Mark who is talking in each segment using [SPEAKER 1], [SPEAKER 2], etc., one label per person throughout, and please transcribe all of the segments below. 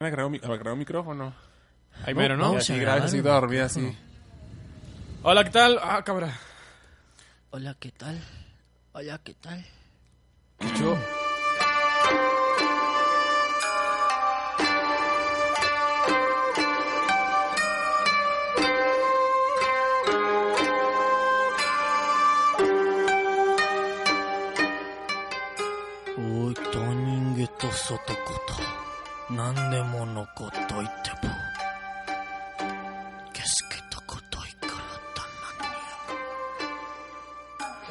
[SPEAKER 1] Me agarró mi- agarró el micrófono.
[SPEAKER 2] Ahí mero, ¿no?
[SPEAKER 1] Y así, grave, así, toda dormida, así.
[SPEAKER 2] Hola, ¿qué tal? Ah, cámara.
[SPEAKER 3] Hola, ¿qué tal? Hola, ¿qué tal?
[SPEAKER 1] Chucho.
[SPEAKER 3] Uy, Tony, esto soto koto. Nande mono koto ite po. Kesuke to koto ikara tanani.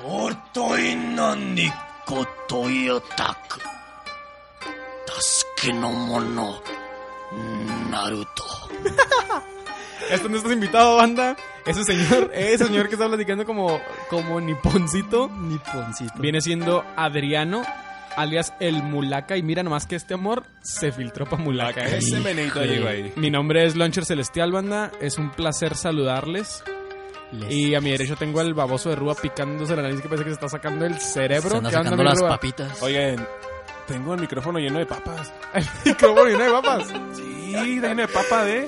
[SPEAKER 3] Otoi nani koto yotaku. Tasuke no mono Naruto.
[SPEAKER 1] Este
[SPEAKER 2] Esto no estás invitado, banda. Ese señor, ese señor que está platicando como, como niponcito,
[SPEAKER 3] Niponcito.
[SPEAKER 2] viene siendo Adriano, alias el Mulaca. Y mira nomás que este amor se filtró para Mulaca. ¿eh?
[SPEAKER 1] Ese menito llegó ahí.
[SPEAKER 2] Mi nombre es Launcher Celestial, banda. Es un placer saludarles. Y a mi derecho tengo al baboso de Rúa picándose la nariz que parece que se está sacando el cerebro.
[SPEAKER 3] Se andan
[SPEAKER 2] ¿Qué onda,
[SPEAKER 3] sacando
[SPEAKER 2] mi
[SPEAKER 3] las
[SPEAKER 2] Rúa?
[SPEAKER 3] papitas.
[SPEAKER 1] Oigan, tengo el micrófono lleno de papas.
[SPEAKER 2] El micrófono lleno de papas.
[SPEAKER 1] Sí, está lleno de papa de.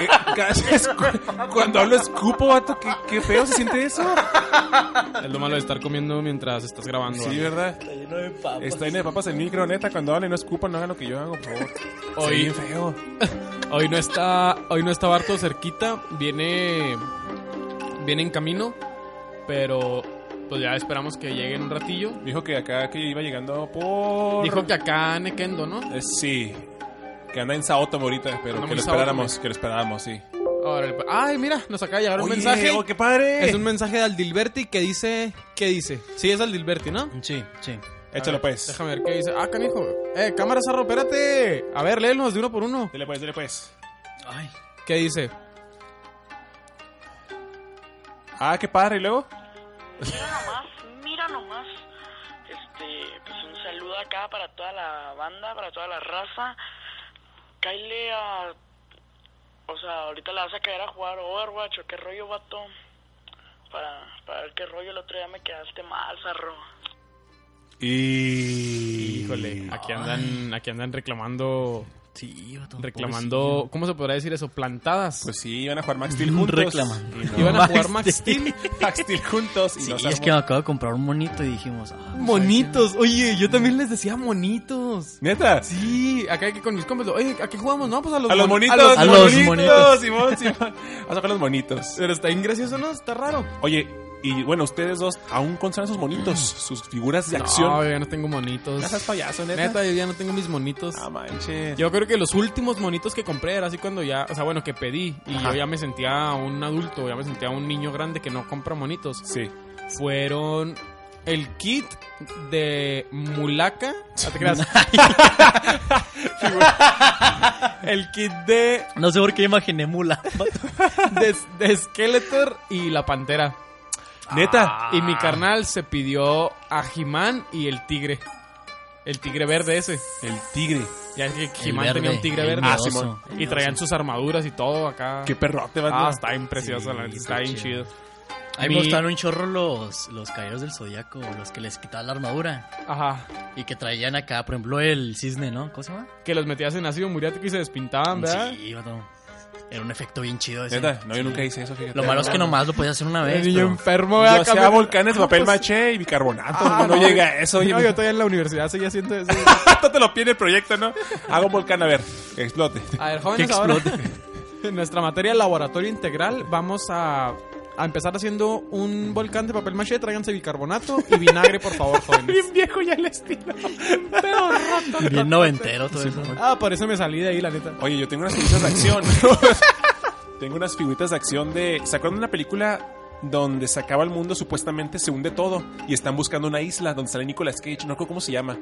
[SPEAKER 1] Eh, casi escu- Cuando hablo escupo, vato, qué, qué feo se siente eso.
[SPEAKER 2] Es lo malo de estar comiendo mientras estás grabando.
[SPEAKER 1] Sí,
[SPEAKER 2] banda.
[SPEAKER 1] ¿verdad?
[SPEAKER 3] Está lleno de papas.
[SPEAKER 1] Está lleno de papas el micro, neta. Cuando hablen, no escupan, no hagan lo que yo hago, por favor. Está
[SPEAKER 2] Oye.
[SPEAKER 1] bien feo.
[SPEAKER 2] Hoy no está, hoy no está Barto cerquita, viene, viene en camino, pero pues ya esperamos que llegue en un ratillo.
[SPEAKER 1] Dijo que acá que iba llegando por.
[SPEAKER 2] Dijo que acá Nequendo, ¿no?
[SPEAKER 1] Eh, sí. Que anda en Saótomo ahorita, pero
[SPEAKER 2] Anda
[SPEAKER 1] que
[SPEAKER 2] muy
[SPEAKER 1] lo
[SPEAKER 2] Saótomo.
[SPEAKER 1] esperáramos, que lo esperáramos, sí.
[SPEAKER 2] Órale, pues. Ay, mira, nos acaba de llegar un
[SPEAKER 1] Oye,
[SPEAKER 2] mensaje.
[SPEAKER 1] oh, qué padre!
[SPEAKER 2] Es un mensaje de Aldilberti que dice, ¿qué dice? Sí, es Aldilberti, ¿no?
[SPEAKER 3] Sí, sí.
[SPEAKER 1] Échalo,
[SPEAKER 2] A ver,
[SPEAKER 1] pues.
[SPEAKER 2] Déjame ver qué dice. Ah, canijo. Eh, cámara zarro, espérate. A ver, léelos de uno por uno.
[SPEAKER 1] Dele, pues, dele, pues.
[SPEAKER 3] Ay.
[SPEAKER 2] ¿Qué dice?
[SPEAKER 1] Ah, qué padre, y luego.
[SPEAKER 4] Mira nomás, mira nomás. Este, pues un saludo acá para toda la banda, para toda la raza. Caile a. O sea, ahorita la vas a caer a jugar Overwatch o qué rollo, vato. Para, para ver qué rollo, el otro día me quedaste mal, zarro.
[SPEAKER 1] Y.
[SPEAKER 2] Híjole, aquí andan, aquí andan reclamando,
[SPEAKER 3] Sí,
[SPEAKER 2] Ah,
[SPEAKER 3] vato,
[SPEAKER 2] reclamando, ¿cómo se podrá decir eso? Plantadas.
[SPEAKER 1] Pues sí, iban a jugar Max Steel
[SPEAKER 3] Un
[SPEAKER 1] juntos.
[SPEAKER 3] reclama.
[SPEAKER 1] Y no.
[SPEAKER 2] Iban a
[SPEAKER 3] Max
[SPEAKER 2] jugar Max
[SPEAKER 3] Steel.
[SPEAKER 2] Steel.
[SPEAKER 1] Max Steel juntos. Y
[SPEAKER 3] pobrecito.
[SPEAKER 1] nos
[SPEAKER 3] Sí, es
[SPEAKER 1] armó-
[SPEAKER 3] que me acabo de comprar un monito y dijimos. ah, pues,
[SPEAKER 2] Monitos. Oye, yo también les decía monitos.
[SPEAKER 1] Neta.
[SPEAKER 2] Sí, acá hay que con mis compas. Oye, ¿a qué jugamos? No, pues a los,
[SPEAKER 1] A los
[SPEAKER 2] mon-
[SPEAKER 1] monitos.
[SPEAKER 2] los-
[SPEAKER 3] a los monitos.
[SPEAKER 1] Simón, Simón. Vamos a sacar los monitos.
[SPEAKER 2] Pero está bien gracioso, ¿no? Está raro.
[SPEAKER 1] Oye, y bueno, ustedes dos aún conservan sus monitos, sus figuras de
[SPEAKER 2] Mm. No,
[SPEAKER 1] acción.
[SPEAKER 2] yo ya no tengo monitos.
[SPEAKER 1] No seas payaso, neta.
[SPEAKER 2] Neta, yo ya no tengo mis monitos.
[SPEAKER 1] Ah, manches.
[SPEAKER 2] Yo creo que los últimos monitos que compré era así cuando ya, o sea, bueno, que pedí y
[SPEAKER 1] Ajá.
[SPEAKER 2] yo ya me sentía un adulto, ya me sentía un niño grande que no compra monitos.
[SPEAKER 1] Sí.
[SPEAKER 2] Fueron el kit de Mulaka. Ah, te creas. el kit de
[SPEAKER 3] No sé por qué imaginé mula.
[SPEAKER 2] de, de Skeletor y la Pantera.
[SPEAKER 1] Neta.
[SPEAKER 2] Y mi carnal se pidió a He-Man y el tigre. El tigre verde ese.
[SPEAKER 1] El tigre.
[SPEAKER 2] Ya es que
[SPEAKER 3] El
[SPEAKER 2] He-Man tenía
[SPEAKER 3] verde,
[SPEAKER 2] un tigre
[SPEAKER 3] el
[SPEAKER 2] verde.
[SPEAKER 3] miedoso,
[SPEAKER 1] Ah, Simón.
[SPEAKER 3] el
[SPEAKER 2] Y
[SPEAKER 3] miedoso.
[SPEAKER 2] traían sus armaduras y todo acá.
[SPEAKER 1] Qué perrote, vato.
[SPEAKER 2] ah, está bien precioso, la neta.
[SPEAKER 3] Sí,
[SPEAKER 2] Está
[SPEAKER 3] está
[SPEAKER 2] bien chido.
[SPEAKER 3] chido. A mí me
[SPEAKER 2] Mi-
[SPEAKER 3] gustaron un chorro los, los caballeros del zodiaco, los que les quitaban la armadura
[SPEAKER 2] Ajá.
[SPEAKER 3] y que traían acá, por ejemplo, el cisne, ¿no? ¿Cómo se llama?
[SPEAKER 2] Que los metías en ácido muriático y se despintaban, ¿verdad?
[SPEAKER 3] Sí, vato. Era un efecto bien chido ese.
[SPEAKER 1] Neta. No, yo nunca hice eso, fíjate.
[SPEAKER 3] Lo malo es que nomás lo podías hacer una
[SPEAKER 2] El
[SPEAKER 3] vez.
[SPEAKER 2] niño
[SPEAKER 3] pero-
[SPEAKER 2] enfermo,
[SPEAKER 1] Yo
[SPEAKER 2] ¿verdad?
[SPEAKER 1] hacía
[SPEAKER 2] Cambia-
[SPEAKER 1] volcanes, papel
[SPEAKER 2] pues-
[SPEAKER 1] maché y bicarbonato.
[SPEAKER 2] Ah,
[SPEAKER 1] no, llega a eso. Oye,
[SPEAKER 2] No, yo estoy en la universidad, seguía haciendo eso.
[SPEAKER 1] te lo pide el proyecto, ¿no? Hago un volcán, a ver, que explote.
[SPEAKER 2] A ver, jóvenes,
[SPEAKER 3] Que
[SPEAKER 2] ahora en nuestra materia laboratorio integral vamos a, a empezar haciendo un volcán de papel maché. Tráiganse bicarbonato y vinagre, por favor, jóvenes.
[SPEAKER 1] viejo ya el estilo.
[SPEAKER 3] Bien noventero todo eso.
[SPEAKER 2] Ah, por eso me salí de ahí, la neta.
[SPEAKER 1] Oye, yo tengo unas figuritas de acción. tengo unas figuritas de acción de. ¿Se acuerdan de una película donde se acaba el mundo? Supuestamente se hunde todo y están buscando una isla donde sale Nicolas Cage. No recuerdo cómo se llama.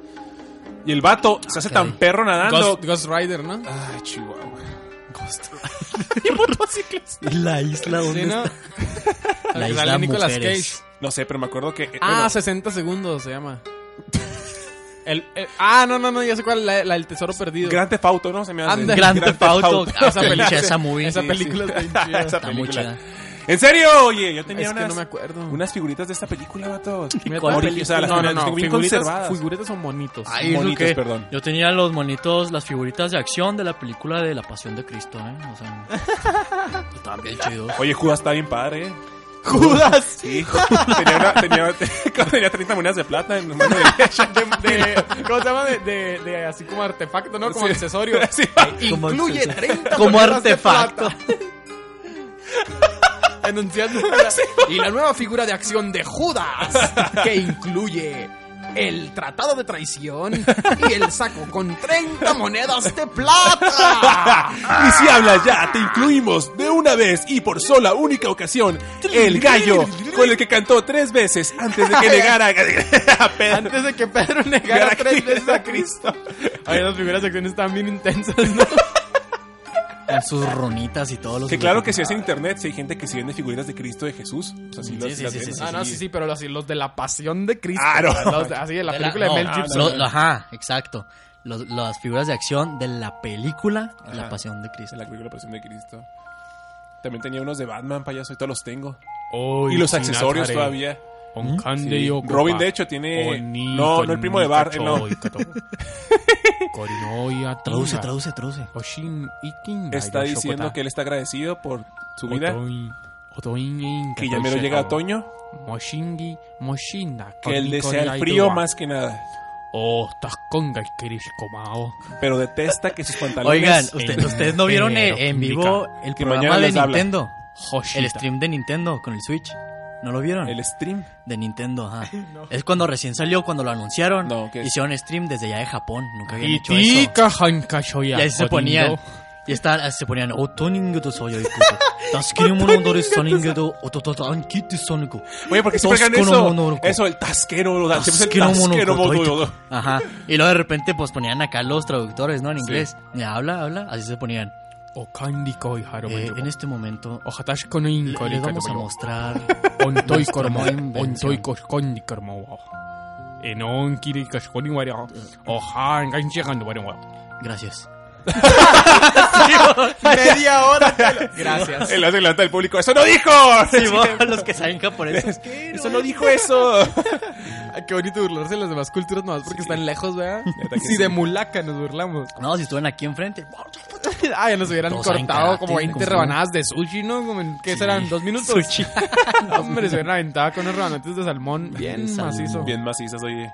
[SPEAKER 1] Y el vato se hace tan perro nadando.
[SPEAKER 2] Ghost, Ghost Rider, ¿no?
[SPEAKER 1] Ay, chihuahua.
[SPEAKER 3] Ghost.
[SPEAKER 2] Y motociclista.
[SPEAKER 3] La isla donde
[SPEAKER 2] Escena-
[SPEAKER 3] está.
[SPEAKER 2] Al
[SPEAKER 3] La
[SPEAKER 2] que
[SPEAKER 3] isla
[SPEAKER 2] sale Nicolas
[SPEAKER 3] mujeres.
[SPEAKER 2] Cage.
[SPEAKER 1] No sé, pero me acuerdo que. eh,
[SPEAKER 2] Ah,
[SPEAKER 1] bueno,
[SPEAKER 2] 60 segundos se llama. El, el- ah, no, no, no, ya sé cuál, la, la del tesoro perdido.
[SPEAKER 1] Gran Theft Auto, ¿no? Se me hace.
[SPEAKER 2] Anda,
[SPEAKER 3] Grand
[SPEAKER 1] Grand
[SPEAKER 3] Theft Auto.
[SPEAKER 1] Theft Auto.
[SPEAKER 3] Ah,
[SPEAKER 2] Esa película-
[SPEAKER 3] pinche, esa movie.
[SPEAKER 2] Esa
[SPEAKER 3] Sí,
[SPEAKER 2] película está bien chida.
[SPEAKER 1] Esa
[SPEAKER 3] Está muy
[SPEAKER 1] película.
[SPEAKER 3] chida.
[SPEAKER 1] ¿En serio? Oye, yo tenía
[SPEAKER 2] Es que
[SPEAKER 1] unas,
[SPEAKER 2] no me acuerdo.
[SPEAKER 1] unas figuritas de esta película, vato.
[SPEAKER 2] Mira,
[SPEAKER 3] ¿Cuál
[SPEAKER 2] todo-
[SPEAKER 1] película? O sea, las
[SPEAKER 2] no, no,
[SPEAKER 1] tengo- las
[SPEAKER 2] no,
[SPEAKER 1] tengo bien
[SPEAKER 2] figuritas,
[SPEAKER 1] conservadas.
[SPEAKER 2] figuritas son bonitos.
[SPEAKER 3] Ay, es lo
[SPEAKER 1] Monitos,
[SPEAKER 3] que-
[SPEAKER 1] perdón.
[SPEAKER 3] Yo tenía los monitos, las figuritas de acción de la película de La Pasión de Cristo, ¿eh? O sea, estaban bien chidos.
[SPEAKER 1] Oye, Judas está bien padre, ¿eh?
[SPEAKER 2] ¡Judas!
[SPEAKER 1] Sí. tenía, una- tenía, tenía 30 monedas de plata en mano derecha.
[SPEAKER 2] De, ¿Cómo se llama? De, de, de así como artefacto, ¿no? Como
[SPEAKER 1] Sí.
[SPEAKER 2] accesorio. Eh,
[SPEAKER 1] Sí.
[SPEAKER 3] Como-
[SPEAKER 2] Incluye 30
[SPEAKER 3] Como
[SPEAKER 2] monedas de
[SPEAKER 3] artefacto.
[SPEAKER 2] plata. Anunciando la- y la nueva figura de acción de Judas que incluye el tratado de traición y el saco con 30 monedas de plata.
[SPEAKER 1] Y si hablas ya, te incluimos de una vez y por sola única ocasión el gallo con el que cantó tres veces antes de que negara a Pedro.
[SPEAKER 2] Antes de que Pedro negara tres veces a Cristo. Ay, las figuras de acción están bien intensas, ¿no?
[SPEAKER 3] Con sus ronitas y todos los.
[SPEAKER 1] Que claro que si es en internet, si hay gente que se vende figuritas de Cristo de Jesús. O sea, sí, las-
[SPEAKER 3] sí,
[SPEAKER 1] las
[SPEAKER 3] sí,
[SPEAKER 1] venden.
[SPEAKER 3] sí,
[SPEAKER 2] Ah, no, sí, sí, pero los, los de la pasión de Cristo.
[SPEAKER 1] Ah, no.
[SPEAKER 2] Los de- así, de la
[SPEAKER 3] De
[SPEAKER 2] película de,
[SPEAKER 3] no,
[SPEAKER 2] Mel
[SPEAKER 3] ah,
[SPEAKER 2] Gibson.
[SPEAKER 3] lo- lo- ajá, exacto. Los- las figuras de acción de la película La Pasión de Cristo.
[SPEAKER 1] En la película Pasión de Cristo. También tenía unos de Batman, payaso, y todos los tengo.
[SPEAKER 2] Hoy
[SPEAKER 1] Y los
[SPEAKER 2] sin
[SPEAKER 1] accesorios
[SPEAKER 2] azar, eh.
[SPEAKER 1] todavía. ¿Mm?
[SPEAKER 2] Con Kande
[SPEAKER 1] Sí.
[SPEAKER 2] Yoko,
[SPEAKER 1] Robin,
[SPEAKER 2] pa.
[SPEAKER 1] de hecho, tiene-
[SPEAKER 2] Bonito,
[SPEAKER 1] no, no el primo de Bar, eh, no.
[SPEAKER 2] Choikato. Korinoya,
[SPEAKER 3] Traduce,
[SPEAKER 2] Tunga,
[SPEAKER 3] traduce, traduce.
[SPEAKER 2] Oshin, Ikin,
[SPEAKER 1] Está
[SPEAKER 2] Gayo,
[SPEAKER 1] diciendo
[SPEAKER 2] Shokota,
[SPEAKER 1] que él está agradecido por su vida.
[SPEAKER 2] Otoin, Otoin, Inka,
[SPEAKER 1] Que ya mero
[SPEAKER 2] Toisheta,
[SPEAKER 1] llega otoño.
[SPEAKER 2] Moshingi, Moshinda,
[SPEAKER 1] Que él
[SPEAKER 2] Kornikori,
[SPEAKER 1] desea el frío
[SPEAKER 2] Aidoa.
[SPEAKER 1] más que nada.
[SPEAKER 2] Oh, estás conga, Kirishkomao.
[SPEAKER 1] Pero detesta que sus pantalones.
[SPEAKER 3] Oigan, usted-
[SPEAKER 2] en-
[SPEAKER 3] ustedes no vieron eh,
[SPEAKER 2] enero,
[SPEAKER 3] en vivo
[SPEAKER 2] indica
[SPEAKER 3] el
[SPEAKER 1] que
[SPEAKER 3] programa
[SPEAKER 1] mañana
[SPEAKER 3] de
[SPEAKER 1] les habla.
[SPEAKER 3] Nintendo.
[SPEAKER 2] Hoshita.
[SPEAKER 3] El stream de Nintendo con el Switch. ¿No lo vieron?
[SPEAKER 1] El stream.
[SPEAKER 3] De Nintendo, ajá. Es cuando recién salió, cuando lo anunciaron.
[SPEAKER 1] No, ¿qué?
[SPEAKER 3] Hicieron stream desde allá de Japón. Nunca habían hecho eso.
[SPEAKER 2] Itika, Hankashoya,
[SPEAKER 3] Y ahí se
[SPEAKER 2] Jodindo.
[SPEAKER 3] ponían. Y está, se ponían, Otoningeto soy hoy, Taskerumonodore soningeto, Otototankite sonico.
[SPEAKER 1] Oye, porque siempre hagan
[SPEAKER 3] Toscono
[SPEAKER 1] eso.
[SPEAKER 3] monorco.
[SPEAKER 1] Eso, el tasquero, lo dan. Siempre
[SPEAKER 3] Tasquero
[SPEAKER 1] es el tasquero
[SPEAKER 3] monocotoito.
[SPEAKER 1] monocotoito.
[SPEAKER 3] Ajá. Y luego de repente, pues ponían acá los traductores, ¿no? En inglés. Ya, habla, habla. Así se ponían.
[SPEAKER 2] Okandikoi,
[SPEAKER 3] Eh,
[SPEAKER 2] Haromeyobo.
[SPEAKER 3] en este momento,
[SPEAKER 2] Ojatash konin
[SPEAKER 3] le, le
[SPEAKER 2] korika
[SPEAKER 3] vamos a
[SPEAKER 2] toyo.
[SPEAKER 3] mostrar.
[SPEAKER 2] Ontoi
[SPEAKER 3] Nuestra
[SPEAKER 2] kormo,
[SPEAKER 3] nueva invención.
[SPEAKER 2] ontoi koskondi kormo wa. Enon kiri koskoni waria.
[SPEAKER 1] Eh.
[SPEAKER 2] Oja, enganche gando waria wa.
[SPEAKER 3] Gracias.
[SPEAKER 2] Media hora. Gracias.
[SPEAKER 1] El hace levanta el público. ¡Eso no dijo!
[SPEAKER 3] Sí, vos, los que saben japonés.
[SPEAKER 1] ¡Eso no dijo eso!
[SPEAKER 2] Ay, Qué bonito burlarse de las demás culturas nomás porque están lejos, ¿verdad?
[SPEAKER 1] Neta que
[SPEAKER 2] Si de
[SPEAKER 1] sí.
[SPEAKER 2] mulaca nos burlamos.
[SPEAKER 3] No, si estuvieran aquí enfrente.
[SPEAKER 2] Ay, nos hubieran
[SPEAKER 3] Todos saben
[SPEAKER 2] cortado
[SPEAKER 3] karate,
[SPEAKER 2] como 20
[SPEAKER 3] Kung Fu.
[SPEAKER 2] rebanadas de sushi, ¿no? Como en, ¿Qué serán? ¿Dos minutos?
[SPEAKER 3] Sushi.
[SPEAKER 2] No, Hombre, se hubieran aventado con unos rebanates de salmón bien
[SPEAKER 3] Salmón.
[SPEAKER 2] macizo.
[SPEAKER 1] Bien macizas, oye.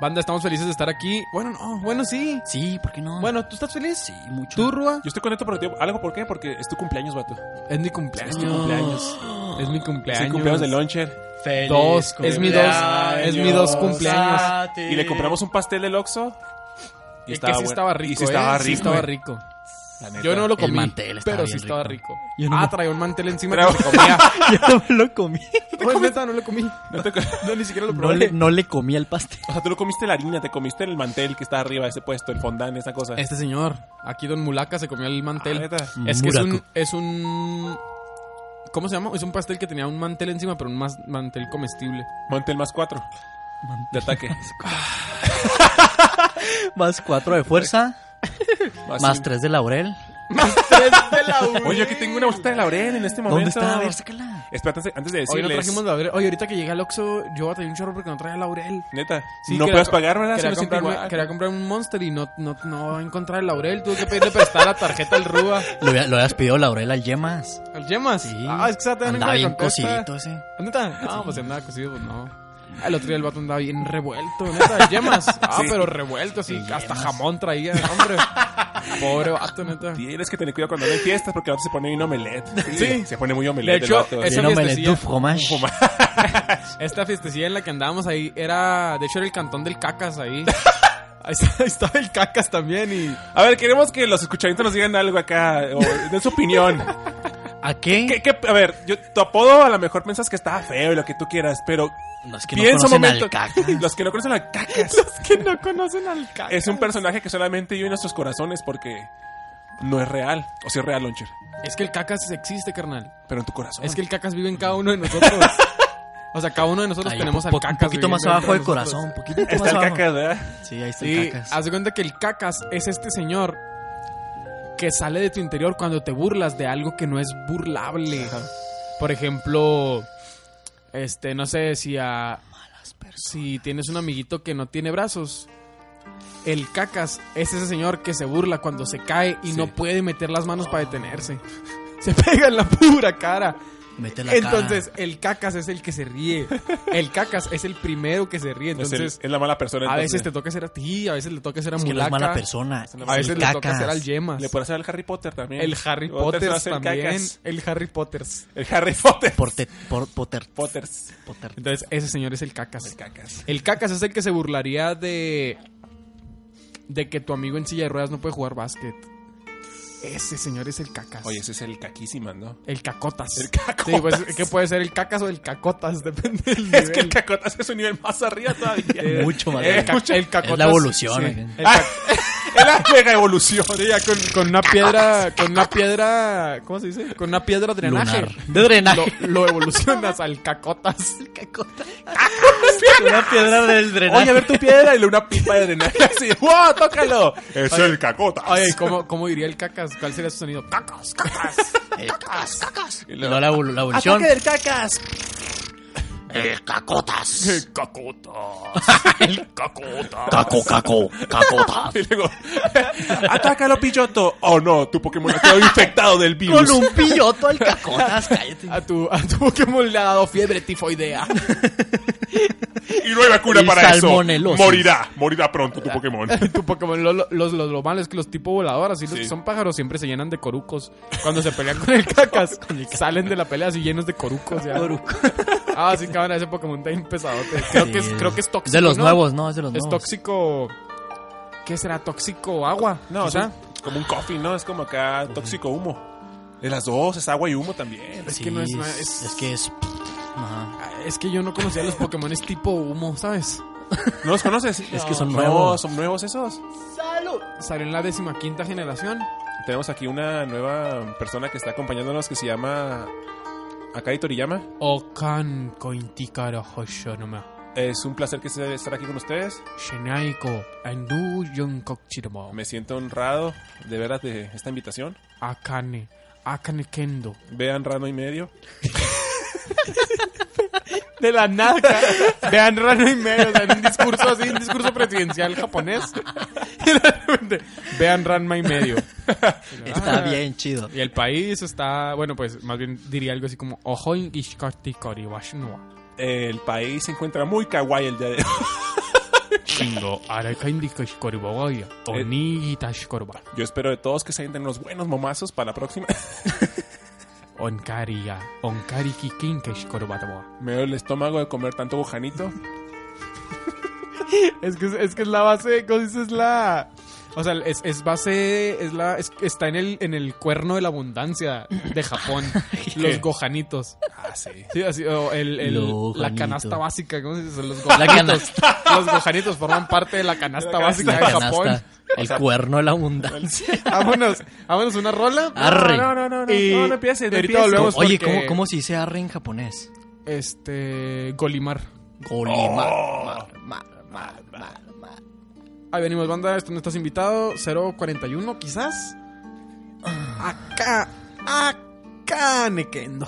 [SPEAKER 2] Banda, estamos felices de estar aquí. Bueno, no, bueno, sí.
[SPEAKER 3] Sí, ¿por qué no?
[SPEAKER 2] Bueno, ¿tú estás feliz?
[SPEAKER 3] sí, mucho.
[SPEAKER 2] ¿Tú, Rúa?
[SPEAKER 1] Yo estoy contento por ti. ¿Algo por qué? Porque es tu cumpleaños, vato.
[SPEAKER 2] Es mi cumpleaños.
[SPEAKER 1] Es tu cumpleaños.
[SPEAKER 2] Es mi
[SPEAKER 1] Es
[SPEAKER 2] cumpleaños.
[SPEAKER 1] el cumpleaños de Launcher.
[SPEAKER 3] Feliz
[SPEAKER 2] Dos, es mi dos, es mi dos cumpleaños.
[SPEAKER 3] a ti.
[SPEAKER 1] Y le compramos un pastel del Oxxo.
[SPEAKER 2] Eh, Y
[SPEAKER 1] Y
[SPEAKER 2] que sí
[SPEAKER 1] bueno.
[SPEAKER 2] estaba rico.
[SPEAKER 1] Y sí estaba
[SPEAKER 2] eh,
[SPEAKER 1] rico.
[SPEAKER 2] Sí estaba
[SPEAKER 1] eh.
[SPEAKER 2] rico.
[SPEAKER 1] La neta.
[SPEAKER 2] Yo no lo
[SPEAKER 3] El
[SPEAKER 2] comí,
[SPEAKER 3] mantel estaba
[SPEAKER 2] pero sí
[SPEAKER 3] bien
[SPEAKER 2] estaba rico.
[SPEAKER 3] rico. Yo no
[SPEAKER 2] ah,
[SPEAKER 3] me-
[SPEAKER 2] traía un mantel encima
[SPEAKER 1] Pero-
[SPEAKER 2] que se comía.
[SPEAKER 3] Yo no me lo comí.
[SPEAKER 2] Pues neta, no lo comí.
[SPEAKER 1] No te-
[SPEAKER 2] No, ni siquiera lo
[SPEAKER 3] No
[SPEAKER 2] probé.
[SPEAKER 3] le, no le comí el pastel.
[SPEAKER 1] O sea, tú lo comiste la harina, te comiste el mantel que está arriba de ese puesto, el fondant, esa cosa.
[SPEAKER 2] Este señor, aquí Don Mulaca se comió el
[SPEAKER 1] Ah,
[SPEAKER 2] mantel.
[SPEAKER 1] neta.
[SPEAKER 2] es que es un,
[SPEAKER 3] Muraco.
[SPEAKER 2] es un... ¿Cómo se llama? Es un pastel que tenía un mantel encima, pero un mas- mantel comestible.
[SPEAKER 1] Mantel más cuatro. De ataque.
[SPEAKER 3] Más cuatro de fuerza, más
[SPEAKER 1] cinco.
[SPEAKER 3] tres de laurel.
[SPEAKER 1] Oye, aquí tengo una bolsita de laurel en este
[SPEAKER 3] ¿Dónde
[SPEAKER 1] momento.
[SPEAKER 3] está? A ver, sácala.
[SPEAKER 1] Espérate, antes- antes de
[SPEAKER 2] Hoy no
[SPEAKER 1] decirles.
[SPEAKER 2] trajimos laurel. Oye, ahorita que llegué al Oxxo, yo batallé un chorro porque no traía laurel.
[SPEAKER 1] Neta,
[SPEAKER 2] Sí,
[SPEAKER 1] no
[SPEAKER 2] quería
[SPEAKER 1] puedes
[SPEAKER 2] co-
[SPEAKER 1] pagar, ¿verdad?
[SPEAKER 2] Quería,
[SPEAKER 1] Si no siempre
[SPEAKER 2] comprarme-
[SPEAKER 1] igual.
[SPEAKER 2] quería comprar un Monster y no, no, no encontrar el laurel. Tuve que pedirle prestar la tarjeta al Rúa.
[SPEAKER 3] Lo, había- lo habías pedido laurel al yemas.
[SPEAKER 2] ¿Al Yemas?
[SPEAKER 3] Sí.
[SPEAKER 2] Ah, es que se va a
[SPEAKER 3] Andaba bien cosidito ese.
[SPEAKER 2] ¿Neta? No, pues andaba cosido, pues no. El otro día el vato andaba bien revuelto, neta. Yemas. Ah,
[SPEAKER 1] Sí.
[SPEAKER 2] pero revuelto, así.
[SPEAKER 3] Sí,
[SPEAKER 2] hasta
[SPEAKER 3] yemas.
[SPEAKER 2] jamón traía, hombre. Pobre vato, neta.
[SPEAKER 1] Tienes que tener cuidado cuando hay fiestas porque ahora se pone bien omelette.
[SPEAKER 2] Sí.
[SPEAKER 1] se pone muy omelette.
[SPEAKER 2] De
[SPEAKER 1] De
[SPEAKER 2] hecho,
[SPEAKER 1] hecho,
[SPEAKER 2] es- Esa
[SPEAKER 3] Bien omelette
[SPEAKER 2] fiestecilla.
[SPEAKER 3] du fromage.
[SPEAKER 2] Esta fiestecilla en la que andábamos ahí era. De hecho, era el cantón del Cacas ahí. Ahí está- ahí estaba el Cacas también y.
[SPEAKER 1] A ver, queremos que los escuchaditos nos digan algo acá, o den su opinión.
[SPEAKER 3] ¿A qué?
[SPEAKER 1] ¿Qué- qué- a ver, yo, tu apodo a lo mejor piensas que estaba feo y lo que tú quieras, pero
[SPEAKER 3] Los que no
[SPEAKER 1] piensa un
[SPEAKER 3] conocen
[SPEAKER 1] momento.
[SPEAKER 3] al caca.
[SPEAKER 1] Los que no conocen al cacas.
[SPEAKER 2] que no conocen al Cacas.
[SPEAKER 1] Es un personaje que solamente vive en nuestros corazones porque no es real. O si es real, Launcher.
[SPEAKER 2] Es que el cacas existe, carnal.
[SPEAKER 1] Pero en tu corazón.
[SPEAKER 2] Es que el cacas vive en cada uno de nosotros. o sea, cada uno de nosotros
[SPEAKER 3] Ahí,
[SPEAKER 2] tenemos al
[SPEAKER 3] po-
[SPEAKER 2] cacas.
[SPEAKER 3] un poquito
[SPEAKER 2] viviendo
[SPEAKER 3] más abajo del
[SPEAKER 2] dentro de
[SPEAKER 3] corazón, un
[SPEAKER 2] nosotros.
[SPEAKER 3] poquito más
[SPEAKER 1] Está el
[SPEAKER 3] abajo.
[SPEAKER 1] caca, ¿verdad?
[SPEAKER 3] Sí, ahí está
[SPEAKER 2] Sí, ah,
[SPEAKER 3] el cacas.
[SPEAKER 2] haz de cuenta que el cacas es este señor que sale de tu interior cuando te burlas de algo que no es burlable. Por ejemplo, este, no sé si a si tienes un amiguito que no tiene brazos. El cacas es ese señor que se burla cuando se cae y
[SPEAKER 1] Sí.
[SPEAKER 2] no puede meter las manos para detenerse. Se pega en la pura cara.
[SPEAKER 3] Mete la cara.
[SPEAKER 2] Entonces, el cacas es el que se ríe. El cacas es el primero que se ríe.
[SPEAKER 1] Es, el-
[SPEAKER 2] Entonces,
[SPEAKER 1] es la mala persona.
[SPEAKER 2] a
[SPEAKER 1] entonces.
[SPEAKER 2] veces te toca ser a ti, a veces le toca ser a
[SPEAKER 3] Es que no
[SPEAKER 2] Mulaka.
[SPEAKER 3] es mala persona.
[SPEAKER 2] A
[SPEAKER 3] es
[SPEAKER 2] veces
[SPEAKER 3] el
[SPEAKER 2] le toca
[SPEAKER 3] cacas.
[SPEAKER 2] hacer al Yemas.
[SPEAKER 1] Le puede hacer al Harry Potter también.
[SPEAKER 2] El Harry
[SPEAKER 1] Otras
[SPEAKER 2] Potter
[SPEAKER 1] le hacen
[SPEAKER 2] también.
[SPEAKER 1] cacas.
[SPEAKER 2] El Harry Potter.
[SPEAKER 1] El Harry Potter.
[SPEAKER 3] Porte- por- Potter.
[SPEAKER 1] Potters.
[SPEAKER 3] Potter.
[SPEAKER 2] Entonces, ese señor es el cacas. El,
[SPEAKER 1] Cacas.
[SPEAKER 2] cacas es el que se burlaría de. de que tu amigo en silla de ruedas no puede jugar básquet. Ese señor es el cacas.
[SPEAKER 1] Oye, ese es el caquísima, ¿no?
[SPEAKER 2] el cacotas.
[SPEAKER 1] El cacotas.
[SPEAKER 2] Sí, pues, ¿Qué puede ser el cacas o el cacotas? Depende del nivel.
[SPEAKER 1] Es que el cacotas es un nivel más arriba todavía.
[SPEAKER 2] Eh,
[SPEAKER 3] Mucho más
[SPEAKER 2] el,
[SPEAKER 3] arriba.
[SPEAKER 2] ca- el cacotas.
[SPEAKER 3] Es la evolución,
[SPEAKER 2] sí.
[SPEAKER 3] eh.
[SPEAKER 2] El ca-
[SPEAKER 1] Es la mega evolución.
[SPEAKER 2] Sí, ya con, con una piedra, con una piedra, ¿cómo se dice? Con una piedra drenaje.
[SPEAKER 3] Lunar. De drenaje.
[SPEAKER 2] Lo, lo evolucionas al cacotas.
[SPEAKER 3] Una piedra del drenaje.
[SPEAKER 1] Oye, a ver tu piedra y le una pipa de drenaje así. ¡Wow! tócalo! Es el cacotas.
[SPEAKER 2] Oye, ¿cómo, ¿cómo diría el cacas? ¿Cuál sería su sonido? Cacas, cacas.
[SPEAKER 3] El cacas, cacas. Y luego la, evol- la evolución.
[SPEAKER 2] del cacas!
[SPEAKER 3] El cacotas.
[SPEAKER 1] cacotas.
[SPEAKER 3] El cacotas. Caco, caco, cacotas.
[SPEAKER 1] Y luego, ¡atácalo, pichoto! Oh no, tu Pokémon ha quedado infectado del virus.
[SPEAKER 3] Con un pilloto el cacotas. Cállate.
[SPEAKER 2] A tu, a tu Pokémon le ha dado fiebre tifoidea.
[SPEAKER 1] Y no hay vacuna
[SPEAKER 3] Y
[SPEAKER 1] para eso.
[SPEAKER 3] salmonelosis.
[SPEAKER 1] Morirá, morirá pronto tu Pokémon.
[SPEAKER 2] tu Pokémon, lo, lo- los, los- lo malo es que los tipo voladoras y los
[SPEAKER 1] Sí.
[SPEAKER 2] que son pájaros siempre se llenan de corucos. Cuando se pelean con el cacas, salen de la pelea así llenos de corucos. ya. Ah, sí, cabrón, ese Pokémon está bien pesadote. Creo, que, es,
[SPEAKER 3] Sí.
[SPEAKER 2] creo que es tóxico.
[SPEAKER 3] De los
[SPEAKER 2] ¿no?
[SPEAKER 3] nuevos, no, es de los
[SPEAKER 2] Es
[SPEAKER 3] nuevos.
[SPEAKER 2] tóxico. ¿Qué será? ¿Tóxico agua?
[SPEAKER 1] No, o
[SPEAKER 2] quizá?
[SPEAKER 1] sea, como un coffee, ¿no? Es como acá tóxico humo. De las dos, es agua y humo también.
[SPEAKER 2] es que no es
[SPEAKER 3] Sí,
[SPEAKER 2] nada,
[SPEAKER 3] Es,
[SPEAKER 2] es-
[SPEAKER 3] es que es. Ajá.
[SPEAKER 2] Ah, Es que yo no conocía los Pokémon tipo humo, ¿sabes?
[SPEAKER 1] ¿No los conoces?
[SPEAKER 3] Es que son
[SPEAKER 1] No,
[SPEAKER 3] nuevos.
[SPEAKER 1] son nuevos esos.
[SPEAKER 2] Salió en la decimaquinta generación.
[SPEAKER 1] Tenemos aquí una nueva persona que está acompañándonos que se llama Akai Toriyama.
[SPEAKER 2] Okan Kointikara Hoshonoma.
[SPEAKER 1] Es un placer que se- estar aquí con ustedes.
[SPEAKER 2] Shenaiko Andu Yonkokchirmo.
[SPEAKER 1] Me siento honrado de veras de esta invitación.
[SPEAKER 2] Akane. Akane Kendo.
[SPEAKER 1] Vean Rano y medio.
[SPEAKER 2] De la nada. Vean Rano y medio. O sea, en un discurso así, un discurso presidencial japonés. Y de repente, Vean Ranma y medio.
[SPEAKER 3] Está bien chido.
[SPEAKER 2] Y el país está, bueno, pues más bien diría algo así como Ojoin Ishkati Koriwashinoa.
[SPEAKER 1] El país se encuentra muy kawaii el día de hoy.
[SPEAKER 2] Shingo Arakaindikosh Koribogoya. Onigitash Koriba.
[SPEAKER 1] Yo espero de todos que se den unos buenos momazos para la próxima.
[SPEAKER 2] Onkaria. Onkariki Kinkesh Koribataboa.
[SPEAKER 1] Me duele el estómago de comer tanto bujanito.
[SPEAKER 2] Es que, es- es que es la base, ¿cómo dices? Es la... O sea, es, es base, es la, es- está en el, en el cuerno de la abundancia de Japón. los gojanitos.
[SPEAKER 1] Ah, sí.
[SPEAKER 2] Sí, así, o el, el-
[SPEAKER 3] Lo
[SPEAKER 2] la
[SPEAKER 3] janito.
[SPEAKER 2] canasta básica, ¿cómo se dice? Los
[SPEAKER 3] La
[SPEAKER 2] gojanitos.
[SPEAKER 3] canasta.
[SPEAKER 2] Los gojanitos forman parte de la canasta
[SPEAKER 1] La
[SPEAKER 2] básica
[SPEAKER 3] La
[SPEAKER 2] de Japón.
[SPEAKER 3] canasta. El cuerno de la abundancia.
[SPEAKER 2] Vámonos, vámonos una rola.
[SPEAKER 3] Arre.
[SPEAKER 2] No, no, no, no, no, no empieces, no ahorita volvemos
[SPEAKER 3] Oye,
[SPEAKER 2] porque,
[SPEAKER 3] ¿cómo, ¿cómo se dice arre en japonés?
[SPEAKER 2] Este, Golimar.
[SPEAKER 3] Golimar.
[SPEAKER 2] Oh. Ahí venimos, banda, esto no estás invitado, 041 quizás. Acá, acá, Nequendo.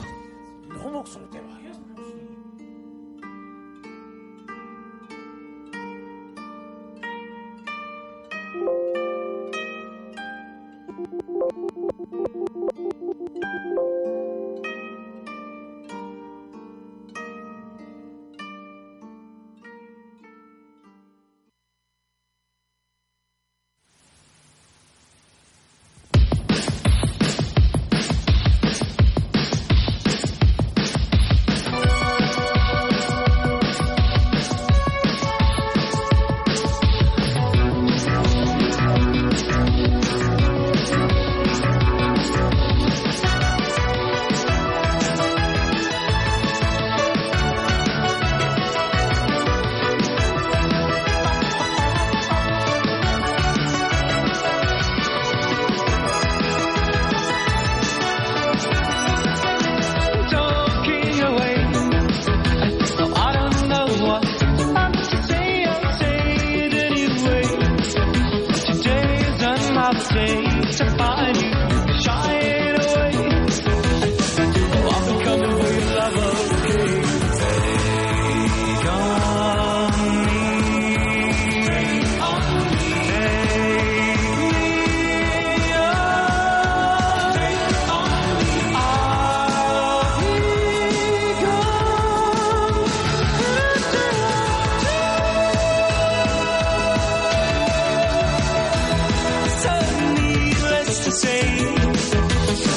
[SPEAKER 5] ways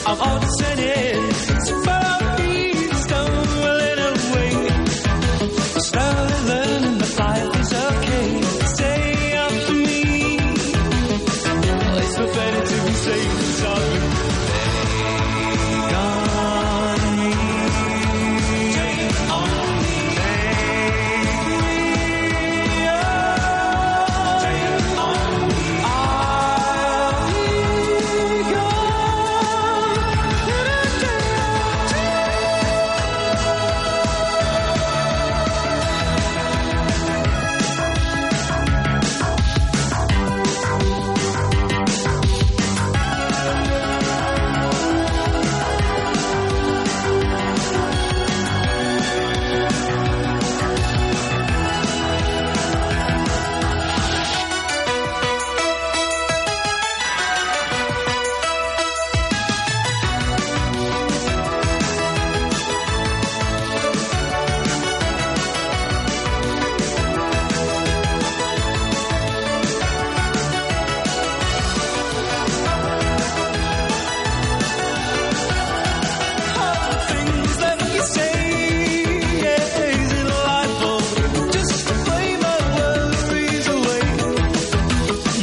[SPEAKER 5] of odds and ends. So follow me, stumbling away. Slowly learning that life is okay. Stay up for me. It's no better to be safe than sorry. Gone me. Take on me. Take on me. Things that you say is delightful. Just play my worries away.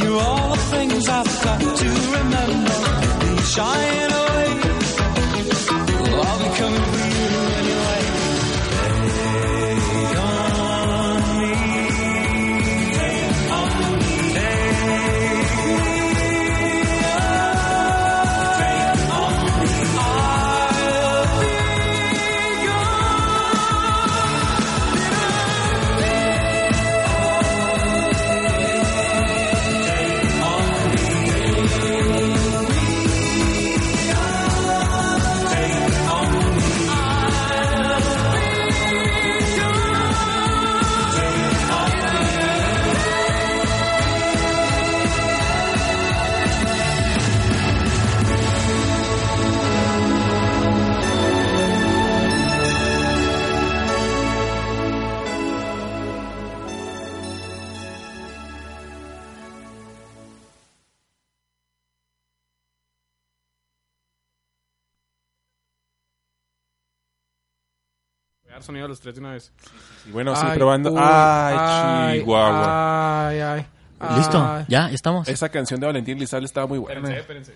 [SPEAKER 5] You're all the things I've got to remember. And you're shying away. I'll be coming for you anyway. Take on me. Take on me. Take on me. I'll be
[SPEAKER 6] Dar sonido a los tres de una vez.
[SPEAKER 1] Y bueno, sí,
[SPEAKER 2] Ay,
[SPEAKER 1] probando.
[SPEAKER 2] uy,
[SPEAKER 1] ay, Chihuahua.
[SPEAKER 2] Ay, ay, ay.
[SPEAKER 3] ¿Listo? ¿Ya? ¿Estamos?
[SPEAKER 1] Esa canción de Valentín Lizal estaba muy
[SPEAKER 6] Espérense,
[SPEAKER 1] buena.
[SPEAKER 6] espérense.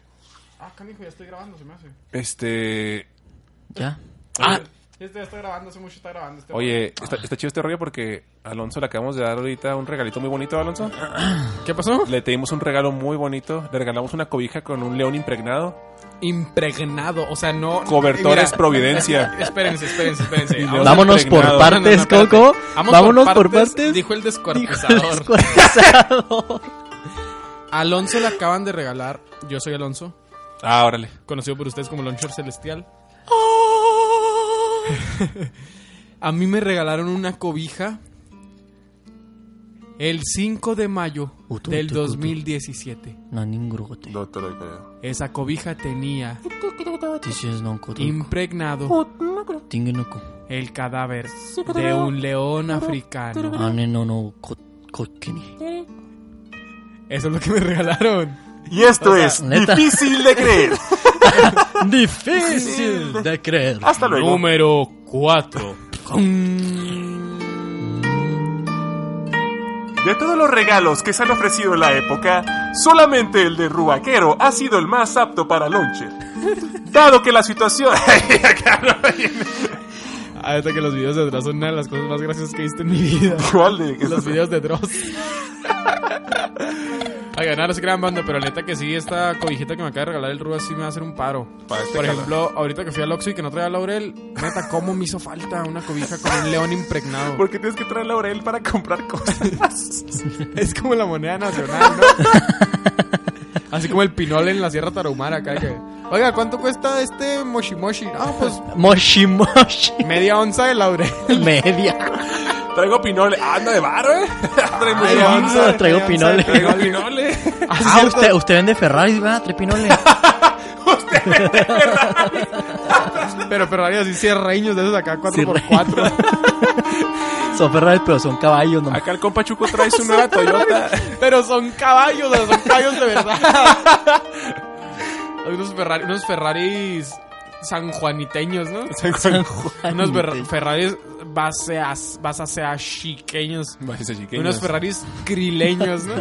[SPEAKER 6] Ah, canijo, ya estoy grabando, se me hace.
[SPEAKER 1] Este.
[SPEAKER 3] ¿Ya? Ah,
[SPEAKER 6] Este ya está grabando, hace mucho está grabando. Este
[SPEAKER 1] Oye, está, está chido este rollo porque Alonso le acabamos de dar ahorita un regalito muy bonito, Alonso.
[SPEAKER 2] ¿Qué pasó?
[SPEAKER 1] Le pedimos un regalo muy bonito. Le regalamos una cobija con un león impregnado.
[SPEAKER 2] Impregnado, o sea, no...
[SPEAKER 1] Cobertores
[SPEAKER 2] Mira,
[SPEAKER 1] Providencia.
[SPEAKER 2] Espérense, espérense, espérense.
[SPEAKER 1] Y
[SPEAKER 2] Ahora-
[SPEAKER 1] luego-
[SPEAKER 3] vámonos por
[SPEAKER 1] impregnado.
[SPEAKER 3] partes,
[SPEAKER 2] No, no, no,
[SPEAKER 3] Coco.
[SPEAKER 2] espérate. Vamos
[SPEAKER 3] Vámonos por partes.
[SPEAKER 2] Dijo
[SPEAKER 3] Dijo el
[SPEAKER 2] el descuartizador.
[SPEAKER 3] descuartizador.
[SPEAKER 2] Alonso le acaban de regalar. Yo soy Alonso,
[SPEAKER 1] Ah, órale.
[SPEAKER 2] conocido por ustedes como Lonchor Celestial. A mí me regalaron una cobija el 5 de mayo
[SPEAKER 3] Utu,
[SPEAKER 2] del
[SPEAKER 3] utu, utu.
[SPEAKER 2] 2017.
[SPEAKER 3] No, ningún gote.
[SPEAKER 2] Esa cobija tenía
[SPEAKER 3] Tissues no coto.
[SPEAKER 7] Uh.
[SPEAKER 2] impregnado
[SPEAKER 3] Tingue no co.
[SPEAKER 2] el cadáver de un león africano.
[SPEAKER 3] Ane Ah, no no co- coquini.
[SPEAKER 2] Eso es lo que me regalaron.
[SPEAKER 1] Y esto es
[SPEAKER 3] neta.
[SPEAKER 1] difícil de creer.
[SPEAKER 3] Difícil de creer.
[SPEAKER 1] Hasta luego.
[SPEAKER 2] Número 4.
[SPEAKER 1] De todos los regalos que se han ofrecido en la época, solamente el de Rubaquero ha sido el más apto para Loncher. Dado que la situación.
[SPEAKER 2] Hasta Ah, que los videos de Dross son una de las cosas más graciosas que he visto en mi vida.
[SPEAKER 1] ¿Cuál de-
[SPEAKER 2] Los videos de Dross. Oigan, no, no se crean banda, pero neta que sí, esta cobijita que me acaba de regalar el Rubas sí me va a hacer un paro.
[SPEAKER 1] Para este
[SPEAKER 2] Por
[SPEAKER 1] calor.
[SPEAKER 2] ejemplo, ahorita que fui al Oxxo y que no traía laurel, neta, ¿cómo me hizo falta una cobija con un león impregnado?
[SPEAKER 1] Porque tienes que traer laurel para comprar cosas.
[SPEAKER 2] Es como la moneda nacional, ¿no? Así como el pinol en la Sierra Tarahumara, acá que... Oiga, ¿cuánto cuesta este moshimoshi? Ah, pues
[SPEAKER 3] Moshi moshi.
[SPEAKER 2] media onza de laurel.
[SPEAKER 3] Media.
[SPEAKER 1] Traigo pinole. Anda de barro, eh. Traigo
[SPEAKER 3] Ay,
[SPEAKER 1] media
[SPEAKER 3] Alonso,
[SPEAKER 1] onza.
[SPEAKER 3] traigo
[SPEAKER 2] media onza,
[SPEAKER 3] pinole.
[SPEAKER 1] Traigo pinole.
[SPEAKER 3] Ah, usted, usted vende Ferraris, ¿verdad? Tres pinoles.
[SPEAKER 2] Pero, pero varios así cierreños de esos acá, 4x4.
[SPEAKER 3] Cierreños. Son Ferraris, pero son caballos, ¿no?
[SPEAKER 1] Acá el compa Chuco trae su nueva Toyota.
[SPEAKER 2] Pero son caballos, o sea, son caballos de verdad. Hay unos, Ferrari, unos Ferraris sanjuaniteños, ¿no? Unos Fer- Ferraris baseas, basasea chiqueños.
[SPEAKER 1] Varios
[SPEAKER 2] Unos Ferraris crileños, ¿no?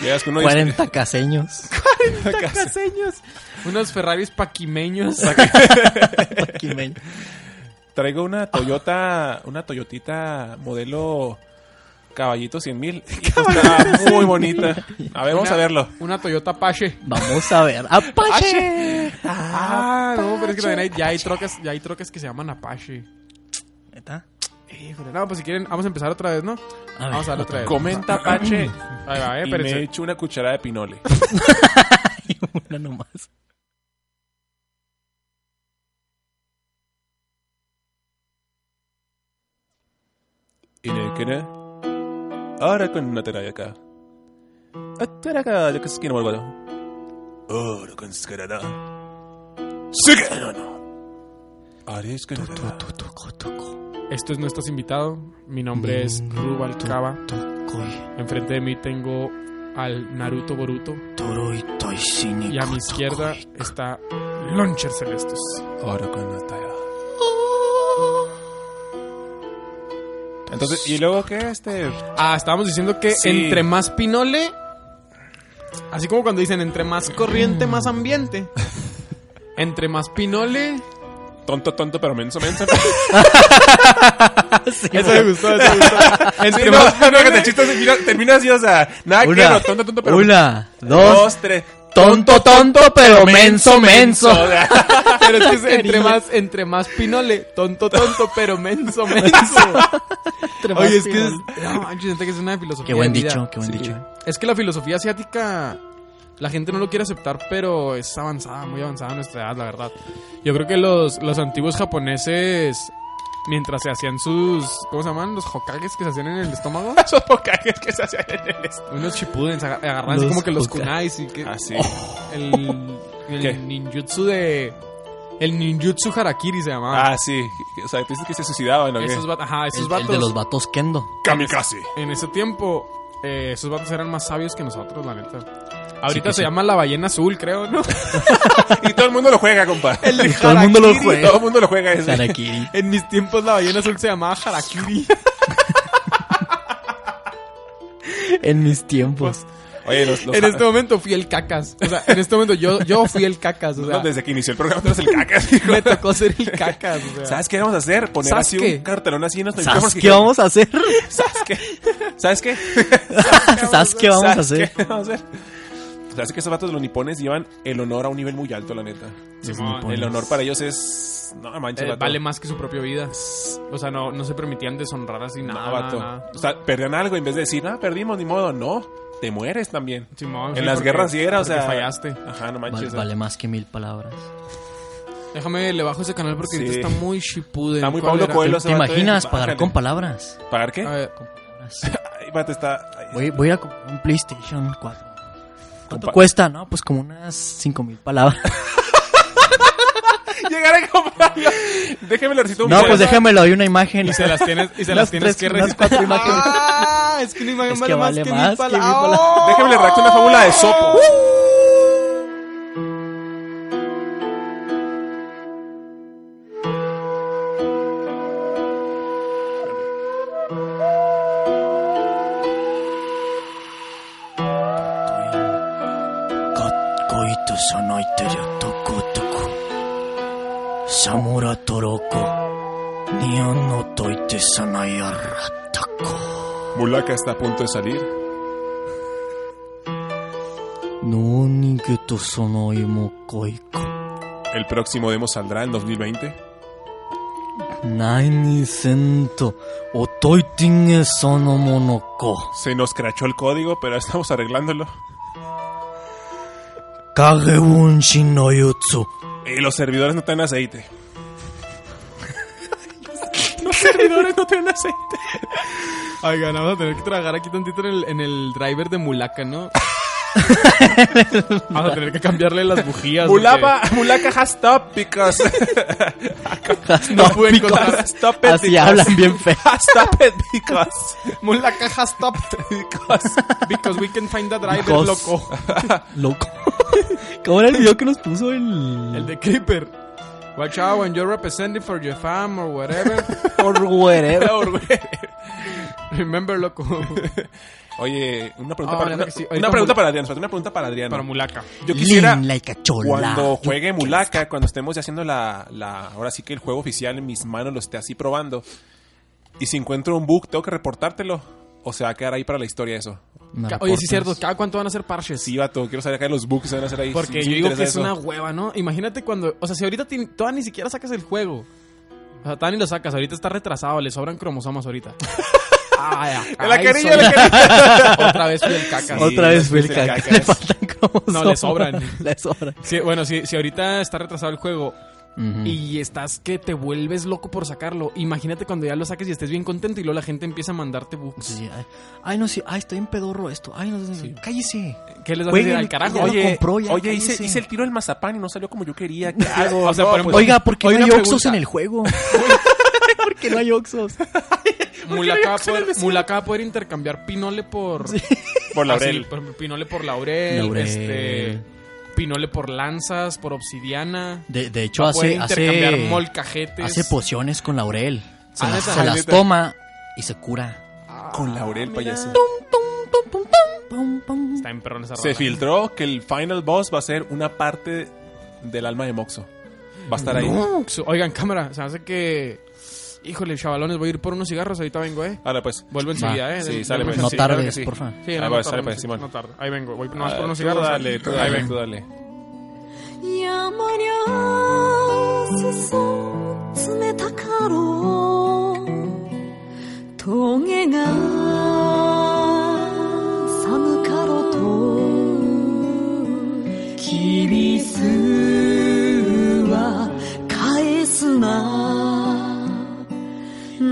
[SPEAKER 1] Veas que uno dice-
[SPEAKER 3] 40 caseños.
[SPEAKER 2] Caseños. Unos Ferraris paquimeños.
[SPEAKER 3] Quimeño.
[SPEAKER 1] Traigo una Toyota, una Toyotita modelo caballito 100 mil. pues Está muy bonita. A ver, vamos a verlo.
[SPEAKER 2] Una Toyota Apache.
[SPEAKER 3] Vamos a ver. ¡Apache!
[SPEAKER 2] Ah, no, pero es que también hay, ya, hay troques, ya hay troques que se llaman Apache.
[SPEAKER 3] ¿Neta?
[SPEAKER 2] Híjole, no, pues si quieren, vamos a empezar otra vez, ¿no?
[SPEAKER 3] ver,
[SPEAKER 2] vamos a darle otra vez.
[SPEAKER 1] Comenta, Pache.
[SPEAKER 2] Ahí va, eh,
[SPEAKER 1] Y me
[SPEAKER 2] espérense.
[SPEAKER 1] he hecho una cucharada de pinole.
[SPEAKER 3] Y una nomás.
[SPEAKER 1] ¿Y de qué era? Ahora con una teraya acá. Ahora acá, yo que sé que no vuelvo. Ahora con escarada. Sí que no, no. Ahora es que no.
[SPEAKER 2] Esto es No Estás Invitado. Mi nombre es Rubalcaba.
[SPEAKER 3] Tokoi,
[SPEAKER 2] Enfrente de mí tengo al Naruto Boruto.
[SPEAKER 3] toroi, toishini,
[SPEAKER 2] Y a mi
[SPEAKER 3] kotokoi.
[SPEAKER 2] izquierda está Launcher Celestos.
[SPEAKER 1] Ahora con una teraya. Entonces, ¿y luego qué? Este.
[SPEAKER 2] Ah, estábamos diciendo que
[SPEAKER 1] Sí.
[SPEAKER 2] entre más pinole. Así como cuando dicen, entre más corriente, más ambiente. Entre más pinole.
[SPEAKER 1] Tonto, tonto, pero menso, menso.
[SPEAKER 2] Eso me gustó, eso me gustó. Entre
[SPEAKER 1] Sí, no,
[SPEAKER 2] más
[SPEAKER 1] no, que te chistas y mira, terminas así, o sea, nada que
[SPEAKER 3] Una,
[SPEAKER 1] ver, "Ah, tonto, tonto, pero
[SPEAKER 3] una, dos,
[SPEAKER 1] dos, tres.
[SPEAKER 3] tonto, tonto, pero menso, menso.
[SPEAKER 1] O sea,
[SPEAKER 2] Pero es que es entre más, entre más pinole, tonto, tonto, pero menso, menso. Oye, es que es, no, manches, neta que es una filosofía.
[SPEAKER 3] Qué buen
[SPEAKER 2] de vida.
[SPEAKER 3] dicho, qué buen
[SPEAKER 2] Sí.
[SPEAKER 3] dicho.
[SPEAKER 2] Es que la filosofía asiática, la gente no lo quiere aceptar, pero es avanzada, muy avanzada a nuestra edad, la verdad. Yo creo que los, los antiguos japoneses, mientras se hacían sus, ¿cómo se llaman? Los hokages que se hacían en el estómago.
[SPEAKER 1] esos bocajes que se hacían en el est-
[SPEAKER 2] Unos chipudens aga- agarraban así
[SPEAKER 3] Los
[SPEAKER 2] como que los
[SPEAKER 3] hokages.
[SPEAKER 2] kunais y que
[SPEAKER 3] Ah,
[SPEAKER 1] Así.
[SPEAKER 3] Oh.
[SPEAKER 2] el, el
[SPEAKER 1] ¿Qué?
[SPEAKER 2] ninjutsu de... El ninjutsu harakiri se llamaba.
[SPEAKER 1] Ah, sí. O sea, tú dices que se suicidaban, ¿no?
[SPEAKER 2] Esos, va- ajá, esos
[SPEAKER 3] El, el
[SPEAKER 2] vatos.
[SPEAKER 3] de los vatos Kendo.
[SPEAKER 1] Kamikaze.
[SPEAKER 2] En ese tiempo, eh, esos vatos eran más sabios que nosotros, la neta.
[SPEAKER 3] Sí
[SPEAKER 2] Ahorita
[SPEAKER 3] que
[SPEAKER 2] se
[SPEAKER 3] sí.
[SPEAKER 2] llama la ballena azul, creo, ¿no?
[SPEAKER 1] Y todo el mundo lo juega, compa.
[SPEAKER 3] Y todo el mundo lo juega.
[SPEAKER 1] Todo el mundo lo juega ese.
[SPEAKER 3] Karakiri.
[SPEAKER 2] en mis tiempos la ballena azul se llamaba harakiri.
[SPEAKER 3] En mis tiempos.
[SPEAKER 1] Oye, los, los-
[SPEAKER 2] en este momento fui el cacas. O sea, en este momento yo, yo fui el cacas. O
[SPEAKER 1] no,
[SPEAKER 2] sea,
[SPEAKER 1] desde que inició el programa, tú eres el cacas, hijo.
[SPEAKER 2] me tocó ser el cacas. O sea.
[SPEAKER 1] ¿Sabes qué vamos a hacer? Poner
[SPEAKER 2] ¿Sabes
[SPEAKER 1] así
[SPEAKER 2] qué?
[SPEAKER 1] un cartelón así en nuestro
[SPEAKER 3] ¿Sabes
[SPEAKER 1] micrófono
[SPEAKER 3] qué vamos a hacer?
[SPEAKER 1] ¿Sabes qué? ¿Sabes qué?
[SPEAKER 3] ¿Sabes qué vamos a hacer?
[SPEAKER 1] ¿Qué vamos a hacer? ¿Sabes que esos vatos de los nipones llevan el honor a un nivel muy alto, la neta?
[SPEAKER 2] Simón,
[SPEAKER 1] El honor para ellos es... No, manches,
[SPEAKER 2] eh,
[SPEAKER 1] vato.
[SPEAKER 2] vale más que su propia vida. O sea, no, no se permitían deshonrar así
[SPEAKER 1] No,
[SPEAKER 2] nada.
[SPEAKER 1] vato.
[SPEAKER 2] nada, nada.
[SPEAKER 1] O sea, perdían algo en vez de decir, ah, perdimos, ni modo. No, te mueres también.
[SPEAKER 2] Simón,
[SPEAKER 1] en
[SPEAKER 2] sí,
[SPEAKER 1] las
[SPEAKER 2] porque-
[SPEAKER 1] guerras sí era, o
[SPEAKER 2] porque
[SPEAKER 1] sea...
[SPEAKER 2] fallaste.
[SPEAKER 1] Ajá, no
[SPEAKER 3] Vale,
[SPEAKER 1] manches.
[SPEAKER 3] vale más que mil palabras.
[SPEAKER 2] Déjame, le bajo ese canal porque
[SPEAKER 1] Sí.
[SPEAKER 2] ahorita está muy chipuden.
[SPEAKER 1] Está muy
[SPEAKER 2] ¿Cuál
[SPEAKER 1] Pablo
[SPEAKER 2] era?
[SPEAKER 1] Coelho.
[SPEAKER 3] ¿Te imaginas pagar con
[SPEAKER 1] compa?
[SPEAKER 3] palabras?
[SPEAKER 1] ¿Pagar qué?
[SPEAKER 2] A ver,
[SPEAKER 1] Ay, vato, está... ay,
[SPEAKER 3] Voy, voy a comprar un PlayStation 4. ¿Cuánto
[SPEAKER 1] Compa-
[SPEAKER 3] cuesta? No, pues como unas cinco mil palabras.
[SPEAKER 1] Llegar a comprarlo. Déjeme le recito un
[SPEAKER 3] No, pues
[SPEAKER 1] poema.
[SPEAKER 3] déjamelo, hay una imagen.
[SPEAKER 2] Y se las tienes, y se
[SPEAKER 3] Unas
[SPEAKER 2] las tienes
[SPEAKER 3] tres-
[SPEAKER 2] que
[SPEAKER 3] unas
[SPEAKER 2] recitar.
[SPEAKER 3] cuatro imágenes.
[SPEAKER 2] Ah, es que una imagen
[SPEAKER 3] Es
[SPEAKER 2] vale,
[SPEAKER 3] que vale
[SPEAKER 2] más que
[SPEAKER 3] más que
[SPEAKER 2] mil
[SPEAKER 3] mil
[SPEAKER 2] palabras.
[SPEAKER 3] palabras.
[SPEAKER 1] Déjeme le redacto una fábula de Sopo.
[SPEAKER 3] Katkoitu sanaiteria toku toku. Samura toroko. Nian no toite sanayara taku.
[SPEAKER 1] Mulaka está a punto de salir.
[SPEAKER 3] No nigutu sonoi mo koiko.
[SPEAKER 1] El próximo demo saldrá en 2020.
[SPEAKER 3] Nai ni sento o toitinge sono monoko.
[SPEAKER 1] Se nos crachó el código, pero estamos arreglándolo.
[SPEAKER 3] Kage unshin no yutsu.
[SPEAKER 1] Y los servidores no tienen aceite. los servidores no tienen aceite.
[SPEAKER 2] Oigan, vamos a tener que trabajar aquí tantito en el, en el driver de Mulaca, ¿no?
[SPEAKER 8] Vamos a tener que cambiarle las bujías.
[SPEAKER 7] Mulapa, Mulaka has stop because.
[SPEAKER 3] No,
[SPEAKER 7] pude
[SPEAKER 3] picos.
[SPEAKER 7] encontrar. Stop it,
[SPEAKER 3] Así
[SPEAKER 7] picos.
[SPEAKER 3] hablan bien feo.
[SPEAKER 7] has stop it because.
[SPEAKER 2] Mula caja stop.
[SPEAKER 7] Because.
[SPEAKER 2] Because we can find the driver,
[SPEAKER 3] Because.
[SPEAKER 2] loco.
[SPEAKER 3] Loco. ¿Cómo era el video que nos puso el...
[SPEAKER 2] El de Creeper. Watch out when you're representing for your fam or whatever.
[SPEAKER 3] por whatever.
[SPEAKER 7] Peor, güey.
[SPEAKER 2] Remember, loco.
[SPEAKER 7] Oye, una pregunta
[SPEAKER 2] Ah,
[SPEAKER 7] para
[SPEAKER 2] neta que sí.
[SPEAKER 7] una,
[SPEAKER 2] Ahorita
[SPEAKER 7] una
[SPEAKER 2] Mula-
[SPEAKER 7] pregunta para Adrián, espérate, una pregunta para Adrián.
[SPEAKER 2] Para Mulaka.
[SPEAKER 7] Yo quisiera
[SPEAKER 3] Lin, la cachola.
[SPEAKER 7] cuando juegue Mulaka, cuando estemos ya haciendo la, la ahora sí que el juego oficial en mis manos lo esté así probando y si encuentro un bug, tengo que reportártelo o se va a quedar ahí para la historia eso.
[SPEAKER 3] Me
[SPEAKER 2] Ca- Oye,
[SPEAKER 3] reportas.
[SPEAKER 2] sí, cierto. ¿Cada cuánto van a hacer parches?
[SPEAKER 7] Sí, vato, quiero saber acá los bugs que se van a hacer ahí.
[SPEAKER 2] Porque
[SPEAKER 7] Sí, sí
[SPEAKER 2] yo
[SPEAKER 7] me
[SPEAKER 2] digo que
[SPEAKER 7] interesa
[SPEAKER 2] es una
[SPEAKER 7] eso.
[SPEAKER 2] hueva, ¿no? Imagínate cuando. O sea, si ahorita ti- todavía ni siquiera sacas el juego. O sea, todavía ni lo sacas. Ahorita está retrasado. Le sobran cromosomas ahorita. Ay, ay,
[SPEAKER 7] Ah, la carilla,
[SPEAKER 2] soy-
[SPEAKER 7] la
[SPEAKER 2] Otra vez fui el caca.
[SPEAKER 7] Sí,
[SPEAKER 3] Otra vez
[SPEAKER 7] es-
[SPEAKER 3] fue
[SPEAKER 7] es
[SPEAKER 3] el
[SPEAKER 7] el
[SPEAKER 3] caca.
[SPEAKER 7] caca,
[SPEAKER 3] Le
[SPEAKER 7] es-
[SPEAKER 3] faltan como...
[SPEAKER 2] No, le sobran.
[SPEAKER 3] le sobran.
[SPEAKER 2] Sí, bueno, si si ahorita está retrasado el juego
[SPEAKER 3] Ujú.
[SPEAKER 2] y estás que te vuelves loco por sacarlo, imagínate cuando ya lo saques y estés bien contento y luego la gente empieza a mandarte bugs.
[SPEAKER 3] Sí, sí, ay, ay, no, sí, ay, estoy en pedorro esto. Ay, no, cállese.
[SPEAKER 2] ¿Qué les vas a
[SPEAKER 3] Güey,
[SPEAKER 2] decir al
[SPEAKER 3] el-
[SPEAKER 2] carajo?
[SPEAKER 3] ya lo
[SPEAKER 7] Oye,
[SPEAKER 3] compró, ya
[SPEAKER 7] oye hice,
[SPEAKER 3] cállese.
[SPEAKER 7] hice el tiro del mazapán y no salió como yo quería. ¿Qué hago?
[SPEAKER 2] Ah, O sea,
[SPEAKER 7] No,
[SPEAKER 2] por ejemplo-
[SPEAKER 7] pues,
[SPEAKER 3] Oiga, ¿por qué
[SPEAKER 2] Oye,
[SPEAKER 3] no hay
[SPEAKER 2] una
[SPEAKER 3] Oxos
[SPEAKER 2] pregunta.
[SPEAKER 3] en el juego? ¿Por qué no hay Oxos?
[SPEAKER 2] Mulaka va a poder- Mulaka va a poder intercambiar pinole por...
[SPEAKER 7] por
[SPEAKER 2] Ah, sí,
[SPEAKER 7] laurel.
[SPEAKER 2] por ejemplo, pinole por laurel,
[SPEAKER 3] Laurel.
[SPEAKER 2] este pinole por lanzas, por obsidiana.
[SPEAKER 3] De, de hecho,
[SPEAKER 2] Va a poder
[SPEAKER 3] hace,
[SPEAKER 2] intercambiar
[SPEAKER 3] hace,
[SPEAKER 2] molcajetes.
[SPEAKER 3] hace pociones con laurel. Se,
[SPEAKER 2] Ah,
[SPEAKER 3] las,
[SPEAKER 2] neta,
[SPEAKER 3] se las
[SPEAKER 7] neta.
[SPEAKER 3] toma y se cura.
[SPEAKER 7] pues, Con
[SPEAKER 2] Ah,
[SPEAKER 7] laurel, payaso.
[SPEAKER 3] Pum, pum.
[SPEAKER 2] Está en perrón esa
[SPEAKER 7] Se
[SPEAKER 2] rola.
[SPEAKER 7] filtró que el final boss va a ser una parte del alma de Moxo. Va a estar ahí.
[SPEAKER 2] No, su- Oigan, cámara, se hace que... Híjole, chavalones, voy a ir por unos cigarros, ahorita vengo, eh.
[SPEAKER 7] Ahora pues.
[SPEAKER 2] Vuelvo
[SPEAKER 7] Va.
[SPEAKER 2] enseguida, eh.
[SPEAKER 7] Sí,
[SPEAKER 2] Denme
[SPEAKER 7] sale,
[SPEAKER 2] chance.
[SPEAKER 7] pues.
[SPEAKER 3] No
[SPEAKER 7] sí, claro que
[SPEAKER 3] tardes,
[SPEAKER 7] sí.
[SPEAKER 3] porfa.
[SPEAKER 2] Sí,
[SPEAKER 7] Ahí
[SPEAKER 2] no,
[SPEAKER 7] va,
[SPEAKER 2] no
[SPEAKER 7] sale,
[SPEAKER 2] tardo,
[SPEAKER 7] pues,
[SPEAKER 2] sí,
[SPEAKER 7] Simón.
[SPEAKER 2] no tardo. Ahí vengo, voy nomás
[SPEAKER 7] Ah,
[SPEAKER 2] por unos
[SPEAKER 7] tú
[SPEAKER 2] cigarros. ¿eh?
[SPEAKER 7] Dale, tú
[SPEAKER 2] Ahí
[SPEAKER 7] dale,
[SPEAKER 2] vengo.
[SPEAKER 7] tú dale.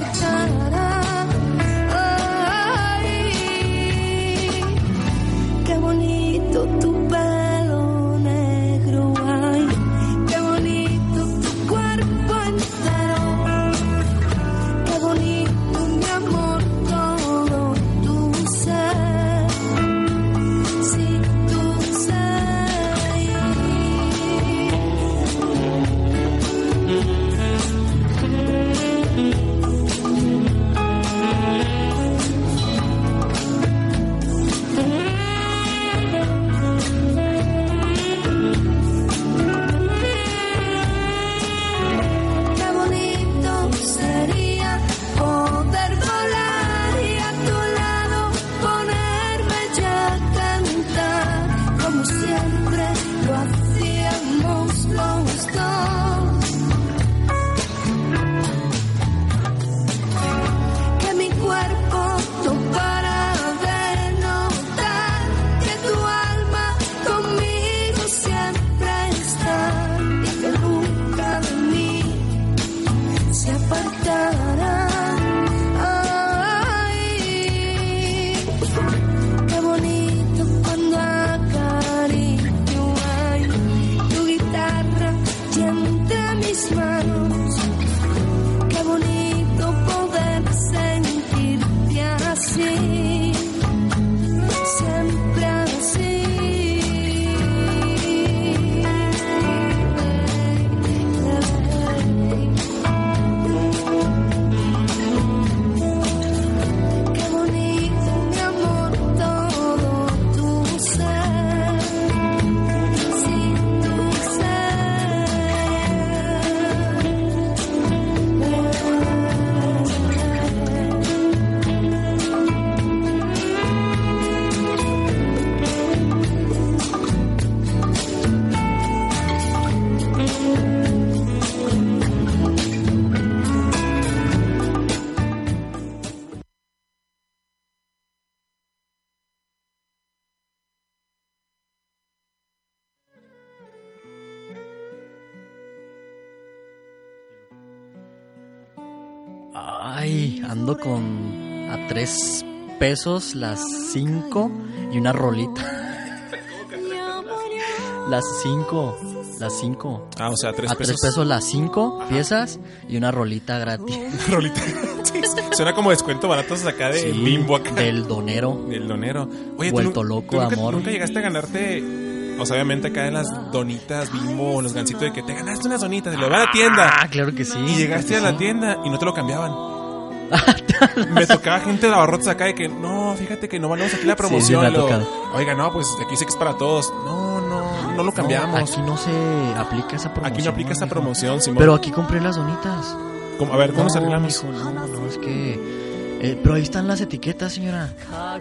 [SPEAKER 7] despertara. Ay, qué bonito tu pelo negro, ay, qué bonito tu cuerpo entero. Qué bonito, mi amor, todo tu ser. Si tu ser. Qué bonito sería poder volar y a tu lado ponerme ya a cantar como siempre lo hacíamos los dos. Que mi cuerpo topara de notar que tu alma conmigo siempre está y que nunca de mí se apartará. Ay, qué bonito cuando acaricio ay, tu guitarra y entre mis manos. Qué bonito poder sentirte así. Siempre así. Qué bonito, mi amor, todo tu ser, si tu ser.
[SPEAKER 3] Ay, ando con a tres pesos las cinco y una rolita. Las cinco, las cinco.
[SPEAKER 1] Ah, o sea, tres
[SPEAKER 3] A
[SPEAKER 1] pesos.
[SPEAKER 3] tres pesos las cinco piezas y una rolita gratis.
[SPEAKER 1] Rolita. Sí, Suena como descuento baratos acá de
[SPEAKER 3] Sí,
[SPEAKER 1] bimbo acá.
[SPEAKER 3] Del donero.
[SPEAKER 1] Del donero. Oye,
[SPEAKER 3] Vuelto
[SPEAKER 1] tú, nu-
[SPEAKER 3] loco,
[SPEAKER 1] tú nunca,
[SPEAKER 3] amor.
[SPEAKER 1] Nunca llegaste a ganarte. O sea, obviamente acá en las donitas bimbo, los gancitos de que te ganaste unas donitas y lo van a la tienda.
[SPEAKER 3] Ah, claro que sí.
[SPEAKER 1] Y llegaste a
[SPEAKER 3] claro que
[SPEAKER 1] la
[SPEAKER 3] sí.
[SPEAKER 1] tienda y no te lo cambiaban. me tocaba gente de abarrotes acá de que no, fíjate que no valemos aquí la
[SPEAKER 3] Sí, sí,
[SPEAKER 1] promoción.
[SPEAKER 3] me ha
[SPEAKER 1] Luego,
[SPEAKER 3] tocado.
[SPEAKER 1] Oiga, no, pues aquí dice que es para todos. No, no, no lo
[SPEAKER 3] No,
[SPEAKER 1] cambiamos.
[SPEAKER 3] aquí no se aplica esa promoción.
[SPEAKER 1] aquí no aplica esta
[SPEAKER 3] mijo.
[SPEAKER 1] promoción, Simón.
[SPEAKER 3] Pero aquí compré las donitas.
[SPEAKER 1] ¿Cómo? a ver, ¿cómo nos
[SPEAKER 3] No,
[SPEAKER 1] arreglamos?
[SPEAKER 3] mijo, no, no, es que. eh, pero ahí están las etiquetas, señora.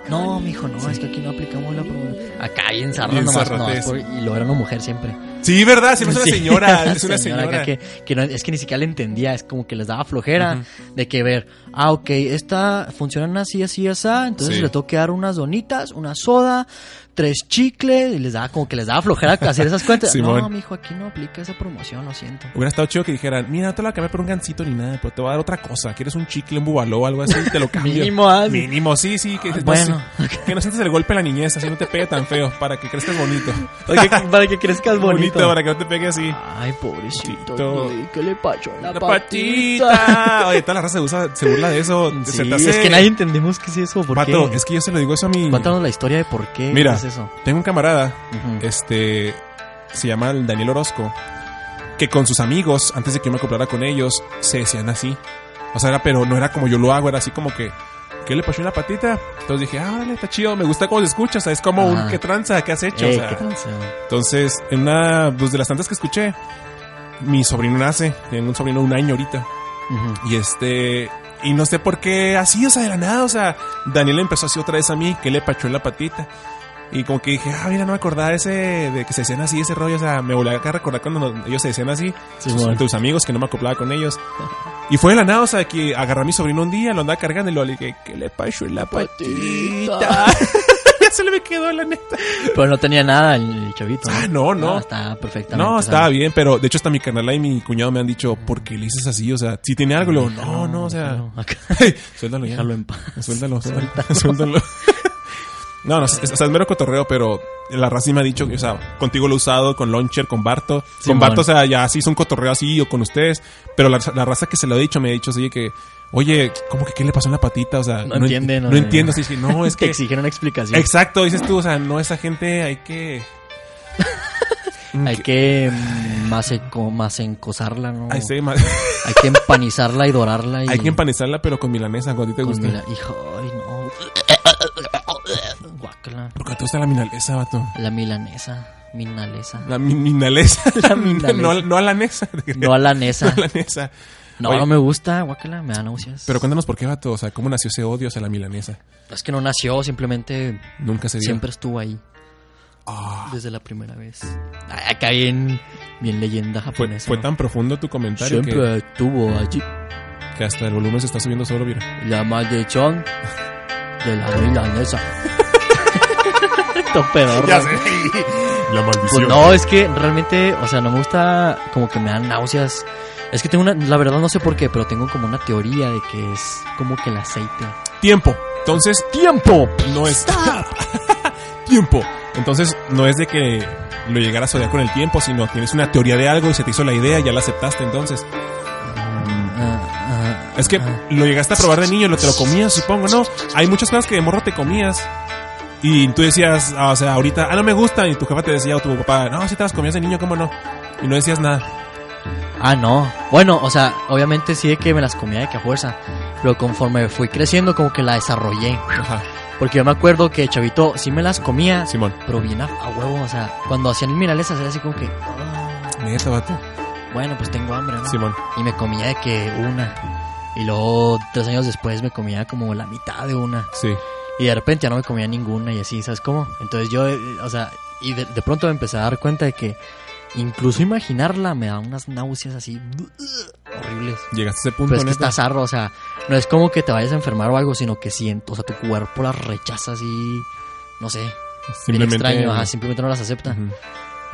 [SPEAKER 3] No, mijo, no, es que aquí no aplicamos la promoción. Acá hay ensarra
[SPEAKER 1] Bien
[SPEAKER 3] nomás, no,
[SPEAKER 1] zarrotes.
[SPEAKER 3] es por- y lo era una mujer siempre.
[SPEAKER 1] Sí, ¿verdad? Siempre es una
[SPEAKER 3] Sí,
[SPEAKER 1] señora. Es una
[SPEAKER 3] acá
[SPEAKER 1] señora.
[SPEAKER 3] que, que no- es que ni siquiera le entendía, es como que les daba flojera de que ver, ah, ok, esta funcionan así, así, así, entonces
[SPEAKER 1] Sí.
[SPEAKER 3] le tengo que dar unas donitas, una soda, tres chicles, y les daba como que les daba flojera hacer esas cuentas. no,
[SPEAKER 1] Simón.
[SPEAKER 3] mijo, aquí no aplica esa promoción, lo siento.
[SPEAKER 1] Hubiera estado chido que dijeran, mira, no te lo cambié por un gancito ni nada, pero te voy a dar otra cosa. ¿Quieres un chicle, un bubaló o algo así? Te lo cambio.
[SPEAKER 3] Mínimo, ah, sí.
[SPEAKER 1] Mínimo, sí, sí. Que,
[SPEAKER 3] Ah,
[SPEAKER 1] no,
[SPEAKER 3] bueno.
[SPEAKER 1] sí, que no sientes el golpe de la niñez, así no te pegue tan feo, para que crezcas bonito.
[SPEAKER 3] Para que, para que crezcas bonito.
[SPEAKER 1] para que no te pegue así.
[SPEAKER 3] Ay, pobrecito,
[SPEAKER 1] Tito.
[SPEAKER 3] güey, ¿qué le pachó la,
[SPEAKER 1] La
[SPEAKER 3] patita?
[SPEAKER 1] patita. Oye, toda la raza se, usa- se burla de eso.
[SPEAKER 3] Sí,
[SPEAKER 1] se te hace...
[SPEAKER 3] es que nadie entendemos qué es eso, ¿por
[SPEAKER 1] Pato,
[SPEAKER 3] qué?
[SPEAKER 1] es que yo se lo digo eso a mi...
[SPEAKER 3] Cuéntanos la historia de por qué
[SPEAKER 1] Mira.
[SPEAKER 3] es eso.
[SPEAKER 1] Tengo un camarada,
[SPEAKER 3] Ujú.
[SPEAKER 1] este, se llama el Daniel Orozco, que con sus amigos, antes de que yo me acoplara con ellos, se decían así. O sea, era, pero no era como yo lo hago, era así como que, ¿qué le pasó una patita? Entonces dije, ah, órale, está chido, me gusta cómo se escucha, o sea, es como
[SPEAKER 3] Ajá.
[SPEAKER 1] un, ¿qué tranza? ¿Qué has hecho? O
[SPEAKER 3] Ey,
[SPEAKER 1] sea,
[SPEAKER 3] Eh, qué canción.
[SPEAKER 1] entonces, en una, pues de las tantas que escuché, mi sobrino nace, tengo un sobrino de un año ahorita,
[SPEAKER 3] Ujú.
[SPEAKER 1] y este, y no sé por qué así, o sea, de la nada, o sea, Daniel empezó así otra vez a mí, que le pachó en la patita. Y como que dije, ah, mira, no me acordaba ese de que se decían así, ese rollo, o sea, me volví a recordar cuando nos- ellos se decían así, sus-
[SPEAKER 3] bueno.
[SPEAKER 1] tus amigos, que no me acoplaba con ellos. Y fue de la nada, o sea, que agarré a mi sobrino un día, lo andaba cargando y lo le dije, que le pachó en la patita. se le me quedó, la neta.
[SPEAKER 3] Pero no tenía nada el, el chavito.
[SPEAKER 1] Ah, no, no.
[SPEAKER 3] estaba perfectamente.
[SPEAKER 1] No,
[SPEAKER 3] o sea,
[SPEAKER 1] estaba bien, pero de hecho hasta mi canal y mi cuñado me han dicho, ¿por qué le dices así? O sea, si tiene algo, Y luego, no, no, o sea,
[SPEAKER 3] no, acá.
[SPEAKER 1] suéltalo ya.
[SPEAKER 3] Déjalo en paz.
[SPEAKER 1] Suéltalo, suéltalo.
[SPEAKER 3] Suéltalo.
[SPEAKER 1] suéltalo. no, no, es, es- o sea, es mero cotorreo, pero la raza sí me ha dicho, que, o sea, contigo lo he usado, con Launcher, con Barto. Con
[SPEAKER 3] Simón.
[SPEAKER 1] Barto, o sea, ya sí es un cotorreo así o con ustedes, pero la, la raza que se lo he dicho me ha dicho, oye, que, oye, ¿cómo que qué le pasó en la patita? O sea,
[SPEAKER 3] No entiende,
[SPEAKER 1] no,
[SPEAKER 3] no,
[SPEAKER 1] no entiendo. Así es que, no, es
[SPEAKER 3] Te
[SPEAKER 1] que.
[SPEAKER 3] exigen una explicación.
[SPEAKER 1] Exacto, dices tú, o sea, no, esa gente hay que.
[SPEAKER 3] Hay que mm, más, enco- más encosarla, ¿no?
[SPEAKER 1] Ay, sí, ma-
[SPEAKER 3] Hay que empanizarla y dorarla. Y
[SPEAKER 1] Hay que empanizarla, pero con milanesa, cuando a ti te
[SPEAKER 3] con
[SPEAKER 1] gusta.
[SPEAKER 3] mila- Hijo, ay, no. Guácala.
[SPEAKER 1] Porque te gusta la milanesa, vato.
[SPEAKER 3] La milanesa. Minalesa.
[SPEAKER 1] La mi- minalesa.
[SPEAKER 3] La minalesa.
[SPEAKER 1] No, no a la nesa. te creas.
[SPEAKER 3] No a la nesa.
[SPEAKER 1] No a la nesa.
[SPEAKER 3] No,
[SPEAKER 1] Oye,
[SPEAKER 3] no me gusta, guácala, me da náuseas.
[SPEAKER 1] Pero cuéntanos por qué, vato. O sea, ¿cómo nació ese odio hacia la milanesa?
[SPEAKER 3] Es que no nació, simplemente
[SPEAKER 1] Nunca se dio.
[SPEAKER 3] siempre estuvo ahí.
[SPEAKER 1] Ah,
[SPEAKER 3] Desde la primera vez. Ay, Acá bien, bien leyenda
[SPEAKER 1] fue,
[SPEAKER 3] japonesa.
[SPEAKER 1] fue
[SPEAKER 3] ¿no?
[SPEAKER 1] tan profundo tu comentario que,
[SPEAKER 3] Siempre estuvo allí
[SPEAKER 1] que hasta el volumen se está subiendo solo, mira.
[SPEAKER 3] la maldición de la milanesa. Esto pedorro.
[SPEAKER 1] La maldición.
[SPEAKER 3] Pues no, es que realmente, o sea, no me gusta, como que me dan náuseas. Es que tengo una, la verdad no sé por qué, pero tengo como una teoría de que es como que el aceite.
[SPEAKER 1] Tiempo. Entonces, tiempo. No es. tiempo. Entonces, no es de que lo llegaras a odiar con el tiempo, sino tienes una teoría de algo y se te hizo la idea, ya la aceptaste entonces.
[SPEAKER 3] Ah, ah,
[SPEAKER 1] Es que
[SPEAKER 3] ah.
[SPEAKER 1] lo llegaste a probar de niño, lo te lo comías, supongo, ¿no? Hay muchas cosas que de morro te comías. Y tú decías, ah, o sea, ahorita, ah, no me gusta. Y tu jefa te decía, o tu papá, no, si te las comías de niño, ¿cómo no? Y no decías nada.
[SPEAKER 3] Ah, no. Bueno, o sea, obviamente sí de que me las comía de que a fuerza. Pero conforme fui creciendo, como que la desarrollé.
[SPEAKER 1] Ajá,
[SPEAKER 3] Porque yo me acuerdo que chavito sí me las comía,
[SPEAKER 1] Simón.
[SPEAKER 3] pero bien a, a huevo. O sea, cuando hacían el miralesas era así como que, "Ah,
[SPEAKER 1] Neta, vato.
[SPEAKER 3] bueno, pues tengo hambre, ¿no?
[SPEAKER 1] Simón.
[SPEAKER 3] Y me comía de que una. Y luego, tres años después, me comía como la mitad de una.
[SPEAKER 1] Sí.
[SPEAKER 3] Y de repente ya no me comía ninguna y así, ¿sabes cómo? Entonces yo, eh, o sea, y de, de pronto me empecé a dar cuenta de que incluso imaginarla me da unas náuseas así uh, horribles.
[SPEAKER 1] Llegaste a ese punto,
[SPEAKER 3] Pero es que
[SPEAKER 1] neta.
[SPEAKER 3] estás arro, o sea, no es como que te vayas a enfermar o algo, sino que siento, o sea, tu cuerpo las rechaza así, no sé, bien extraño, ajá, simplemente no las acepta.
[SPEAKER 1] Ujú.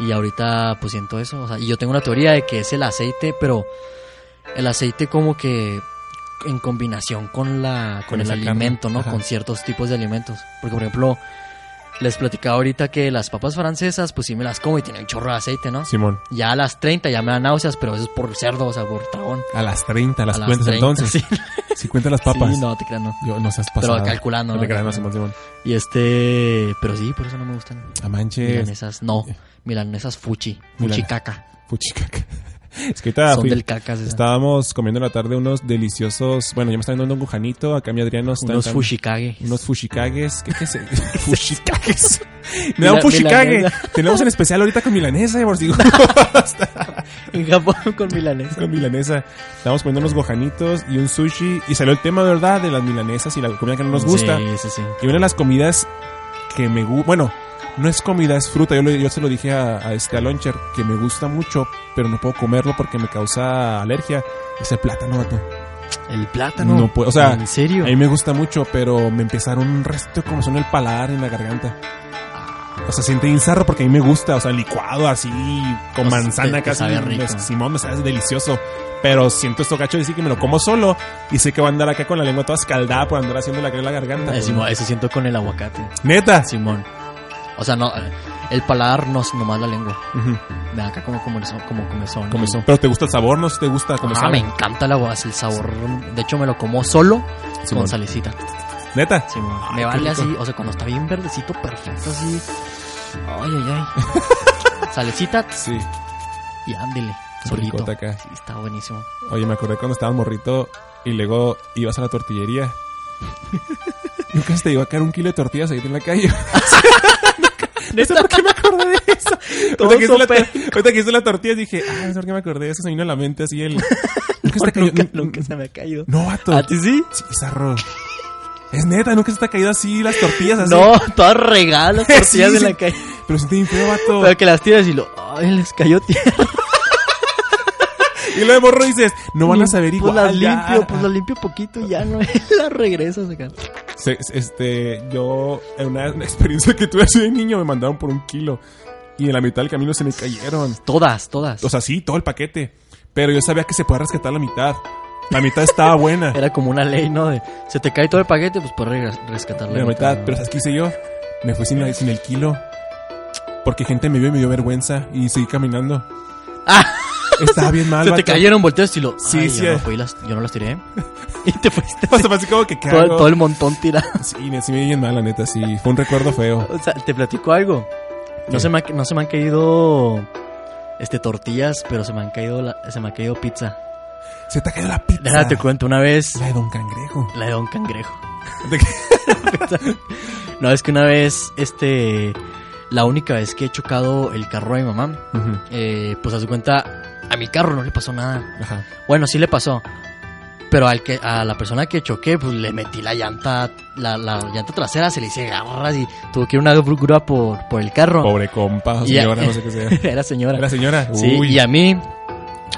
[SPEAKER 3] Y ahorita pues siento eso, o sea, y yo tengo una teoría de que es el aceite, pero el aceite como que en combinación con la con,
[SPEAKER 1] Con
[SPEAKER 3] el
[SPEAKER 1] esa carne,
[SPEAKER 3] alimento, ¿no?
[SPEAKER 1] ajá.
[SPEAKER 3] Con ciertos tipos de alimentos. Porque por ejemplo, les platicaba ahorita que las papas francesas, pues sí me las como y tienen un chorro de aceite, ¿no?
[SPEAKER 1] Simón.
[SPEAKER 3] Ya a las 30 ya me dan náuseas, pero eso es por cerdo, o sea, por tragón.
[SPEAKER 1] A las 30, a las
[SPEAKER 3] A las
[SPEAKER 1] cuentas
[SPEAKER 3] 30,
[SPEAKER 1] entonces.
[SPEAKER 3] sí.
[SPEAKER 1] Si cuentas las papas.
[SPEAKER 3] Sí, no, te creas, no.
[SPEAKER 1] Yo no seas
[SPEAKER 3] Pero
[SPEAKER 1] pasado.
[SPEAKER 3] calculando,
[SPEAKER 1] No
[SPEAKER 3] ¿no?
[SPEAKER 1] te creas, no, Simón, Simón.
[SPEAKER 3] Y este, pero sí, por eso no me gustan.
[SPEAKER 1] A manches.
[SPEAKER 3] Milanesas, no. Milanesas fuchi, fuchi
[SPEAKER 1] Milane-
[SPEAKER 3] caca.
[SPEAKER 1] Fuchicaca. Es que ahorita
[SPEAKER 3] Son
[SPEAKER 1] fui-
[SPEAKER 3] del cacas. esas.
[SPEAKER 1] Estábamos comiendo en la tarde unos deliciosos. Bueno, ya me está dando un gujanito. Acá mi Adriano está.
[SPEAKER 3] Unos
[SPEAKER 1] está-
[SPEAKER 3] fushikage.
[SPEAKER 1] Unos fushikages. ¿Qué, qué es? fushikages. Me da un
[SPEAKER 3] Mila-
[SPEAKER 1] fushikage.
[SPEAKER 3] milanesa.
[SPEAKER 1] Tenemos en especial ahorita con milanesa, amor, digo.
[SPEAKER 3] En Japón con milanesa.
[SPEAKER 1] con milanesa. Estábamos comiendo unos gojanitos y un sushi. Y salió el tema, ¿verdad? De las milanesas y la comida que no nos gusta.
[SPEAKER 3] Sí, sí, sí.
[SPEAKER 1] Y una de las comidas que me gusta, bueno, no es comida, es fruta. Yo, le- yo se lo dije a, a este a Loncher que me gusta mucho, pero no puedo comerlo porque me causa alergia. Es el plátano, vato.
[SPEAKER 3] El plátano.
[SPEAKER 1] No puedo, o sea,
[SPEAKER 3] ¿En serio?
[SPEAKER 1] A
[SPEAKER 3] Eh,
[SPEAKER 1] mí me gusta mucho, pero me empezaron un resto como son el paladar en la garganta. O sea, siente insarro porque a mí me gusta, o sea, licuado así, con
[SPEAKER 3] O sea,
[SPEAKER 1] manzana
[SPEAKER 3] Pues, te- te
[SPEAKER 1] casi.
[SPEAKER 3] sabe rico.
[SPEAKER 1] pues, Simón, me sabe delicioso. Pero siento esto gacho de decir que me lo como solo y sé que voy a andar acá con la lengua toda escaldada por andar haciendo la en la garganta.
[SPEAKER 3] Eh, Simón, eso siento con el aguacate.
[SPEAKER 1] Neta.
[SPEAKER 3] Simón. O sea, no, eh, el paladar no es nomás la lengua.
[SPEAKER 1] Ujú.
[SPEAKER 3] Me da acá como comezón. Como comezón.
[SPEAKER 1] Comezón. Pero te gusta el sabor, no te gusta como
[SPEAKER 3] Ah,
[SPEAKER 1] sabe?
[SPEAKER 3] me encanta el aguacate, el sabor. De hecho, me lo como solo
[SPEAKER 1] Simón.
[SPEAKER 3] con salecita.
[SPEAKER 1] Neta.
[SPEAKER 3] Simón.
[SPEAKER 1] Ay,
[SPEAKER 3] me
[SPEAKER 1] qué
[SPEAKER 3] vale
[SPEAKER 1] rico.
[SPEAKER 3] así, o sea, cuando está bien verdecito, perfecto, así. Ay, ay, ay. salecita tss,
[SPEAKER 1] Sí.
[SPEAKER 3] y ándele.
[SPEAKER 1] Qué
[SPEAKER 3] Solito.
[SPEAKER 1] ricota acá.
[SPEAKER 3] Sí, está buenísimo.
[SPEAKER 1] Oye, me acordé cuando estaba morrito y luego ibas a la tortillería. Nunca se te iba a caer un kilo de tortillas ahí en la calle. no sé por qué me acordé de eso. Ahorita que, hice la, tor- ahorita que hice la tortilla dije, ah, no sé por qué me acordé de eso. Se me vino a la mente así el. Nunca se te cayó-
[SPEAKER 3] nunca, nunca se me ha caído.
[SPEAKER 1] No, vato.
[SPEAKER 3] ¿A ti sí?
[SPEAKER 1] Sí, zarro. Es neta, nunca se te ha caído así las tortillas así.
[SPEAKER 3] No, todas regadas las tortillas
[SPEAKER 1] Sí,
[SPEAKER 3] de
[SPEAKER 1] sí.
[SPEAKER 3] la calle.
[SPEAKER 1] Pero sentí bien feo, vato.
[SPEAKER 3] Pero que las tiras y lo. Ay, les cayó tierra.
[SPEAKER 1] Y luego de morro dices, no van a saber igual.
[SPEAKER 3] Pues las
[SPEAKER 1] ya.
[SPEAKER 3] limpio, pues las limpio poquito y ya no. las regresas acá.
[SPEAKER 1] Se- se- este, yo, en una, una experiencia que tuve así de niño, me mandaron por un kilo. Y en la mitad del camino se me cayeron.
[SPEAKER 3] Todas, todas.
[SPEAKER 1] O sea, sí, todo el paquete. Pero yo sabía que se podía rescatar la mitad. La mitad estaba buena.
[SPEAKER 3] Era como una ley, ¿no? De, se te cae todo el paquete, pues por rescatar la
[SPEAKER 1] La
[SPEAKER 3] mitad.
[SPEAKER 1] mitad, pero ¿sabes qué hice yo? Me fui sin, la- sin el kilo. Porque gente me vio y me dio vergüenza y seguí caminando. Estaba bien mal.
[SPEAKER 3] Ah. Se te
[SPEAKER 1] vato.
[SPEAKER 3] cayeron volteos y lo.
[SPEAKER 1] Sí,
[SPEAKER 3] "Ay,
[SPEAKER 1] sí,
[SPEAKER 3] Yo,
[SPEAKER 1] eh.
[SPEAKER 3] no, fui, las, yo no las tiré. Y te fuiste.
[SPEAKER 1] O sea, fue así como que ¿qué
[SPEAKER 3] todo,
[SPEAKER 1] hago?
[SPEAKER 3] todo el montón tirado.
[SPEAKER 1] Sí, me- sí me vi bien mal, la neta. Sí, fue un recuerdo feo.
[SPEAKER 3] O sea, te platico algo. No,
[SPEAKER 1] ¿Qué?
[SPEAKER 3] se me, ha- no se me han caído este tortillas, pero se me han caído la- se me ha caído pizza.
[SPEAKER 1] Se te ha caído la pizza.
[SPEAKER 3] Déjate cuento una vez
[SPEAKER 1] La de Don Cangrejo.
[SPEAKER 3] la de Don Cangrejo.
[SPEAKER 1] ¿De qué?
[SPEAKER 3] No, es que una vez este la única vez que he chocado el carro a mi mamá,
[SPEAKER 1] Ujú,
[SPEAKER 3] eh, pues a su cuenta a mi carro no le pasó nada.
[SPEAKER 1] Ajá.
[SPEAKER 3] Bueno, sí le pasó. Pero al que, a la persona que choqué, pues le metí la llanta, la, la llanta trasera, se le hice garras y tuvo que ir una grúa por, por el carro.
[SPEAKER 1] Pobre compa, o
[SPEAKER 3] Y a-
[SPEAKER 1] señora, no sé qué sea.
[SPEAKER 3] Era señora.
[SPEAKER 1] ¿Era señora?
[SPEAKER 3] Sí,
[SPEAKER 1] Uy.
[SPEAKER 3] y a mí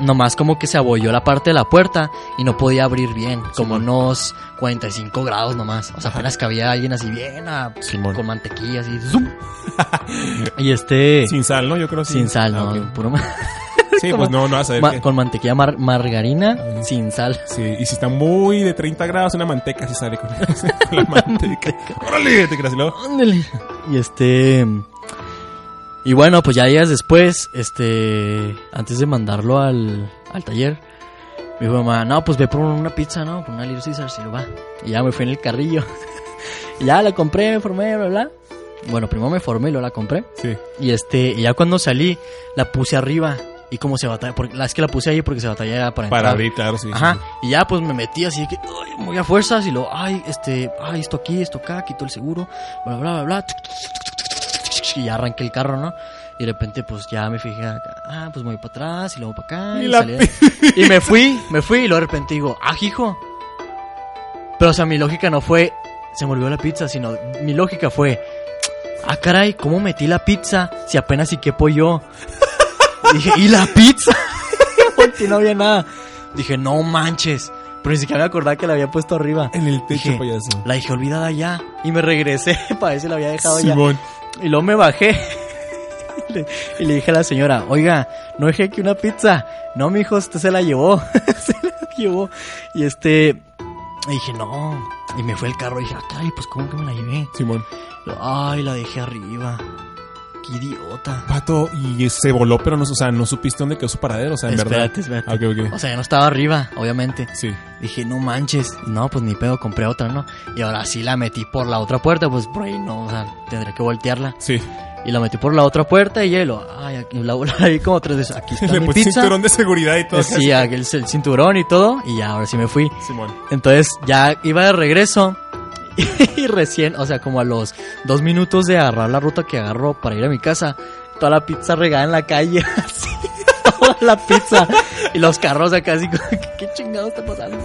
[SPEAKER 3] nomás como que se abolló la parte de la puerta y no podía abrir bien, como unos 45 grados nomás. O sea, apenas cabía alguien así bien, a-
[SPEAKER 1] Simón.
[SPEAKER 3] con mantequilla así. zum. y este
[SPEAKER 1] Sin sal, ¿no? Yo creo sí.
[SPEAKER 3] sin sal,
[SPEAKER 1] Ah,
[SPEAKER 3] no,
[SPEAKER 1] ok.
[SPEAKER 3] puro ma-
[SPEAKER 1] Sí,
[SPEAKER 3] como-
[SPEAKER 1] pues no, no vas a ver.
[SPEAKER 3] ma-
[SPEAKER 1] qué.
[SPEAKER 3] con mantequilla mar- margarina,
[SPEAKER 1] Ah.
[SPEAKER 3] sin sal.
[SPEAKER 1] Sí, y si está muy de 30 grados, una manteca se sale con, con la manteca. ¡Órale! Te creas, y luego,
[SPEAKER 3] Ándale. Y este y bueno, pues ya días después, este antes de mandarlo al, al taller me dijo mi mamá, no, pues ve por una pizza, ¿no? Por una Little Caesar, si lo va. Y ya me fui en el carrillo. Y ya la compré, me formé, bla, bla. Bueno, primero me formé y luego la compré.
[SPEAKER 1] Sí.
[SPEAKER 3] Y este, y ya cuando salí, la puse arriba. Y como se batalla, porque, la- es que la puse ahí porque se batalla para entrar.
[SPEAKER 1] Para abrir, claro, sí.
[SPEAKER 3] Ajá. Y ya pues me metí así de que, ay, muy a fuerzas y lo, ay, este, ay, esto aquí, esto acá, quito el seguro, bla, bla, bla, bla. Y ya arranqué el carro, ¿no? Y de repente pues ya me fijé, acá, ah, pues me voy para atrás y luego para acá.
[SPEAKER 1] Y
[SPEAKER 3] Y,
[SPEAKER 1] la
[SPEAKER 3] salí- y me fui, me fui y luego de repente digo, ah, hijo. Pero o sea, mi lógica no fue, se me olvidó la pizza, sino mi lógica fue, ah, caray, ¿cómo metí la pizza si apenas y quepo yo? Dije, ¿y la pizza? Porque no había nada. Dije, no manches. Pero ni siquiera me acordaba que la había puesto arriba.
[SPEAKER 1] En el techo,
[SPEAKER 3] Dije,
[SPEAKER 1] payaso.
[SPEAKER 3] La dejé olvidada ya. Y me regresé. Para eso la había dejado ya.
[SPEAKER 1] Simón.
[SPEAKER 3] Y luego me bajé. Y le, y le dije a la señora, oiga, no dejé aquí una pizza. No, mijo, usted se la llevó. se la llevó. Y este. y dije, no. Y me fue el carro. Y dije, ah, caray, pues cómo que me la llevé.
[SPEAKER 1] Simón.
[SPEAKER 3] Ay, la dejé arriba. Qué idiota.
[SPEAKER 1] Pato, y se voló, pero no, o sea, no supiste dónde quedó su paradero, o sea, en
[SPEAKER 3] espérate,
[SPEAKER 1] verdad.
[SPEAKER 3] espérate.
[SPEAKER 1] Ah, Ok, ok.
[SPEAKER 3] O sea, ya no estaba arriba, obviamente.
[SPEAKER 1] Sí.
[SPEAKER 3] Dije, no manches, no, pues ni pedo, compré otra, ¿no? Y ahora sí la metí por la otra puerta, pues por ahí no, o sea, tendré que voltearla.
[SPEAKER 1] Sí.
[SPEAKER 3] Y la metí por la otra puerta y hielo, ay, aquí la la vi como tres veces, aquí está
[SPEAKER 1] Le
[SPEAKER 3] mi
[SPEAKER 1] puse
[SPEAKER 3] pizza.
[SPEAKER 1] cinturón de seguridad y todo.
[SPEAKER 3] Eh, Sí, aquí el, el cinturón y todo, y ya, ahora sí me fui.
[SPEAKER 1] Simón.
[SPEAKER 3] Entonces ya iba de regreso y recién, o sea, como a los dos minutos de agarrar la ruta que agarro para ir a mi casa, toda la pizza regada en la calle, así, toda la pizza y los carros acá así, como, ¿qué, qué chingados está pasando?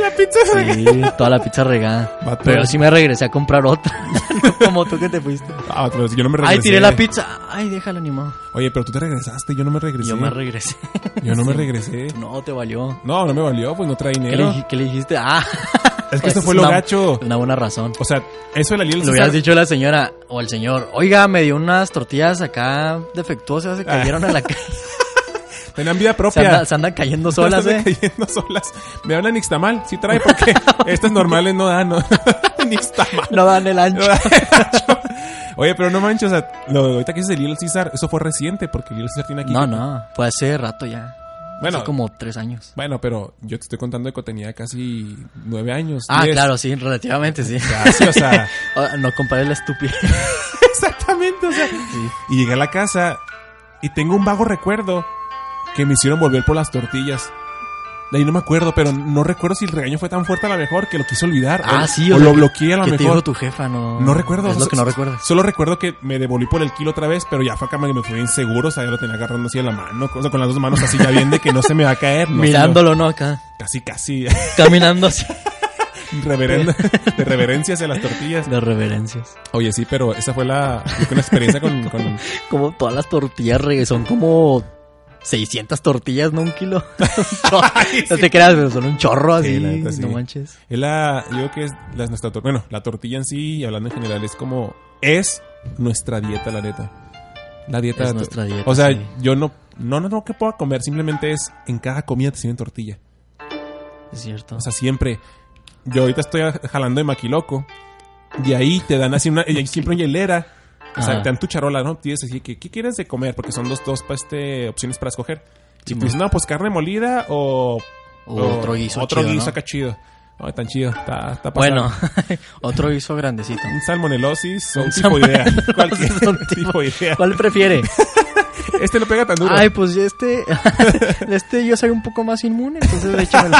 [SPEAKER 1] la pizza
[SPEAKER 3] Sí, toda la pizza regada.
[SPEAKER 1] Vato.
[SPEAKER 3] Pero sí me regresé a comprar otra, no como tú que te fuiste.
[SPEAKER 1] Ah, pero yo no me regresé.
[SPEAKER 3] Ay, tiré la pizza. Ay, déjala, animado.
[SPEAKER 1] Oye, pero tú te regresaste, yo no me regresé.
[SPEAKER 3] Yo me regresé.
[SPEAKER 1] Yo no me regresé.
[SPEAKER 3] No, te valió.
[SPEAKER 1] No, no me valió, pues no trae
[SPEAKER 3] ¿Qué le,
[SPEAKER 1] dinero.
[SPEAKER 3] dij- qué le dijiste? Ah.
[SPEAKER 1] Es que esto
[SPEAKER 3] es
[SPEAKER 1] fue lo
[SPEAKER 3] una-
[SPEAKER 1] gacho.
[SPEAKER 3] Una buena razón.
[SPEAKER 1] O sea, eso de la Little
[SPEAKER 3] Lo
[SPEAKER 1] Caesar-
[SPEAKER 3] hubieras dicho a la señora o al señor, oiga, me dio unas tortillas acá defectuosas,
[SPEAKER 1] Ah.
[SPEAKER 3] se cayeron a la calle.
[SPEAKER 1] Tenían vida
[SPEAKER 3] Se,
[SPEAKER 1] propia.
[SPEAKER 3] anda- se andan cayendo solas,
[SPEAKER 1] Están
[SPEAKER 3] eh.
[SPEAKER 1] cayendo solas. Me hablan Nixtamal, sí trae porque estas normales no dan, ¿no? Nixtamal.
[SPEAKER 3] No dan el ancho.
[SPEAKER 1] Oye, pero no manches, o sea, lo de ahorita que dices de Little Caesar, eso fue reciente porque Little Caesar tiene aquí.
[SPEAKER 3] No, no, fue hace rato ya.
[SPEAKER 1] Bueno.
[SPEAKER 3] Hace como tres años.
[SPEAKER 1] Bueno, pero yo te estoy contando que tenía casi nueve años.
[SPEAKER 3] Ah,
[SPEAKER 1] diez.
[SPEAKER 3] claro, sí, relativamente, sí.
[SPEAKER 1] sí, o sea.
[SPEAKER 3] Ah, no comparé la estúpida.
[SPEAKER 1] Exactamente, o sea. Y llegué a la casa y tengo un vago recuerdo que me hicieron volver por las tortillas. De ahí no me acuerdo, pero no recuerdo si el regaño fue tan fuerte a lo mejor que lo quiso olvidar.
[SPEAKER 3] Ah,
[SPEAKER 1] o,
[SPEAKER 3] sí,
[SPEAKER 1] o,
[SPEAKER 3] o sea,
[SPEAKER 1] lo
[SPEAKER 3] que-
[SPEAKER 1] bloqueé a lo
[SPEAKER 3] que te dijo
[SPEAKER 1] mejor.
[SPEAKER 3] tu jefa? No,
[SPEAKER 1] No recuerdo.
[SPEAKER 3] Es
[SPEAKER 1] o
[SPEAKER 3] lo
[SPEAKER 1] sea,
[SPEAKER 3] que no
[SPEAKER 1] so-
[SPEAKER 3] recuerdas.
[SPEAKER 1] Solo recuerdo que me devolví por el kilo otra vez, pero ya fue acá que me fui inseguro, o sea, ya lo tenía agarrando así de la mano, o sea, con las dos manos así ya bien de que no se me va a caer. no se me-
[SPEAKER 3] Mirándolo, ¿no? Acá,
[SPEAKER 1] Casi, casi.
[SPEAKER 3] caminando así.
[SPEAKER 1] reverenda- de reverencia hacia las tortillas.
[SPEAKER 3] De reverencias.
[SPEAKER 1] Oye, sí, pero esa fue la... Una experiencia con... con
[SPEAKER 3] Como todas las tortillas reggae, son como 600 tortillas, no un kilo. no te creas, pero son un chorro así.
[SPEAKER 1] Sí, la neta, sí.
[SPEAKER 3] No manches.
[SPEAKER 1] Es la, yo creo que es la, nuestra tor- bueno, la tortilla en sí, y hablando en general, es como, es nuestra dieta, la neta. La dieta
[SPEAKER 3] Es
[SPEAKER 1] de
[SPEAKER 3] nuestra dieta,
[SPEAKER 1] O sea,
[SPEAKER 3] sí.
[SPEAKER 1] yo no, no, no, no que pueda comer, simplemente es, en cada comida te sirven tortilla.
[SPEAKER 3] Es cierto.
[SPEAKER 1] O sea, siempre. Yo ahorita estoy jalando de maquiloco, y ahí te dan así una, y hay siempre una hielera. O sea,
[SPEAKER 3] Ajá.
[SPEAKER 1] te dan tu charola, ¿no? Tienes así que, ¿qué quieres de comer? Porque son dos, dos pa, este, opciones para escoger. Y
[SPEAKER 3] Sí,
[SPEAKER 1] tú dices, no, pues carne molida o...
[SPEAKER 3] O otro guiso
[SPEAKER 1] Otro
[SPEAKER 3] chido,
[SPEAKER 1] guiso
[SPEAKER 3] ¿no?
[SPEAKER 1] acá chido. Ay, tan chido. Está, está pasado.
[SPEAKER 3] bueno, otro guiso grandecito.
[SPEAKER 1] Un salmonelosis o un
[SPEAKER 3] Un
[SPEAKER 1] tipo de idea.
[SPEAKER 3] salmon-
[SPEAKER 1] Cualquier
[SPEAKER 3] un tipo-
[SPEAKER 1] tipo de idea.
[SPEAKER 3] ¿Cuál prefiere?
[SPEAKER 1] Este lo pega tan duro.
[SPEAKER 3] Ay, pues este, este yo soy un poco más inmune, entonces échamelo.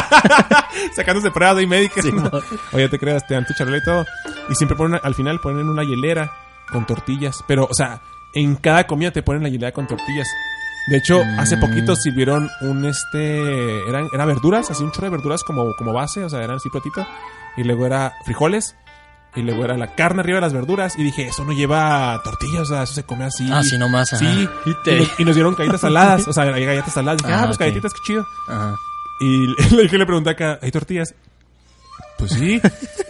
[SPEAKER 1] Sacándose Prado y médicas.
[SPEAKER 3] Sí,
[SPEAKER 1] ¿no?
[SPEAKER 3] mo.
[SPEAKER 1] Oye, te creas, te dan tu charla y todo. Y siempre ponen, al final ponen una hielera con tortillas. Pero, o sea, en cada comida te ponen la hielera con tortillas. De hecho, hace
[SPEAKER 3] Mm.
[SPEAKER 1] poquito sirvieron un este. Eran, eran verduras, así un chorro de verduras como, como base, o sea, eran así platito. Y luego era frijoles. Y luego era la carne arriba de las verduras. Y dije, eso no lleva tortillas, o sea, eso se come así.
[SPEAKER 3] Ah, sí, nomás, ajá.
[SPEAKER 1] Sí. Y,
[SPEAKER 3] Y te-
[SPEAKER 1] nos, y nos dieron galletas saladas, o sea, hay galletas saladas. Dije, ah,
[SPEAKER 3] Ah,
[SPEAKER 1] pues
[SPEAKER 3] ok.
[SPEAKER 1] galletitas, qué chido.
[SPEAKER 3] Ajá.
[SPEAKER 1] Y le, dije, le pregunté acá, ¿hay tortillas? Pues sí.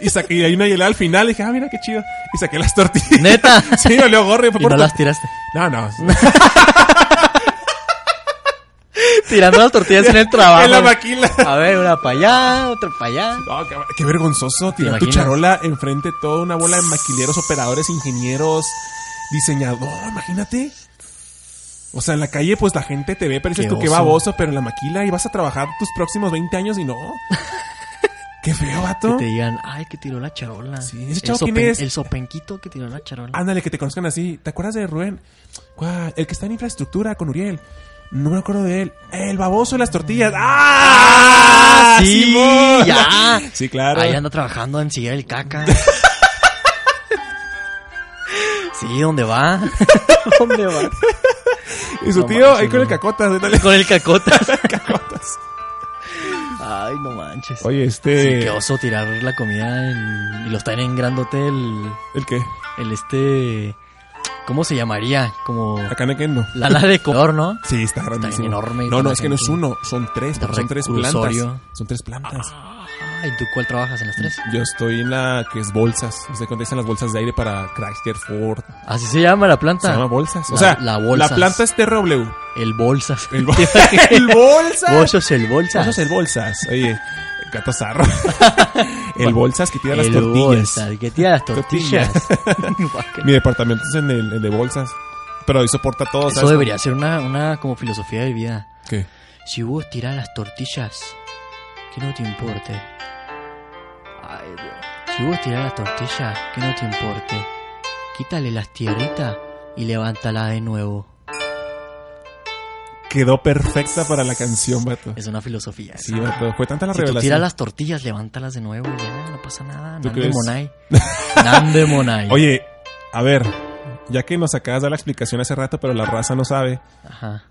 [SPEAKER 1] Y saqué, y hay una hielera al final. Y dije, ah, mira qué chido. Y saqué las tortillas.
[SPEAKER 3] Neta.
[SPEAKER 1] Sí, me leo gorro. y fue
[SPEAKER 3] Y
[SPEAKER 1] por
[SPEAKER 3] no
[SPEAKER 1] to-
[SPEAKER 3] las tiraste.
[SPEAKER 1] No, no.
[SPEAKER 3] Tirando las tortillas en el trabajo.
[SPEAKER 1] En la maquila.
[SPEAKER 3] A ver, una para allá, otra para allá.
[SPEAKER 1] No, qué, qué vergonzoso. Tirar tu
[SPEAKER 3] imaginas?
[SPEAKER 1] charola enfrente de toda una bola de maquileros, operadores, ingenieros, diseñador. Imagínate. O sea, en la calle, pues la gente te ve, pareces
[SPEAKER 3] Qué
[SPEAKER 1] tú que
[SPEAKER 3] oso.
[SPEAKER 1] baboso, pero en la maquila y vas a trabajar tus próximos 20 años y no. Qué feo,
[SPEAKER 3] Que
[SPEAKER 1] vato.
[SPEAKER 3] te digan, ay, que tiró la charola.
[SPEAKER 1] Sí, ese
[SPEAKER 3] El
[SPEAKER 1] chavo, ¿quién
[SPEAKER 3] sopen-
[SPEAKER 1] es?
[SPEAKER 3] El sopenquito que tiró la charola.
[SPEAKER 1] Ándale, que te conozcan así. ¿Te acuerdas de Rubén? ¿Cuál? El que está en infraestructura con Uriel. No me acuerdo de él. El baboso de las tortillas. ¡Ah!
[SPEAKER 3] sí,
[SPEAKER 1] Simón!
[SPEAKER 3] ya.
[SPEAKER 1] Sí, claro.
[SPEAKER 3] Ahí anda trabajando en silla del caca. sí, ¿dónde va? ¿Dónde va?
[SPEAKER 1] y su
[SPEAKER 3] No
[SPEAKER 1] tío,
[SPEAKER 3] manches,
[SPEAKER 1] ahí con el
[SPEAKER 3] no.
[SPEAKER 1] cacotas. ándale.
[SPEAKER 3] Con el cacota.
[SPEAKER 1] Cacotas.
[SPEAKER 3] Ay, no manches.
[SPEAKER 1] Oye,
[SPEAKER 3] Sí,
[SPEAKER 1] este.
[SPEAKER 3] qué oso tirar la comida en- y lo están en gran hotel.
[SPEAKER 1] ¿El qué?
[SPEAKER 3] El este. ¿Cóómo se llamaría? Como.
[SPEAKER 1] Acá no que no.
[SPEAKER 3] La ala de color, ¿no?
[SPEAKER 1] Sí, está grandísimo.
[SPEAKER 3] enorme,
[SPEAKER 1] No,
[SPEAKER 3] con
[SPEAKER 1] no,
[SPEAKER 3] la
[SPEAKER 1] es que no es
[SPEAKER 3] gente.
[SPEAKER 1] uno. Son tres, porque son tres plantas.
[SPEAKER 3] Reclusorio. Ah.
[SPEAKER 1] Son tres plantas.
[SPEAKER 3] Ay, ¿tú cuál trabajas en las tres?
[SPEAKER 1] Yo estoy en la que es bolsas. No sé cuánto dicen las bolsas de aire para Chrysler Ford.
[SPEAKER 3] Así se llama la planta.
[SPEAKER 1] Se llama bolsas. o
[SPEAKER 3] Ah. La-
[SPEAKER 1] sea,
[SPEAKER 3] la bolsas.
[SPEAKER 1] la planta es TRW.
[SPEAKER 3] El bolsas.
[SPEAKER 1] El, bol- el bolsas.
[SPEAKER 3] Vos sos el bolsas.
[SPEAKER 1] Eso es el bolsas. Oye, gato zarro. el bolsas que tira las
[SPEAKER 3] El
[SPEAKER 1] tortillas.
[SPEAKER 3] bolsas, que tira las tortillas.
[SPEAKER 1] Mi departamento es en el, el de bolsas. Pero ahí soporta todo.
[SPEAKER 3] Eso
[SPEAKER 1] ¿sabes?
[SPEAKER 3] debería ser una, una como filosofía de vida.
[SPEAKER 1] ¿Qué?
[SPEAKER 3] Si vos tirás las tortillas, que no te importe. Ay, Dios. Si vos tirás las tortillas, que no te importe. Quítale las tierritas y levántala de nuevo.
[SPEAKER 1] Quedó perfecta para la canción, vato.
[SPEAKER 3] Es una filosofía.
[SPEAKER 1] Sí, vato. Fue tanta la
[SPEAKER 3] Si tú
[SPEAKER 1] revelación.
[SPEAKER 3] tiras las tortillas, levántalas de nuevo y ya, no pasa nada.
[SPEAKER 1] ¿Tú
[SPEAKER 3] Nande
[SPEAKER 1] crees?
[SPEAKER 3] Monay. Nande Monay.
[SPEAKER 1] Oye, a ver. Ya que nos acabas de dar la explicación hace rato, pero la raza no sabe.
[SPEAKER 3] Ajá.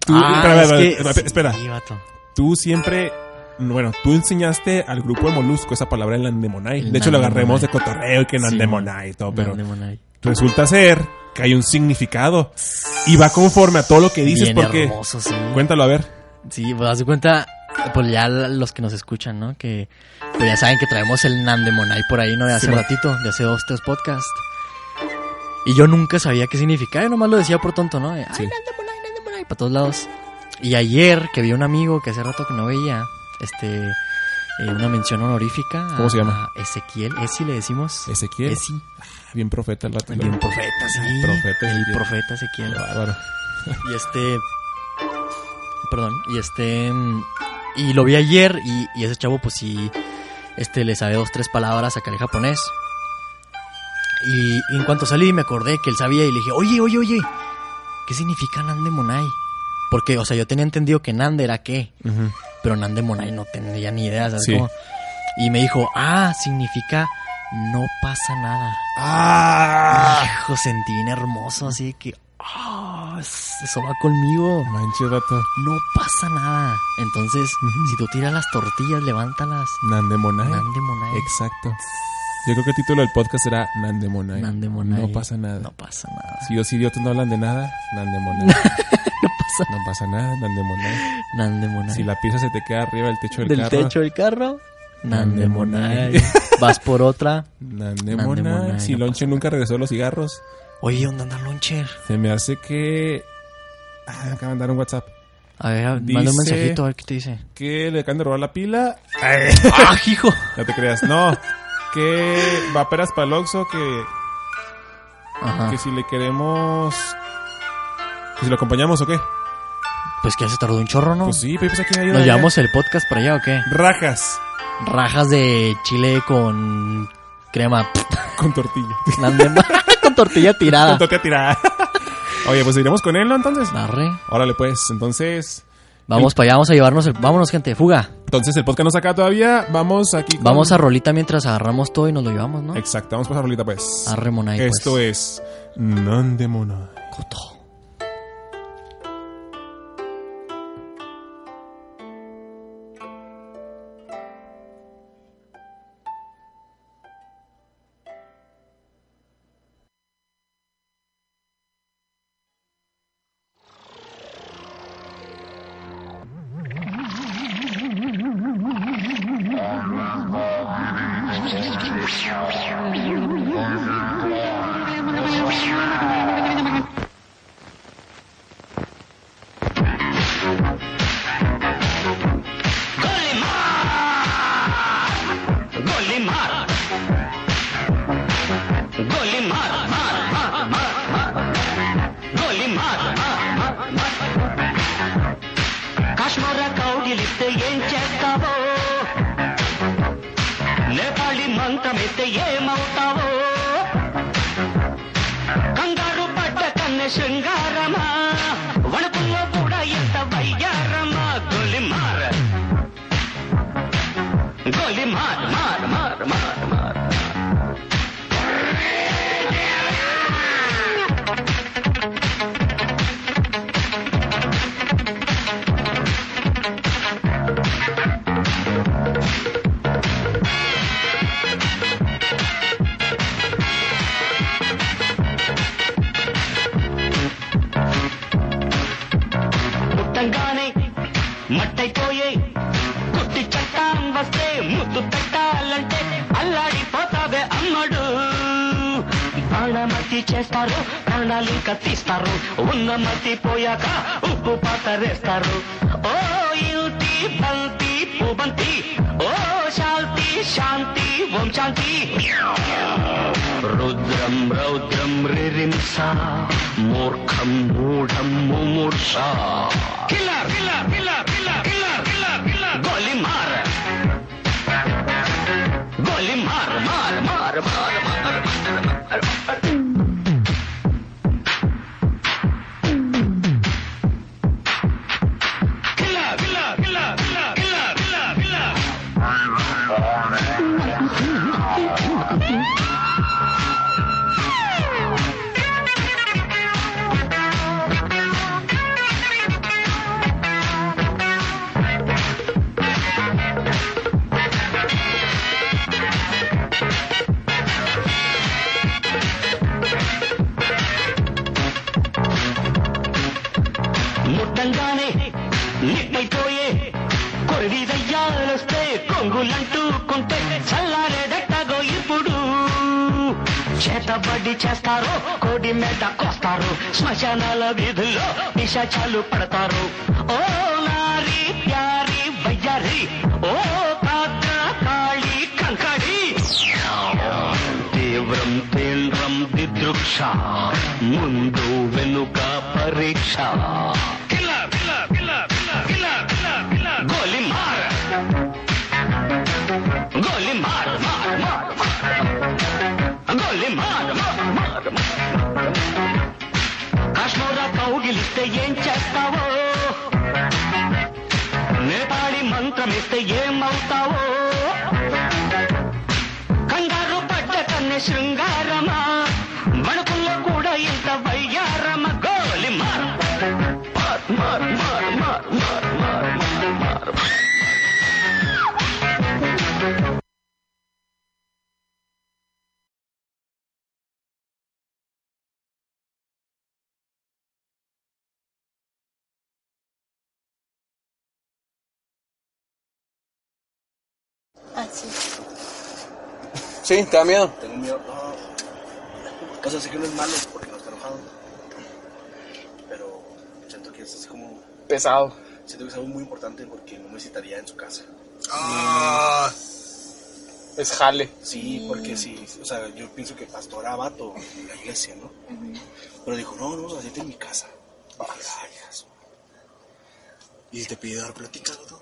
[SPEAKER 1] Tú- espera, espera, espera,
[SPEAKER 3] Ah, sí,
[SPEAKER 1] espera.
[SPEAKER 3] vato.
[SPEAKER 1] Tú siempre... Bueno, tú enseñaste al grupo de Molusco esa palabra en Andemonay.
[SPEAKER 3] El
[SPEAKER 1] De hecho, lo agarremos de
[SPEAKER 3] Nandemonay.
[SPEAKER 1] cotorreo y que en
[SPEAKER 3] Sí.
[SPEAKER 1] Andemonay y todo, pero...
[SPEAKER 3] Nande Monay.
[SPEAKER 1] resulta ser que hay un significado y va conforme a todo lo que dices
[SPEAKER 3] Bien
[SPEAKER 1] porque
[SPEAKER 3] hermoso, sí.
[SPEAKER 1] cuéntalo a ver
[SPEAKER 3] Sí, pues haz de cuenta, pues ya la- los que nos escuchan, ¿no? Que pues ya saben que traemos el Nandemonay por ahí, ¿no? De hace
[SPEAKER 1] Sí, ma.
[SPEAKER 3] ratito, de hace dos, tres podcasts. Y yo nunca sabía qué significaba, yo nomás lo decía por tonto, ¿no? De, Ay,
[SPEAKER 1] Sí.
[SPEAKER 3] Nandemonay, Nandemonay, para todos lados. Y ayer que vi a un amigo que hace rato que no veía, este, eh, una mención honorífica. a-
[SPEAKER 1] ¿Cómo se llama?
[SPEAKER 3] a Ezequiel, Esi le decimos.
[SPEAKER 1] Ezequiel
[SPEAKER 3] Esi.
[SPEAKER 1] bien profeta el vato
[SPEAKER 3] Bien profeta, sí.
[SPEAKER 1] Profeta
[SPEAKER 3] el
[SPEAKER 1] Ezequiel.
[SPEAKER 3] profeta Ezequiel.
[SPEAKER 1] Qué bárbaro.
[SPEAKER 3] Y este. Perdón, y este. mm, Y lo vi ayer y, y ese chavo, pues sí. Este le sabe dos, tres palabras acá en japonés. Y, y en cuanto salí me acordé que él sabía y le dije, oye, oye, oye, ¿qué significa Nande Monai? Porque, o sea, yo tenía entendido que Nande era qué,
[SPEAKER 1] Ujú.
[SPEAKER 3] pero Nande Monai no tenía ni idea, ¿sabes
[SPEAKER 1] Sí.
[SPEAKER 3] cómo? Y me dijo, ah, significa no pasa nada.
[SPEAKER 1] ah
[SPEAKER 3] Hijo, sentí bien hermoso, así de que, ah, eso va conmigo.
[SPEAKER 1] manches vato
[SPEAKER 3] No pasa nada. Entonces,
[SPEAKER 1] Ujú.
[SPEAKER 3] si tú tiras las tortillas, levántalas.
[SPEAKER 1] Nandemonay
[SPEAKER 3] Nandemonay.
[SPEAKER 1] exacto yo creo que el título del podcast será Nandemonay
[SPEAKER 3] Nandemonay.
[SPEAKER 1] no pasa nada
[SPEAKER 3] No pasa nada.
[SPEAKER 1] si dos idiotas no hablan de nada Nandemonay
[SPEAKER 3] pasa?
[SPEAKER 1] No pasa nada, Nandemonay.
[SPEAKER 3] Nandemonai.
[SPEAKER 1] Si la pizza se te queda arriba del techo del,
[SPEAKER 3] Del
[SPEAKER 1] carro.
[SPEAKER 3] techo del carro.
[SPEAKER 1] Nandemonai.
[SPEAKER 3] Nandemonai. Vas por otra.
[SPEAKER 1] Nandemonay.
[SPEAKER 3] Nandemonai,
[SPEAKER 1] Si
[SPEAKER 3] no
[SPEAKER 1] Lonche nunca regresó a los cigarros,
[SPEAKER 3] Oye, ¿dónde anda el Loncher?
[SPEAKER 1] se me hace que. Ah, acá mandaron WhatsApp.
[SPEAKER 3] A ver, a-
[SPEAKER 1] Dice-
[SPEAKER 3] manda un mensajito a ver qué te dice.
[SPEAKER 1] Que le acaban de robar la pila.
[SPEAKER 3] ¡Ah, hijo!
[SPEAKER 1] No te creas, no. Que va apenas para el Oxxo, que,
[SPEAKER 3] Ajá. Ah.
[SPEAKER 1] que si le queremos. Que si lo acompañamos o qué.
[SPEAKER 3] Pues que ya se tardó un chorro, ¿no?
[SPEAKER 1] Pues sí, pero pues aquí hay
[SPEAKER 3] ¿Nos llevamos el podcast para allá o qué?
[SPEAKER 1] Rajas
[SPEAKER 3] Rajas de chile con crema.
[SPEAKER 1] con tortilla.
[SPEAKER 3] Nandema- con tortilla tirada.
[SPEAKER 1] Con tortilla tirada. Oye, pues iremos con él, ¿no? Entonces.
[SPEAKER 3] Arre.
[SPEAKER 1] Órale, pues. Entonces.
[SPEAKER 3] Vamos para allá, vamos a llevarnos el... Vámonos, gente, fuga.
[SPEAKER 1] Entonces el podcast no se acaba todavía. Vamos aquí. con-
[SPEAKER 3] Vamos a rolita mientras agarramos todo y nos lo llevamos, ¿no?
[SPEAKER 1] Exacto, vamos a pasar rolita, pues.
[SPEAKER 3] Arre, monay, pues.
[SPEAKER 1] Esto es. Nandemonai.
[SPEAKER 9] కాశ్మీర కౌగిలిస్తే ఏం చేస్తావో నేపాళి మంత్రమిస్తే ఏమవుతావో కంగారు పడ్డ కన్న శృంగారమా వణుకుల్లో కూడా ఎంత వయ్యారమా గొలి మార గొలి మార్ మార్ మార్ మార్ మార్ ముట్టంగానే మట్టయిపోయే కుట్టి చట్టం వస్తే ముద్దు పెట్టాలంటే అల్లాడిపోతావే అమ్మడు ప్రాణమతి చేస్తారు ప్రాణాలు ఇంకా తీస్తారు ఉన్న మతి పోయాక ఉప్పు పాతరేస్తారు ఓ యుతి బంతి పూబంతి ఓ శాంతి శాంతి ఓం శాంతి రుద్రం రౌద్రం రిరింస మూర్ఖం మూఢం ముమూర్ష కిల్లర్ కిల్లర్ కిల్లర్ కిల్లర్ కిల్లర్ కిల్లర్ కిల్లర్ గోలి మార్ గోలి మార్ మార్ మార్ మార్ మార్ మార్ మార్ కిల్లర్ కిల్లర్ కిల్లర్ కిల్లర్ కిల్లర్ కిల్లర్ కిల్లర్ ముట్టంగానే నిట్టయిపోయే కొరివి దయ్యాలొస్తే కొంగులంటూకుంటే చల్లారేదెట్టగో ఇప్పుడు చేతబడి చేస్తారు కోడి మీద కోస్తారు శ్మశానాల వీధుల్లో నిశాచాలు పడతారు ఓ నారి ప్యారి వయ్యారి ఓ కాత్ర కాళి కంకడి తీవ్రం తీవ్రం దిదృక్ష ముందు వెనుక పరీక్ష గోలి మార్ గోలి మార్ మార్ మార్ మార్. గోలి మార్ మార్ మార్ మార్. కాశ్మీర కౌగిలిస్తే ఏం చేస్తావో నేపాళి మంత్రం ఇస్తే ఏమవుతావో కంగారు పడ్డ కన్నె శృంగారమా మణుకుల్లో కూడా ఇంత వయ్యారమ గోలి మార్ మార్ మార్ మార్ మార్ మార్ మార్ మార్ మార్
[SPEAKER 2] Sí, ¿te da miedo?
[SPEAKER 9] Tengo miedo. No. O sea, sé que no es malo porque no está enojado. Pero siento que es así como.
[SPEAKER 2] Pesado.
[SPEAKER 9] Siento que es algo muy importante porque no me citaría en su casa.
[SPEAKER 2] Es jale.
[SPEAKER 9] Sí, porque sí. O sea, yo pienso que pastor abato en la iglesia, ¿no? Pero dijo, no, no, así en mi casa. Vayas. Y te pidió dar plática, ¿no?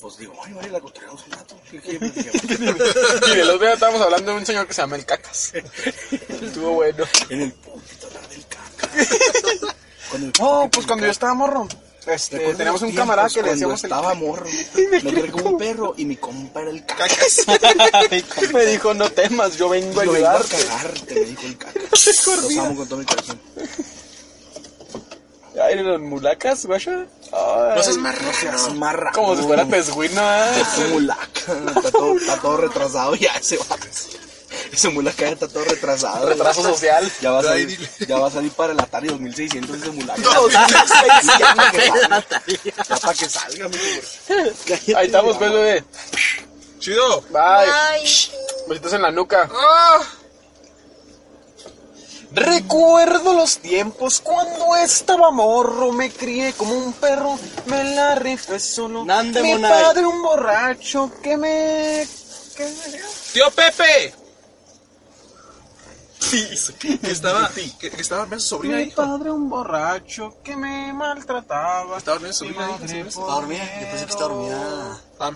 [SPEAKER 9] Pues digo, ay, vale, la cotorreamos un rato. "Pues, ¿Qué quieres
[SPEAKER 2] Y de los días estábamos hablando de un señor que se llama el Cacas. Estuvo bueno.
[SPEAKER 9] En el
[SPEAKER 2] No, pues cuando yo estaba morro, este,
[SPEAKER 9] Recuerdo
[SPEAKER 2] teníamos
[SPEAKER 9] los
[SPEAKER 2] un camarada que
[SPEAKER 9] tiempos
[SPEAKER 2] le decíamos el
[SPEAKER 9] cuando estaba morro. Lo creé como un perro y mi compa era el cacas.
[SPEAKER 2] Cacas. Me dijo, no temas, yo vengo a
[SPEAKER 9] Lo vengo a
[SPEAKER 2] ayudarte.
[SPEAKER 9] cagarte, me dijo el cacas. Los amo con todo mi corazón.
[SPEAKER 2] Ay, los mulacas, guacha. Ay,
[SPEAKER 9] No seas marrano. marrano.
[SPEAKER 2] Como si fuera pesguino, ¿eh?
[SPEAKER 9] Ese mulaca está todo, está todo retrasado ya ese vato. Ese mulaca está todo retrasado.
[SPEAKER 2] Retraso social.
[SPEAKER 9] Ya va, a
[SPEAKER 2] Ay,
[SPEAKER 9] salir, ya va a salir para el Atari 2600 ese mulaca.
[SPEAKER 2] 2600
[SPEAKER 9] Ya para que salga. Ya para que salga, mijo.
[SPEAKER 2] Ahí estamos, pues, bebé.
[SPEAKER 10] Chido.
[SPEAKER 2] Bye. Besitos en la nuca. Recuerdo los tiempos cuando estaba morro, me crié como un perro, me la rifé solo.
[SPEAKER 10] Nande
[SPEAKER 2] Mi
[SPEAKER 10] monai.
[SPEAKER 2] padre un borracho que me... que me-
[SPEAKER 10] ¡Tío Pepe! Que estaba, que, que estaba dormida su sobrina
[SPEAKER 2] Mi
[SPEAKER 10] ahí.
[SPEAKER 2] padre un borracho que me maltrataba.
[SPEAKER 10] Estaba dormida su sobrina ahí.
[SPEAKER 9] Está dormida. Yo pensé que estaba dormida.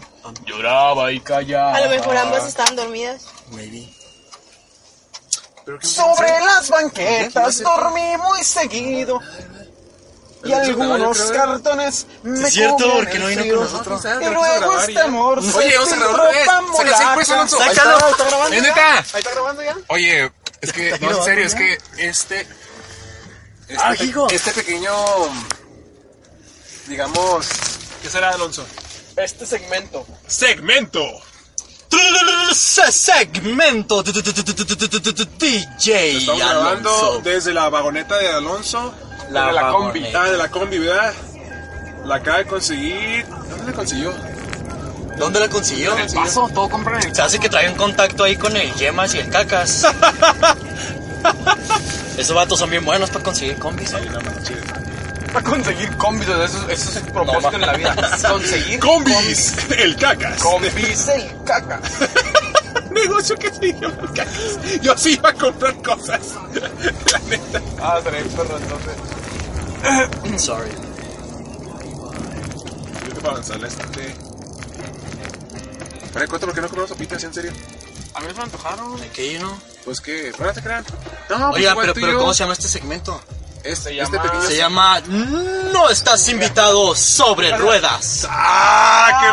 [SPEAKER 2] Lloraba y callaba.
[SPEAKER 7] A lo mejor ambas estaban dormidas.
[SPEAKER 9] Maybe.
[SPEAKER 2] Sobre las banquetas dormí muy seguido. Y
[SPEAKER 10] Pero no se
[SPEAKER 2] algunos
[SPEAKER 10] grabó, yo creo.
[SPEAKER 2] cartones me
[SPEAKER 10] es cierto,
[SPEAKER 2] cubren
[SPEAKER 10] porque
[SPEAKER 2] el
[SPEAKER 10] no vino
[SPEAKER 2] frío.
[SPEAKER 10] con nosotros.
[SPEAKER 2] Y
[SPEAKER 10] Pero quiso
[SPEAKER 2] luego
[SPEAKER 10] grabar y
[SPEAKER 2] este
[SPEAKER 10] ya.
[SPEAKER 2] amor
[SPEAKER 10] Oye,
[SPEAKER 2] se
[SPEAKER 10] vamos
[SPEAKER 2] filtró
[SPEAKER 10] a
[SPEAKER 2] pa'
[SPEAKER 10] grabar otra vez. Saca el
[SPEAKER 2] molaca.
[SPEAKER 10] peso, Alonso.
[SPEAKER 2] Ahí está,
[SPEAKER 10] Sácalo.
[SPEAKER 2] ¿está grabando
[SPEAKER 10] Ven
[SPEAKER 2] ya?
[SPEAKER 10] acá.
[SPEAKER 2] ¿Ahí está grabando ya?
[SPEAKER 10] Oye, es que, no, en serio, es que este. Este,
[SPEAKER 2] Ah,
[SPEAKER 10] pe-
[SPEAKER 2] hijo.
[SPEAKER 10] este pequeño. Digamos. ¿Qué será, Alonso?
[SPEAKER 2] Este segmento.
[SPEAKER 10] ¡Segmento!
[SPEAKER 3] Segmento tu- tu- tu- tu- tu- tu- tu- tu- tu- tu- DJ
[SPEAKER 10] Estamos grabando
[SPEAKER 3] Alonso.
[SPEAKER 10] desde la vagoneta de Alonso.
[SPEAKER 3] La
[SPEAKER 10] de la combi.
[SPEAKER 3] vagoneta.
[SPEAKER 10] Ah, de la combi, ¿verdad? La acaba de conseguir. ¿Dónde la consiguió?
[SPEAKER 3] ¿Dónde la consiguió?
[SPEAKER 10] En el paso,
[SPEAKER 3] todo compra en el Se hace que trae un contacto ahí con el Yemas y el Cacas. Esos vatos son bien buenos para conseguir combis. ¿eh?
[SPEAKER 2] Para conseguir combis, o sea, eso, eso es un propósito en la vida. Conseguir
[SPEAKER 10] Combis, el cacas.
[SPEAKER 2] Combis, el cacas.
[SPEAKER 10] Negocio que se llama el cacas. Yo sí iba a comprar cosas. la neta.
[SPEAKER 2] Ah, seré perro entonces.
[SPEAKER 3] Mm, Sorry.
[SPEAKER 10] Yo te voy a avanzar la estante. Para cuánto, ¿por qué no compramos sopitas? ¿En serio?
[SPEAKER 2] A mí me antojaron.
[SPEAKER 3] ¿Qué, no?
[SPEAKER 10] Pues que, bueno, no te crean. No, pues
[SPEAKER 3] Oiga,
[SPEAKER 10] igual
[SPEAKER 3] pero,
[SPEAKER 10] tú y
[SPEAKER 3] pero
[SPEAKER 10] yo-
[SPEAKER 3] ¿cómo se llama este segmento?
[SPEAKER 10] Este,
[SPEAKER 3] este
[SPEAKER 10] pequeño-
[SPEAKER 3] se llama No estás invitado sobre ruedas.
[SPEAKER 10] ¡Ah,
[SPEAKER 2] qué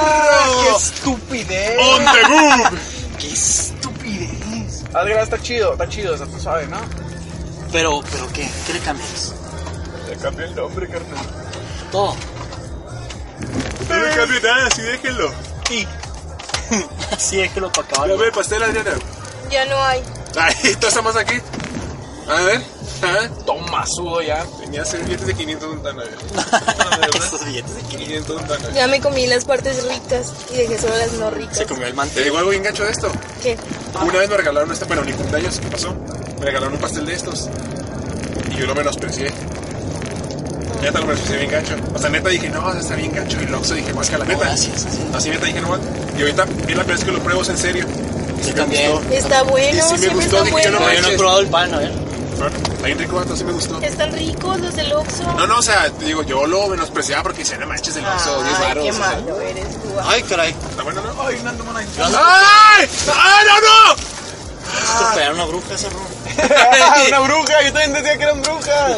[SPEAKER 2] perro! ¡Qué estupidez!
[SPEAKER 3] On the move.
[SPEAKER 2] ¡Qué estupidez! Adrián, está chido, está chido, está suave, ¿no?
[SPEAKER 3] Pero, pero ¿qué? ¿Qué le cambias?
[SPEAKER 10] Le cambié el nombre, carnal.
[SPEAKER 3] Todo.
[SPEAKER 10] No le cambio nada, así déjenlo. Y.
[SPEAKER 3] Así déjenlo para acabar.
[SPEAKER 10] Ya ve, pastel, Adriana.
[SPEAKER 7] Ya no hay.
[SPEAKER 10] Ay, tú estás más aquí. A ver, a ver.
[SPEAKER 2] Toma, sudo ya.
[SPEAKER 10] Tenía seis billetes de 500 montanas.
[SPEAKER 3] Esos billetes de
[SPEAKER 10] 500 montanas.
[SPEAKER 7] Ya me comí las partes ricas y dejé solo las no ricas.
[SPEAKER 3] comió el
[SPEAKER 10] Te digo algo bien gancho de esto.
[SPEAKER 7] ¿Qué?
[SPEAKER 10] Una vez me regalaron este, bueno, mi cumpleaños, ¿qué pasó? Me regalaron un pastel de estos. Y yo lo menosprecié. Neta lo menosprecié bien gancho. O sea, neta dije, no, está bien gancho. Y luego dije, más que a la neta. Así neta dije, no, man. Y ahorita es la primera vez que lo pruebo, es en serio. Sí,
[SPEAKER 3] también.
[SPEAKER 7] Está bueno,
[SPEAKER 10] Y sí me
[SPEAKER 7] siempre
[SPEAKER 10] gustó,
[SPEAKER 7] está
[SPEAKER 10] dije,
[SPEAKER 7] bueno.
[SPEAKER 10] yo no
[SPEAKER 3] Yo no he
[SPEAKER 10] manches.
[SPEAKER 3] probado el pan, a ver.
[SPEAKER 10] Está bien rico, vato, sí me gustó.
[SPEAKER 7] Están ricos los del Oxxo.
[SPEAKER 10] No, no, o sea, te digo, yo lo menospreciaba porque dice, no manches, el oso, 10
[SPEAKER 7] Ay,
[SPEAKER 10] baros.
[SPEAKER 7] qué
[SPEAKER 10] o sea,
[SPEAKER 7] malo eres tú.
[SPEAKER 3] Ay, caray.
[SPEAKER 10] Está bueno, ¿no? Ay, Nando Mona.
[SPEAKER 3] ¡Ay!
[SPEAKER 10] ¡Ay, no, no!
[SPEAKER 3] Esto una bruja ese ron.
[SPEAKER 2] ¡Una bruja! Yo también decía que eran brujas.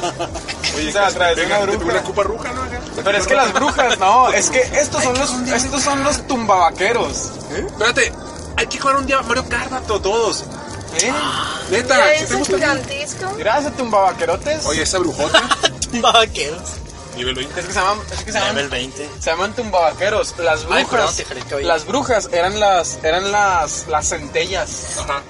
[SPEAKER 10] Oye,
[SPEAKER 2] O sea, atravesó
[SPEAKER 10] venga,
[SPEAKER 2] una
[SPEAKER 10] te
[SPEAKER 2] bruja.
[SPEAKER 10] tuve una copa ruja, ¿no? Acá.
[SPEAKER 2] Pero es que las brujas, no, es que estos son los, estos son los tumbavaqueros.
[SPEAKER 10] Espérate, hay que jugar un día Mario Kart, vato, todos.
[SPEAKER 2] ¿Eh?
[SPEAKER 10] Neta,
[SPEAKER 7] Mira,
[SPEAKER 10] si Ah, te
[SPEAKER 7] ese
[SPEAKER 10] gusta.
[SPEAKER 7] gigantesco.
[SPEAKER 2] Gracias, tumbavaquerotes.
[SPEAKER 10] Oye, esa brujota,
[SPEAKER 3] Vaqueros.
[SPEAKER 10] nivel 20.
[SPEAKER 2] Es que se llaman, es que se llaman,
[SPEAKER 3] Level 20.
[SPEAKER 2] se llaman tumbavaqueros. Las
[SPEAKER 3] Ay, perdón,
[SPEAKER 2] brujas,
[SPEAKER 3] te jalé el cabello.
[SPEAKER 2] las brujas eran las, eran las, las centellas.
[SPEAKER 10] Ajá.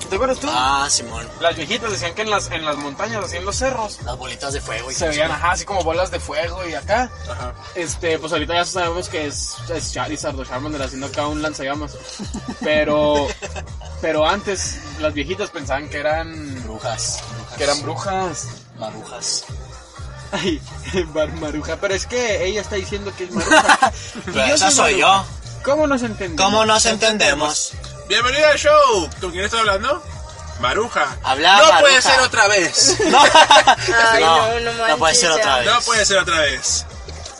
[SPEAKER 2] Entonces ¿Te acuerdas tú?
[SPEAKER 3] Ah, Simón.
[SPEAKER 2] Las viejitas decían que en las, en las montañas, así en los cerros.
[SPEAKER 3] Las bolitas de fuego y
[SPEAKER 2] Se veían, ajá, así como bolas de fuego y acá. Este, pues ahorita ya sabemos que es, es Charizard o Charmander haciendo acá un lanzallamas. Pero, pero antes las viejitas pensaban que eran...
[SPEAKER 3] Brujas.
[SPEAKER 2] Que eran brujas.
[SPEAKER 3] Marujas.
[SPEAKER 2] Ay, bar- maruja. Pero es que ella está diciendo que es maruja.
[SPEAKER 3] Pero esa soy
[SPEAKER 2] maruja. ¿Cómo nos entendemos?
[SPEAKER 3] ¿Cómo nos entendemos?
[SPEAKER 10] Bienvenido al show. ¿Con quién estás hablando? Maruja.
[SPEAKER 3] Habla,
[SPEAKER 10] no
[SPEAKER 3] Maruja.
[SPEAKER 10] puede ser otra vez.
[SPEAKER 3] No. Ay, no, no manches, puede ser otra ya. vez.
[SPEAKER 10] No
[SPEAKER 2] pues,
[SPEAKER 10] puede ser otra vez.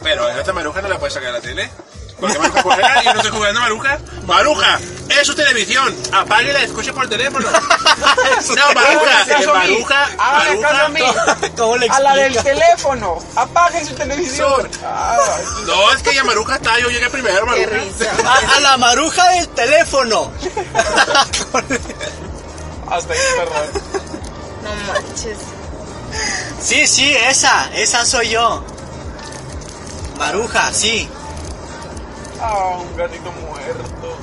[SPEAKER 10] Pero esta Maruja no la puedes sacar a la tele. Porque Maruja juega y yo no estoy jugando Maruja. Maruja, es su televisión. Apague la escuche por teléfono. no, Maruja,
[SPEAKER 2] Hágale caso a mí.
[SPEAKER 10] Maruja,
[SPEAKER 2] Hágale caso a mí.
[SPEAKER 10] Maruja.
[SPEAKER 2] A la del teléfono. Apague su televisión. Ah,
[SPEAKER 10] No, es que ya Maruja está, yo llegué primero, Maruja.
[SPEAKER 3] A, a la maruja del teléfono.
[SPEAKER 2] Hasta ahí, perdón.
[SPEAKER 11] No manches.
[SPEAKER 3] Sí, sí, esa, esa soy yo. Maruja, sí.
[SPEAKER 2] Ah, un gatito muerto.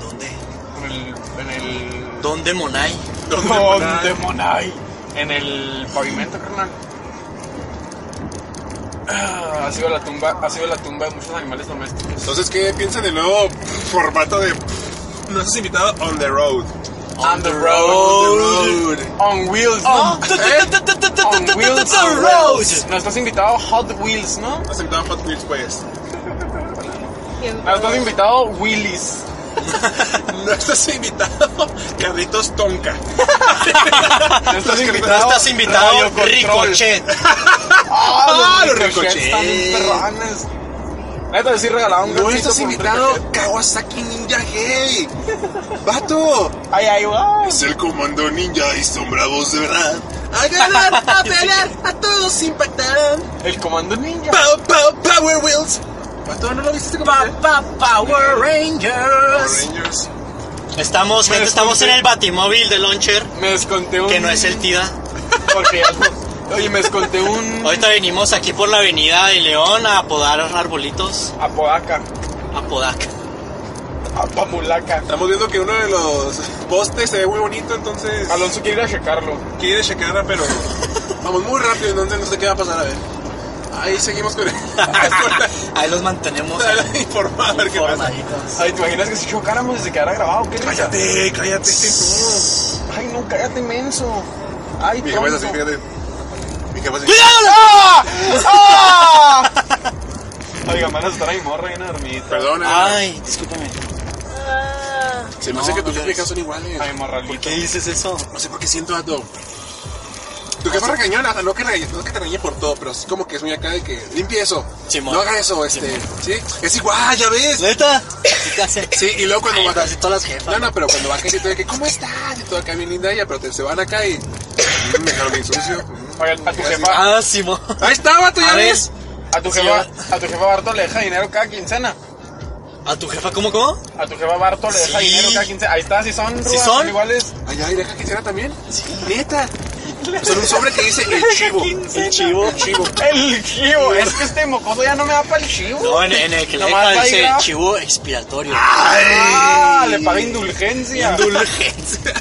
[SPEAKER 3] ¿Dónde?
[SPEAKER 2] En el. En el...
[SPEAKER 3] ¿Dónde Monay?
[SPEAKER 2] ¿Dónde, Monay? En el pavimento, carnal. Ah, ha sido la tumba, ha sido la tumba de muchos animales domésticos.
[SPEAKER 10] Entonces, ¿qué piensan del nuevo formato de... No has invitado on the road.
[SPEAKER 2] On the road. On wheels,
[SPEAKER 10] Ah.
[SPEAKER 2] ¿no? ¿Eh? On wheels.
[SPEAKER 10] on roads.
[SPEAKER 2] No estás invitado a Hot Wheels, ¿no?
[SPEAKER 10] Has invitado a Hot Wheels, pues.
[SPEAKER 2] No estás invitado a Willys.
[SPEAKER 10] No estás invitado, Carritos Tonka. Ah,
[SPEAKER 2] No estás invitado.
[SPEAKER 3] No estás invitado,
[SPEAKER 2] Radio Control.
[SPEAKER 3] Ricochet.
[SPEAKER 2] Ah, los
[SPEAKER 10] Ah, los
[SPEAKER 2] ricochets están bien
[SPEAKER 10] ricochets.
[SPEAKER 2] perrones. Neta, sí regalaba un
[SPEAKER 10] No
[SPEAKER 2] gancito
[SPEAKER 10] estás
[SPEAKER 2] por un
[SPEAKER 10] invitado,
[SPEAKER 2] ricochet.
[SPEAKER 10] Kawasaki Ninja Hey. Vato.
[SPEAKER 2] Ay, ay, guau.
[SPEAKER 10] Es el comando ninja y son bravos de verdad. A ganar, a pelear, a todos impactarán.
[SPEAKER 2] El comando ninja.
[SPEAKER 10] Pow, pow, Power Wheels. Vato, ¿no lo viste? Power
[SPEAKER 3] Power Rangers.
[SPEAKER 10] Rangers.
[SPEAKER 3] Estamos, gente, estamos en el batimóvil de Launcher,
[SPEAKER 2] Me desconté un.
[SPEAKER 3] que no es el TIDA.
[SPEAKER 2] Porque ya- Oye, me desconté un.
[SPEAKER 3] Ahorita venimos aquí por la avenida de León a podar arbolitos
[SPEAKER 2] Apodaca.
[SPEAKER 3] a Podaca.
[SPEAKER 2] Apamulaca.
[SPEAKER 10] Estamos viendo que uno de los postes se ve muy bonito, entonces...
[SPEAKER 2] Alonso quiere ir a checarlo.
[SPEAKER 10] Quiere checarla, pero vamos muy rápido, entonces no sé qué va a pasar, a ver. Ahí seguimos con el...
[SPEAKER 3] Ahí los mantenemos
[SPEAKER 10] informado, a ver qué pasa.
[SPEAKER 3] formaditos.
[SPEAKER 2] Ay, ¿te imaginas que si chocáramos y se quedara grabado? ¿Qué risa?
[SPEAKER 10] Cállate, cállate.
[SPEAKER 2] Ay, no, cállate, menso. Ay,
[SPEAKER 10] Mi jefa es
[SPEAKER 2] tonto.
[SPEAKER 10] así, fíjate. Mi jefa es así.
[SPEAKER 2] ¡Ah! ¡Ah! Oiga, van a estar ahí morra bien dormida.
[SPEAKER 10] Perdona.
[SPEAKER 3] Ay, discúlpame.
[SPEAKER 11] Ah,
[SPEAKER 10] eh. se me
[SPEAKER 3] no,
[SPEAKER 10] hace que tus
[SPEAKER 3] no,
[SPEAKER 10] jefas son iguales.
[SPEAKER 2] Ay,
[SPEAKER 10] ¿Por
[SPEAKER 2] morralito.
[SPEAKER 10] qué?
[SPEAKER 3] ¿Qué dices eso? Ah,
[SPEAKER 10] No sé por qué siento a todo. Tu jefa regañona, o sea, no que, regañe, no que te regañe por todo, pero es como que es muy acá de que limpie eso.
[SPEAKER 3] Simón.
[SPEAKER 10] No haga eso, este. ¿Sí? Es igual, ya ves.
[SPEAKER 3] ¿Neta? ¿Qué te hace?
[SPEAKER 10] Sí, y luego cuando
[SPEAKER 3] Ay,
[SPEAKER 10] va
[SPEAKER 3] pero si todas las jefas.
[SPEAKER 10] No, no, pero cuando va a caer y todo de que, ¿cómo estás? Y todo acá bien linda ella, pero te, se van acá y. mm, Me dejaron bien sucio. mm.
[SPEAKER 2] Oye, a tu
[SPEAKER 10] Así.
[SPEAKER 2] jefa,
[SPEAKER 3] Ah, Simón.
[SPEAKER 10] Ahí estaba, tú ya
[SPEAKER 3] A ver,
[SPEAKER 10] ves.
[SPEAKER 2] a tu
[SPEAKER 3] sí, ah.
[SPEAKER 2] jefa, a tu jefa Barto le deja dinero cada quincena.
[SPEAKER 3] ¿a tu jefa cómo, cómo?
[SPEAKER 2] A tu jefa Barto le deja
[SPEAKER 3] Sí.
[SPEAKER 2] dinero cada quincena. Ahí está, si son, rudas,
[SPEAKER 3] Sí son.
[SPEAKER 2] iguales.
[SPEAKER 10] Allá, y deja que hiciera también. Neta. Son un sobre que dice el chivo.
[SPEAKER 3] El chivo.
[SPEAKER 10] El chivo.
[SPEAKER 2] El chivo, es que este mocoso ya no me da para el chivo.
[SPEAKER 3] No, en, en el que le
[SPEAKER 2] Nomás
[SPEAKER 3] deja
[SPEAKER 2] ahí
[SPEAKER 3] dice
[SPEAKER 2] va.
[SPEAKER 3] chivo expiratorio.
[SPEAKER 2] Ah, le paga indulgencia.
[SPEAKER 3] Indulgencia.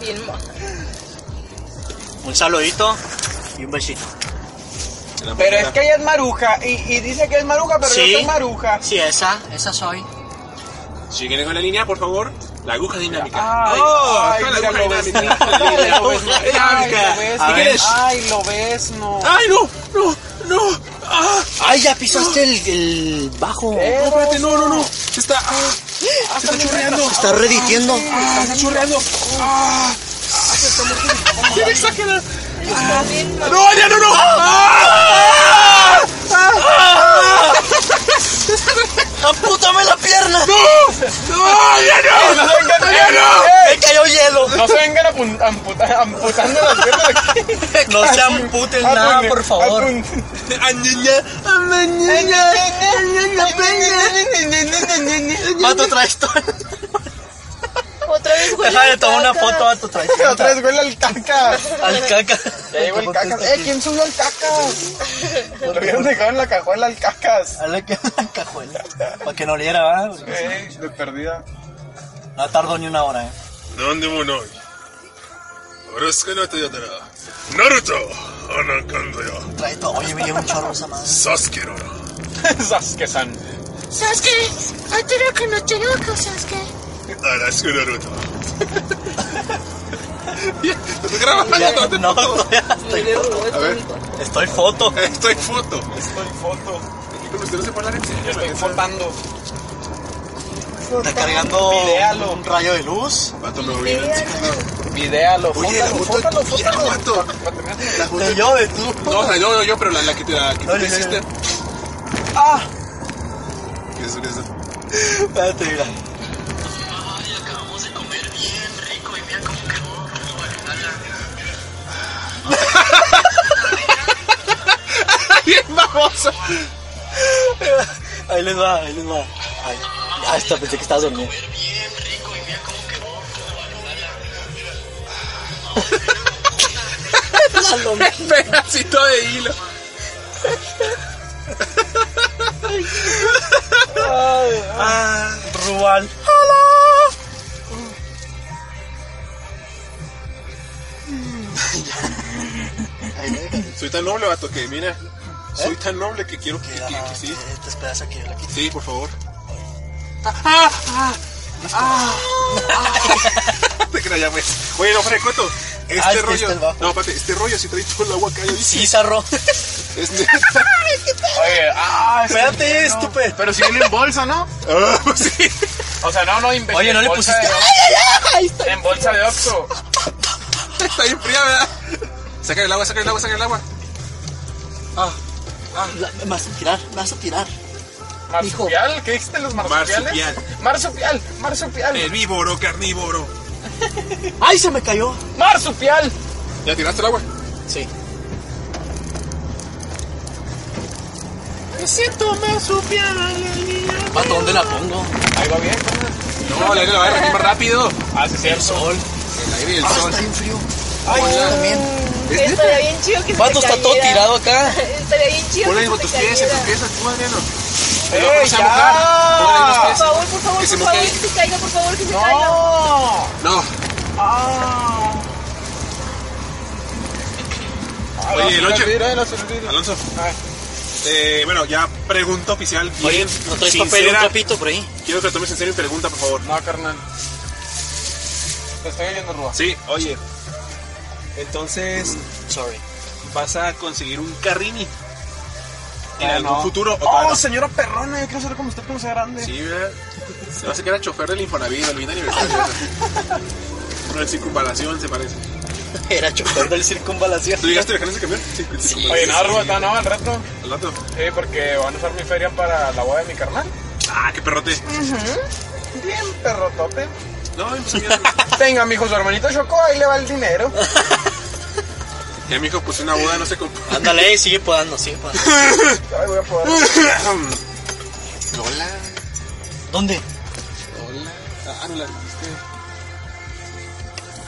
[SPEAKER 11] bien mal.
[SPEAKER 3] Un saludito y un besito.
[SPEAKER 2] Pero
[SPEAKER 10] eh,
[SPEAKER 2] es que ella es maruja y, y dice que es maruja, pero
[SPEAKER 3] Sí.
[SPEAKER 2] yo soy maruja.
[SPEAKER 3] Sí, esa, esa soy.
[SPEAKER 10] Siguen con la línea, por favor. La aguja dinámica.
[SPEAKER 2] Ay,
[SPEAKER 10] Oh,
[SPEAKER 2] Ah, ay,
[SPEAKER 10] con la
[SPEAKER 2] mira,
[SPEAKER 10] aguja
[SPEAKER 2] lo ves,
[SPEAKER 10] dinámica.
[SPEAKER 2] mira, lo ves,
[SPEAKER 10] La
[SPEAKER 2] ay,
[SPEAKER 10] dinámica.
[SPEAKER 2] lo ves,
[SPEAKER 3] A ver.
[SPEAKER 2] ay, lo ves, no.
[SPEAKER 10] ¡Ay, no! ¡No! ¡No! ¡Ah!
[SPEAKER 3] Ay, ya pisaste el, el bajo.
[SPEAKER 2] Eh,
[SPEAKER 10] No, espérate, no, no, no. Se está. ah, se está chorreando.
[SPEAKER 3] Se está reditiendo.
[SPEAKER 10] Ah, está chorreando. Ah, ah, se está muriendo. ¡Tiene exagerado!
[SPEAKER 11] Está bien mal.
[SPEAKER 10] ¡No, ya no, no! ¡Ah!
[SPEAKER 3] Ah. ¡Ampútame la pierna!
[SPEAKER 10] ¡No! ¡No, ya no! ¡Ya no!
[SPEAKER 3] ¡Me cayó hielo!
[SPEAKER 2] No se vengan apun- amputa- amputando las piernas aquí. Ah,
[SPEAKER 3] No se amputen nada,
[SPEAKER 2] Apun-
[SPEAKER 3] por favor. Ah,
[SPEAKER 2] apun-
[SPEAKER 3] Vato traidor.
[SPEAKER 11] Otra vez huele
[SPEAKER 3] Deja de
[SPEAKER 11] a
[SPEAKER 3] tomar una
[SPEAKER 11] caca.
[SPEAKER 3] foto, vato traidor.
[SPEAKER 2] Otra vez huele al caca.
[SPEAKER 3] Al caca.
[SPEAKER 2] Ya llegó el cacas. Eh, ¿quién subió al cacas? Lo hubieran dejado en la cajuela al cacas.
[SPEAKER 3] A la ca- la cajuela. Para que no oliera, ¿verdad?
[SPEAKER 2] Eh, de perdida.
[SPEAKER 3] No tardó ni una hora, ¿eh?
[SPEAKER 10] なんでもない俺少なとやだらナルトあなんかんだよ
[SPEAKER 7] Trae todo. Oye, me lleva un chorro esa madre.
[SPEAKER 10] サスケのなサスケさん
[SPEAKER 7] Sasuke, ataraca no choroco, Sasuke.
[SPEAKER 10] 嵐くなると ¿Estás grabando? No, te no, A ver. Estoy foto. Estoy foto. Estoy foto.
[SPEAKER 3] Estoy flotando. Está cargando un rayo de luz.
[SPEAKER 10] Vato, me voy a ir.
[SPEAKER 3] Videalo.
[SPEAKER 10] Oye, la foto de tu vieja, vato. La foto de
[SPEAKER 3] yo, de tú.
[SPEAKER 10] No, o sea, yo, yo, yo, pero la, la que te, la que tú
[SPEAKER 3] Oye, oye,
[SPEAKER 10] te hiciste.
[SPEAKER 3] ¡Ah!
[SPEAKER 10] ¿Qué es eso?
[SPEAKER 3] Espérate, mira.
[SPEAKER 10] Bien babosa.
[SPEAKER 3] Ahí les va, ahí les va. Ay, ah, está, pensé que estabas dormido.
[SPEAKER 10] Un pedacito de hilo.
[SPEAKER 7] Ah,
[SPEAKER 3] Rubal.
[SPEAKER 10] Soy tan noble, vato, que mira. Soy tan noble que quiero que, que, que sí.
[SPEAKER 3] ¿Eh? Ah, Te esperas a que yo la quite.
[SPEAKER 10] Sí, por favor.
[SPEAKER 7] ah, ah, ah.
[SPEAKER 10] Te creas ya, pues. Oye, no, fuera de cuento. Este
[SPEAKER 3] Ah, es que
[SPEAKER 10] rollo.
[SPEAKER 3] este es bajo.
[SPEAKER 10] no, espérate, este rollo sí trae todo el agua acá. Yo dije.
[SPEAKER 3] Sí, zarro.
[SPEAKER 10] Es neta.
[SPEAKER 2] Oye, ah,
[SPEAKER 3] espérate, estúpido.
[SPEAKER 2] Pero si viene en bolsa, ¿no?
[SPEAKER 10] Ah, pues sí.
[SPEAKER 2] O sea, no, no, imbécil.
[SPEAKER 3] Oye, no
[SPEAKER 2] en
[SPEAKER 3] le
[SPEAKER 2] bolsa
[SPEAKER 3] pusiste.
[SPEAKER 2] de-
[SPEAKER 3] ay,
[SPEAKER 2] En bolsa de Oxxo.
[SPEAKER 10] Está bien fría, ¿verdad? Saca el agua, saca el agua, saca el agua.
[SPEAKER 3] Ah, ah. La- me vas a tirar, me vas a tirar.
[SPEAKER 2] ¿Marsupial? ¿Qué dijiste los marsupiales? Marsupial. Marsupial,
[SPEAKER 10] Herbívoro, carnívoro.
[SPEAKER 3] ¡Ay, se me cayó!
[SPEAKER 2] ¡Marsupial!
[SPEAKER 10] ¿Ya tiraste el agua?
[SPEAKER 3] Sí.
[SPEAKER 7] Me siento marsupial, la niña.
[SPEAKER 3] ¿Pato, dónde la pongo?
[SPEAKER 2] Ahí va bien.
[SPEAKER 10] No, la aire la va a derretir más rápido.
[SPEAKER 2] Ah, sí, cierto.
[SPEAKER 3] sol.
[SPEAKER 10] El aire y el sol.
[SPEAKER 3] Está bien frío.
[SPEAKER 12] Ay,
[SPEAKER 10] Hola. ¿Es neta?
[SPEAKER 12] Estaría bien chido que se
[SPEAKER 3] Vato,
[SPEAKER 12] te
[SPEAKER 3] está todo
[SPEAKER 12] cayera.
[SPEAKER 3] tirado acá.
[SPEAKER 12] Estaría bien chido
[SPEAKER 10] Ponle
[SPEAKER 12] que
[SPEAKER 10] ahí con
[SPEAKER 12] se
[SPEAKER 10] tus
[SPEAKER 12] te
[SPEAKER 10] pies, en tus
[SPEAKER 12] cayera.
[SPEAKER 10] pies, tú, Adriano.
[SPEAKER 2] Eh,
[SPEAKER 10] No, pues, se va a
[SPEAKER 2] ya.
[SPEAKER 10] mojar. Ponle ahí los
[SPEAKER 12] Por
[SPEAKER 10] pies.
[SPEAKER 12] favor, por favor,
[SPEAKER 10] Que se
[SPEAKER 12] por favor,
[SPEAKER 10] moje.
[SPEAKER 12] que se caiga, por favor, que se caiga.
[SPEAKER 10] No.
[SPEAKER 2] Ah.
[SPEAKER 10] Oye, el ocho. Alonso. Eh, bueno, ya pregunta oficial.
[SPEAKER 3] Oye,
[SPEAKER 10] Bien,
[SPEAKER 3] ¿no traes papel y un
[SPEAKER 10] sincera.
[SPEAKER 3] trapito por ahí?
[SPEAKER 10] Quiero que tomes en serio mi pregunta, por favor.
[SPEAKER 2] No, carnal. Te estoy oyendo, Rúa.
[SPEAKER 10] Sí, oye. Entonces. Sorry. ¿Vas a conseguir un carrini? ¿En
[SPEAKER 2] Ah,
[SPEAKER 10] algún
[SPEAKER 2] no.
[SPEAKER 10] futuro? ¿O
[SPEAKER 2] Oh,
[SPEAKER 10] para-
[SPEAKER 2] señora perrona, yo quiero ser como usted cuando sea grande.
[SPEAKER 10] Sí, ¿verdad? Se va a quedar chofer del Infonavit, el bien aniversario. Una circunvalación, se parece.
[SPEAKER 3] Era chofer del circunvalación.
[SPEAKER 10] ¿Tú llegaste a viajar en ese camión? Sí, circunvalación.
[SPEAKER 2] Oye, no, Rúa, no, no, al rato.
[SPEAKER 10] Al rato.
[SPEAKER 2] Sí, porque van a usar mi feria para la boda de mi carnal.
[SPEAKER 10] Ah, qué perrote.
[SPEAKER 2] Bien, perrotote.
[SPEAKER 10] No, pues
[SPEAKER 2] Tenga, mijo, su hermanito Chocó, ahí le va el dinero.
[SPEAKER 10] Ya, mijo, pues una boda no se compra.
[SPEAKER 3] Ándale, sigue podando, sigue podando.
[SPEAKER 2] Ay, voy a poder.
[SPEAKER 10] Mm. Hola.
[SPEAKER 3] ¿Dónde?
[SPEAKER 10] Hola. Ah, no la viste.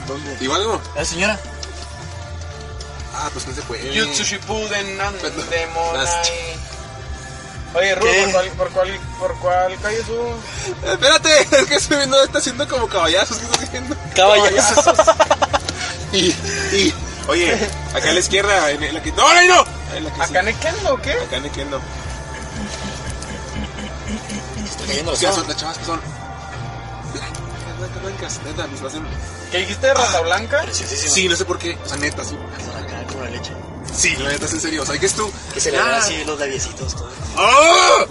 [SPEAKER 10] ¿Dónde? ¿Igual no?
[SPEAKER 3] La señora.
[SPEAKER 10] Ah, pues no se puede.
[SPEAKER 2] Yutsushibuden
[SPEAKER 10] Perdón.
[SPEAKER 2] Nandemonai. Oye, Rúa,
[SPEAKER 10] ¿Qué?
[SPEAKER 2] ¿por cuál, por, cuál, ¿por cuál calle subo?
[SPEAKER 10] Eh, Espérate, es que estoy viendo, está haciendo como caballazos. ¿Qué estás haciendo?
[SPEAKER 3] Caballazos.
[SPEAKER 10] y, y, oye, acá a la izquierda, en la que. ¡No, ahí no! En la que sí.
[SPEAKER 2] ¿Acá Nequendo o qué?
[SPEAKER 10] Acá en Equendo.
[SPEAKER 3] Está cayendo la
[SPEAKER 10] Sí,
[SPEAKER 3] sol.
[SPEAKER 10] son- las chavas que son. Blancas, blancas, blancas. Neta, mis pasen.
[SPEAKER 2] ¿Qué dijiste de Rata Blanca?
[SPEAKER 3] Preciosísima.
[SPEAKER 10] Ah, Sí, no sé por qué. O sea, neta, sí.
[SPEAKER 3] Está cayendo Como Ah, la leche.
[SPEAKER 10] Sí, la neta, es en serio. O sea, ¿qué es tú?
[SPEAKER 3] Que se le ven
[SPEAKER 10] Ah.
[SPEAKER 3] así los labiecitos. todo.
[SPEAKER 10] ¡Ah!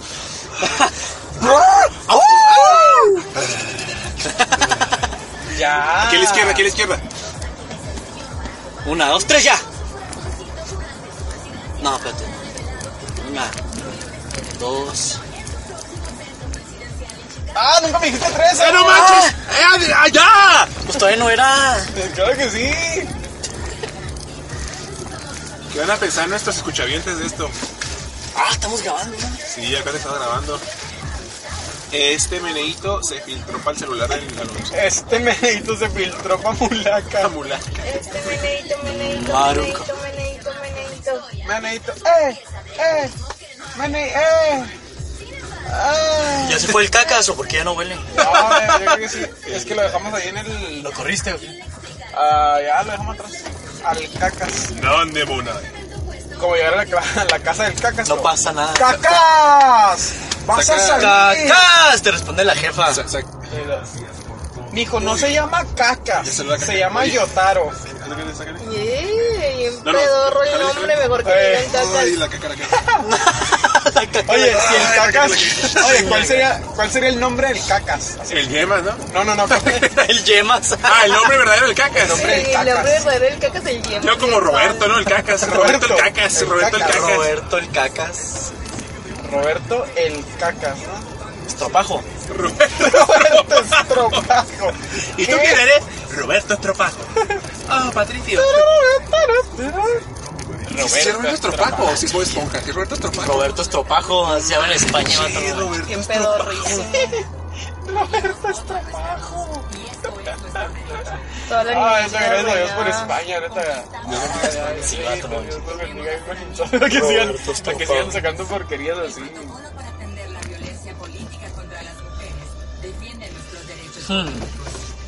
[SPEAKER 2] Ya.
[SPEAKER 10] Aquí a
[SPEAKER 3] Ah.
[SPEAKER 10] la izquierda, aquí a la izquierda.
[SPEAKER 3] Una, dos, tres, ya. No, espérate. Una, dos.
[SPEAKER 2] Ah, nunca me dijiste tres.
[SPEAKER 10] ¡Eh, no
[SPEAKER 3] Ah.
[SPEAKER 10] manches! ¡Eh, allá!
[SPEAKER 3] Pues todavía no era.
[SPEAKER 2] Claro que sí.
[SPEAKER 10] ¿Qué van a pensar nuestros escuchavientes de esto?
[SPEAKER 3] Ah, estamos grabando, ¿no?
[SPEAKER 10] Sí, acá te estaba grabando. Este meneíto se filtró para el celular del Alonso.
[SPEAKER 2] Este menedito se filtró pa' mulaca.
[SPEAKER 10] Mulaca.
[SPEAKER 12] Este meneito, meneito,
[SPEAKER 3] Maruco.
[SPEAKER 12] meneito, meneito, meneito.
[SPEAKER 2] Menedito, eh, eh, mene, eh.
[SPEAKER 9] ¿Ya se fue el cacas o por qué ya no huele?
[SPEAKER 2] No, yo creo que sí. Es que lo dejamos ahí en el.
[SPEAKER 9] ¿Lo corriste o
[SPEAKER 2] Ah, ya lo dejamos atrás. Al cacas.
[SPEAKER 10] ¿Dónde, mona?
[SPEAKER 2] Como llegar a la, a la casa del cacas. No
[SPEAKER 9] pasa nada.
[SPEAKER 2] ¡Cacas! ¡Vas a salir!
[SPEAKER 9] ¡Cacas! Te responde la jefa.
[SPEAKER 2] Mijo, no se llama cacas. Se llama Yotaro.
[SPEAKER 3] Yey, un pedorro el nombre, mejor que digan cacas.
[SPEAKER 10] Eh, la
[SPEAKER 2] Eh, Oye, si el cacas. Oye, ¿cuál sería, ¿cuál sería el nombre del cacas?
[SPEAKER 10] El Yemas, ¿no?
[SPEAKER 2] No, no, no.
[SPEAKER 9] el Yemas.
[SPEAKER 10] Ah, el nombre verdadero del cacas.
[SPEAKER 3] Sí, el nombre verdadero del cacas el yema.
[SPEAKER 10] Yo como Roberto, ¿no? El cacas. Roberto el cacas. Roberto el cacas.
[SPEAKER 9] Roberto el cacas.
[SPEAKER 2] Roberto el cacas, ¿no?
[SPEAKER 9] Estropajo.
[SPEAKER 2] Roberto Estropajo.
[SPEAKER 9] ¿Y tú quién eres? Roberto Estropajo. Ah, Patricio.
[SPEAKER 10] ¿Es Roberto Estropajo o si es Bob Esponja? ¿Qué es Roberto Estropajo?
[SPEAKER 9] pues, Roberto Estropajo, así se llama en España. vato.
[SPEAKER 3] Bien pedorro. y-
[SPEAKER 2] Roberto Estropajo.
[SPEAKER 3] Toda la
[SPEAKER 2] Ay,
[SPEAKER 3] niña
[SPEAKER 2] Ah, gracias a Dios por
[SPEAKER 3] arruinada.
[SPEAKER 2] España, ahorita.
[SPEAKER 9] Sí, vato, no.
[SPEAKER 2] Dios los bendiga, hijo. que sigan, hasta que sigan sacando porquerías así.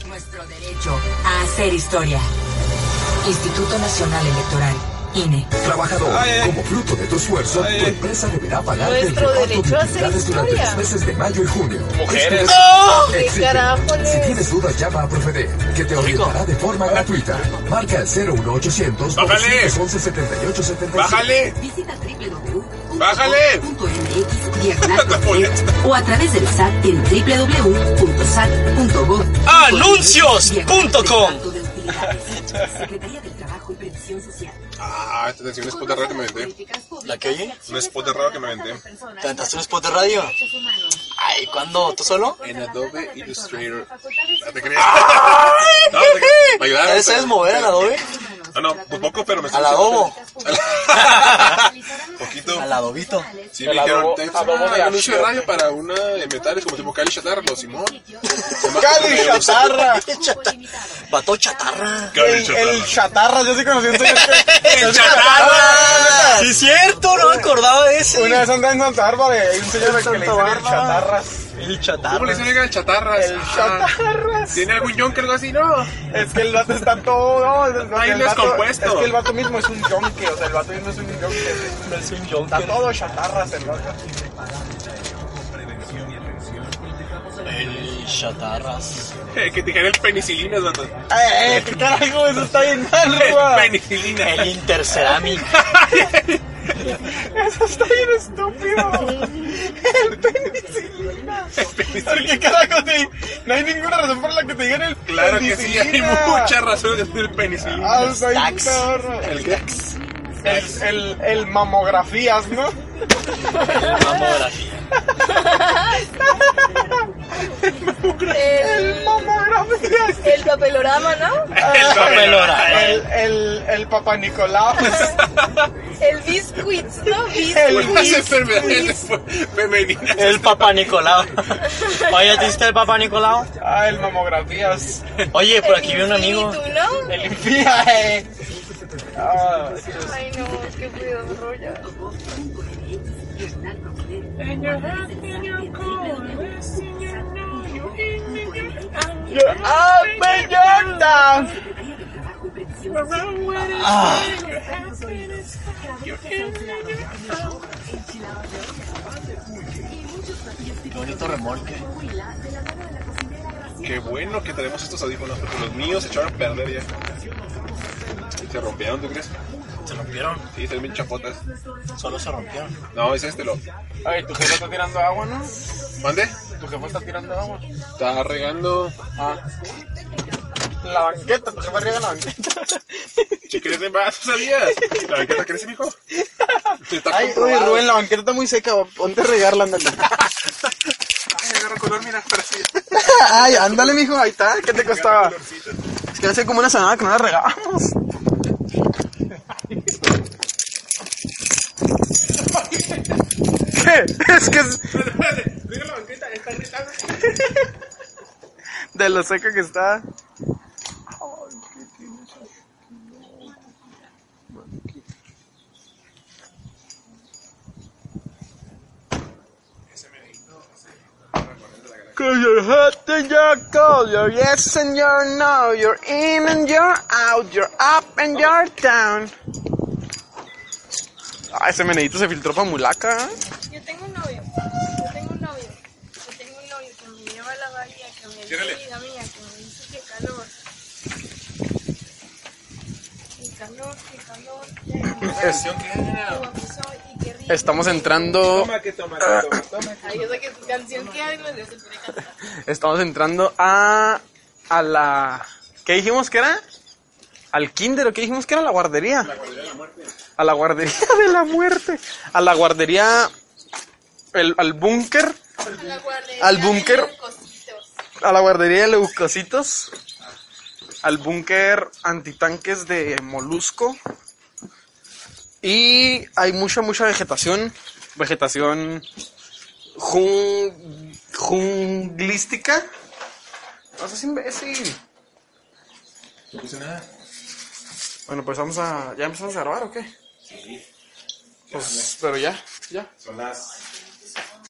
[SPEAKER 7] Nuestro derecho a hacer historia. Instituto Nacional Electoral, INE.
[SPEAKER 13] Trabajador, como fruto de tu esfuerzo, tu empresa deberá pagar
[SPEAKER 3] Nuestro
[SPEAKER 13] del reparto de
[SPEAKER 3] derecho a hacer
[SPEAKER 13] utilidades durante
[SPEAKER 3] historia.
[SPEAKER 13] los meses de mayo y junio.
[SPEAKER 10] Mujeres.
[SPEAKER 13] Esto
[SPEAKER 3] ¡No!
[SPEAKER 13] es-
[SPEAKER 3] ¡Qué
[SPEAKER 13] exige.
[SPEAKER 3] carajoles!
[SPEAKER 13] Si tienes dudas, llama a Profedet, que te orientará de forma gratuita. Marca el 01800 911 7877
[SPEAKER 10] ¡Bájale! ¡Bájale!
[SPEAKER 7] O a través del SAT en www.sat.gov.
[SPEAKER 9] Anuncios.com.
[SPEAKER 7] Secretaría del Trabajo y Previsión Social.
[SPEAKER 10] Ah, esta canción es spot de radio que me vendé.
[SPEAKER 9] ¿La que oye?
[SPEAKER 10] Un spot de radio que me vendé.
[SPEAKER 9] ¿Te aventaste un spot de radio? Ay, ¿cuándo? ¿Tú solo?
[SPEAKER 10] En Adobe Illustrator. No Ah, te creas. No, te creas. Me ayudaron.
[SPEAKER 9] ¿Sabes
[SPEAKER 10] pero-
[SPEAKER 9] sabes mover al Adobe?
[SPEAKER 10] No, no, pues poco, pero me
[SPEAKER 9] Al adobo.
[SPEAKER 10] Poquito.
[SPEAKER 9] Al adobito.
[SPEAKER 10] Sí, me dijeron, tenemos una anuncio de radio para una de metales como tipo Cali Chatarra, lo Simón.
[SPEAKER 2] ¡Cali Chatarra!
[SPEAKER 9] Vato chatarra.
[SPEAKER 2] El, el chatarra, yo sí conocí un señor que...
[SPEAKER 9] ¡El chatarra! ¡Sí, es cierto! No me acordaba de ese.
[SPEAKER 2] Una vez andaba en Santa Bárbara y hay un señor que le dicen el chatarras.
[SPEAKER 10] ¿Cómo
[SPEAKER 9] El
[SPEAKER 10] le
[SPEAKER 9] chatarra.
[SPEAKER 10] dicen oiga, el chatarras?
[SPEAKER 2] El
[SPEAKER 10] Ah,
[SPEAKER 2] chatarras.
[SPEAKER 10] ¿Tiene algún yonker o algo así? No.
[SPEAKER 2] Es que el vato está todo... No, el- el,
[SPEAKER 10] Ahí
[SPEAKER 2] el
[SPEAKER 10] lo has
[SPEAKER 2] vato-
[SPEAKER 10] compuesto.
[SPEAKER 2] Es que el vato mismo es un yonke, o sea, el vato mismo es un yonke.
[SPEAKER 9] Es un
[SPEAKER 2] Está
[SPEAKER 9] yonker.
[SPEAKER 2] todo chatarras el vato.
[SPEAKER 9] El chatarras.
[SPEAKER 10] Eh, Que te dijera el penicilina, vato.
[SPEAKER 2] ¡Eh, eh! ¿Qué carajo? Eso está bien mal,
[SPEAKER 10] El
[SPEAKER 2] güey.
[SPEAKER 10] penicilina.
[SPEAKER 9] El interceramic.
[SPEAKER 2] Eso está bien estúpido. El penicilina. ¿Por qué carajo te... No hay ninguna razón por la que te digan el
[SPEAKER 10] Claro que sí, hay
[SPEAKER 2] penicilina.
[SPEAKER 10] muchas razones de decir penicilina.
[SPEAKER 2] Ah, soy un cabrón.
[SPEAKER 10] El qué?
[SPEAKER 2] El, el, el mamografías, ¿no?
[SPEAKER 9] Mamografía.
[SPEAKER 3] El,
[SPEAKER 2] Mamografías.
[SPEAKER 3] el papelorama, ¿no?
[SPEAKER 10] El papelora.
[SPEAKER 2] El, el, el papá Nicolau.
[SPEAKER 3] El biscuits, ¿no?
[SPEAKER 2] El
[SPEAKER 10] Las
[SPEAKER 2] bis-
[SPEAKER 10] enfermedades femeninas.
[SPEAKER 9] El papá Nicolau. Oye, ¿te diste el papá Nicolau?
[SPEAKER 2] Ah, el mamografías.
[SPEAKER 9] Oye, por aquí vi un amigo.
[SPEAKER 3] espíritu, ¿no?
[SPEAKER 2] El infía, eh. Ah,
[SPEAKER 3] Ay, no, qué pedorro ya.
[SPEAKER 2] yo- ¡Ah, bellota!
[SPEAKER 9] Qué bonito remolque.
[SPEAKER 10] Qué bueno que tenemos estos audífonos, porque los míos se echaron a perder ya. Se rompieron, ¿tú crees?
[SPEAKER 9] Se rompieron.
[SPEAKER 10] Sí, se ven bien chapotas.
[SPEAKER 9] Solo se rompieron.
[SPEAKER 10] No, es este lo.
[SPEAKER 2] Ay, tu jefa está tirando agua, ¿no?
[SPEAKER 10] ¿Mande?
[SPEAKER 2] Tu jefa está tirando agua.
[SPEAKER 10] Está regando.
[SPEAKER 2] Ah. La banqueta, tu jefa riega la banqueta.
[SPEAKER 10] Si crece más, ¿sabías? ¿La banqueta crece, mijo? Está
[SPEAKER 2] Ay, uy,
[SPEAKER 10] comprobado.
[SPEAKER 2] Rubén, la banqueta está muy seca, va, ponte a regarla, ándale.
[SPEAKER 10] Ay, agarra color, mira, para sí.
[SPEAKER 2] Ay, ándale, mijo, ahí está, ¿qué te costaba? Es que hace como una semana que no la regamos. ¿Qué? Es que es
[SPEAKER 10] Mira la banqueta, está gritando.
[SPEAKER 2] de lo seca que está.
[SPEAKER 14] Cause you're hot and you're cold, you're yes and you're no, you're in and you're out, you're up and you're down.
[SPEAKER 2] Ah, ese menedito se filtró para Mulaca. ¿eh?
[SPEAKER 7] Yo tengo un novio. Yo tengo un novio. Yo tengo un novio que me lleva a la bahía, que me lleva a la vida mía, que me dice que calor. Que calor, que calor.
[SPEAKER 2] Estamos entrando. Ah.
[SPEAKER 7] Ay, yo sé que tu canción que hay me desespera.
[SPEAKER 2] Estamos entrando a. a la. ¿Qué dijimos que era? ¿Al kinder o qué dijimos que era? La guardería. A la guardería de la muerte. A la guardería. el- al búnker. Al búnker. A la guardería de leucocitos. Al búnker antitanques de molusco. Y hay mucha, mucha vegetación. Vegetación jun- junglística. No seas imbécil. Bueno, pues vamos a. ¿Ya empezamos a grabar o qué? Pues, pero ya, ya.
[SPEAKER 15] Son las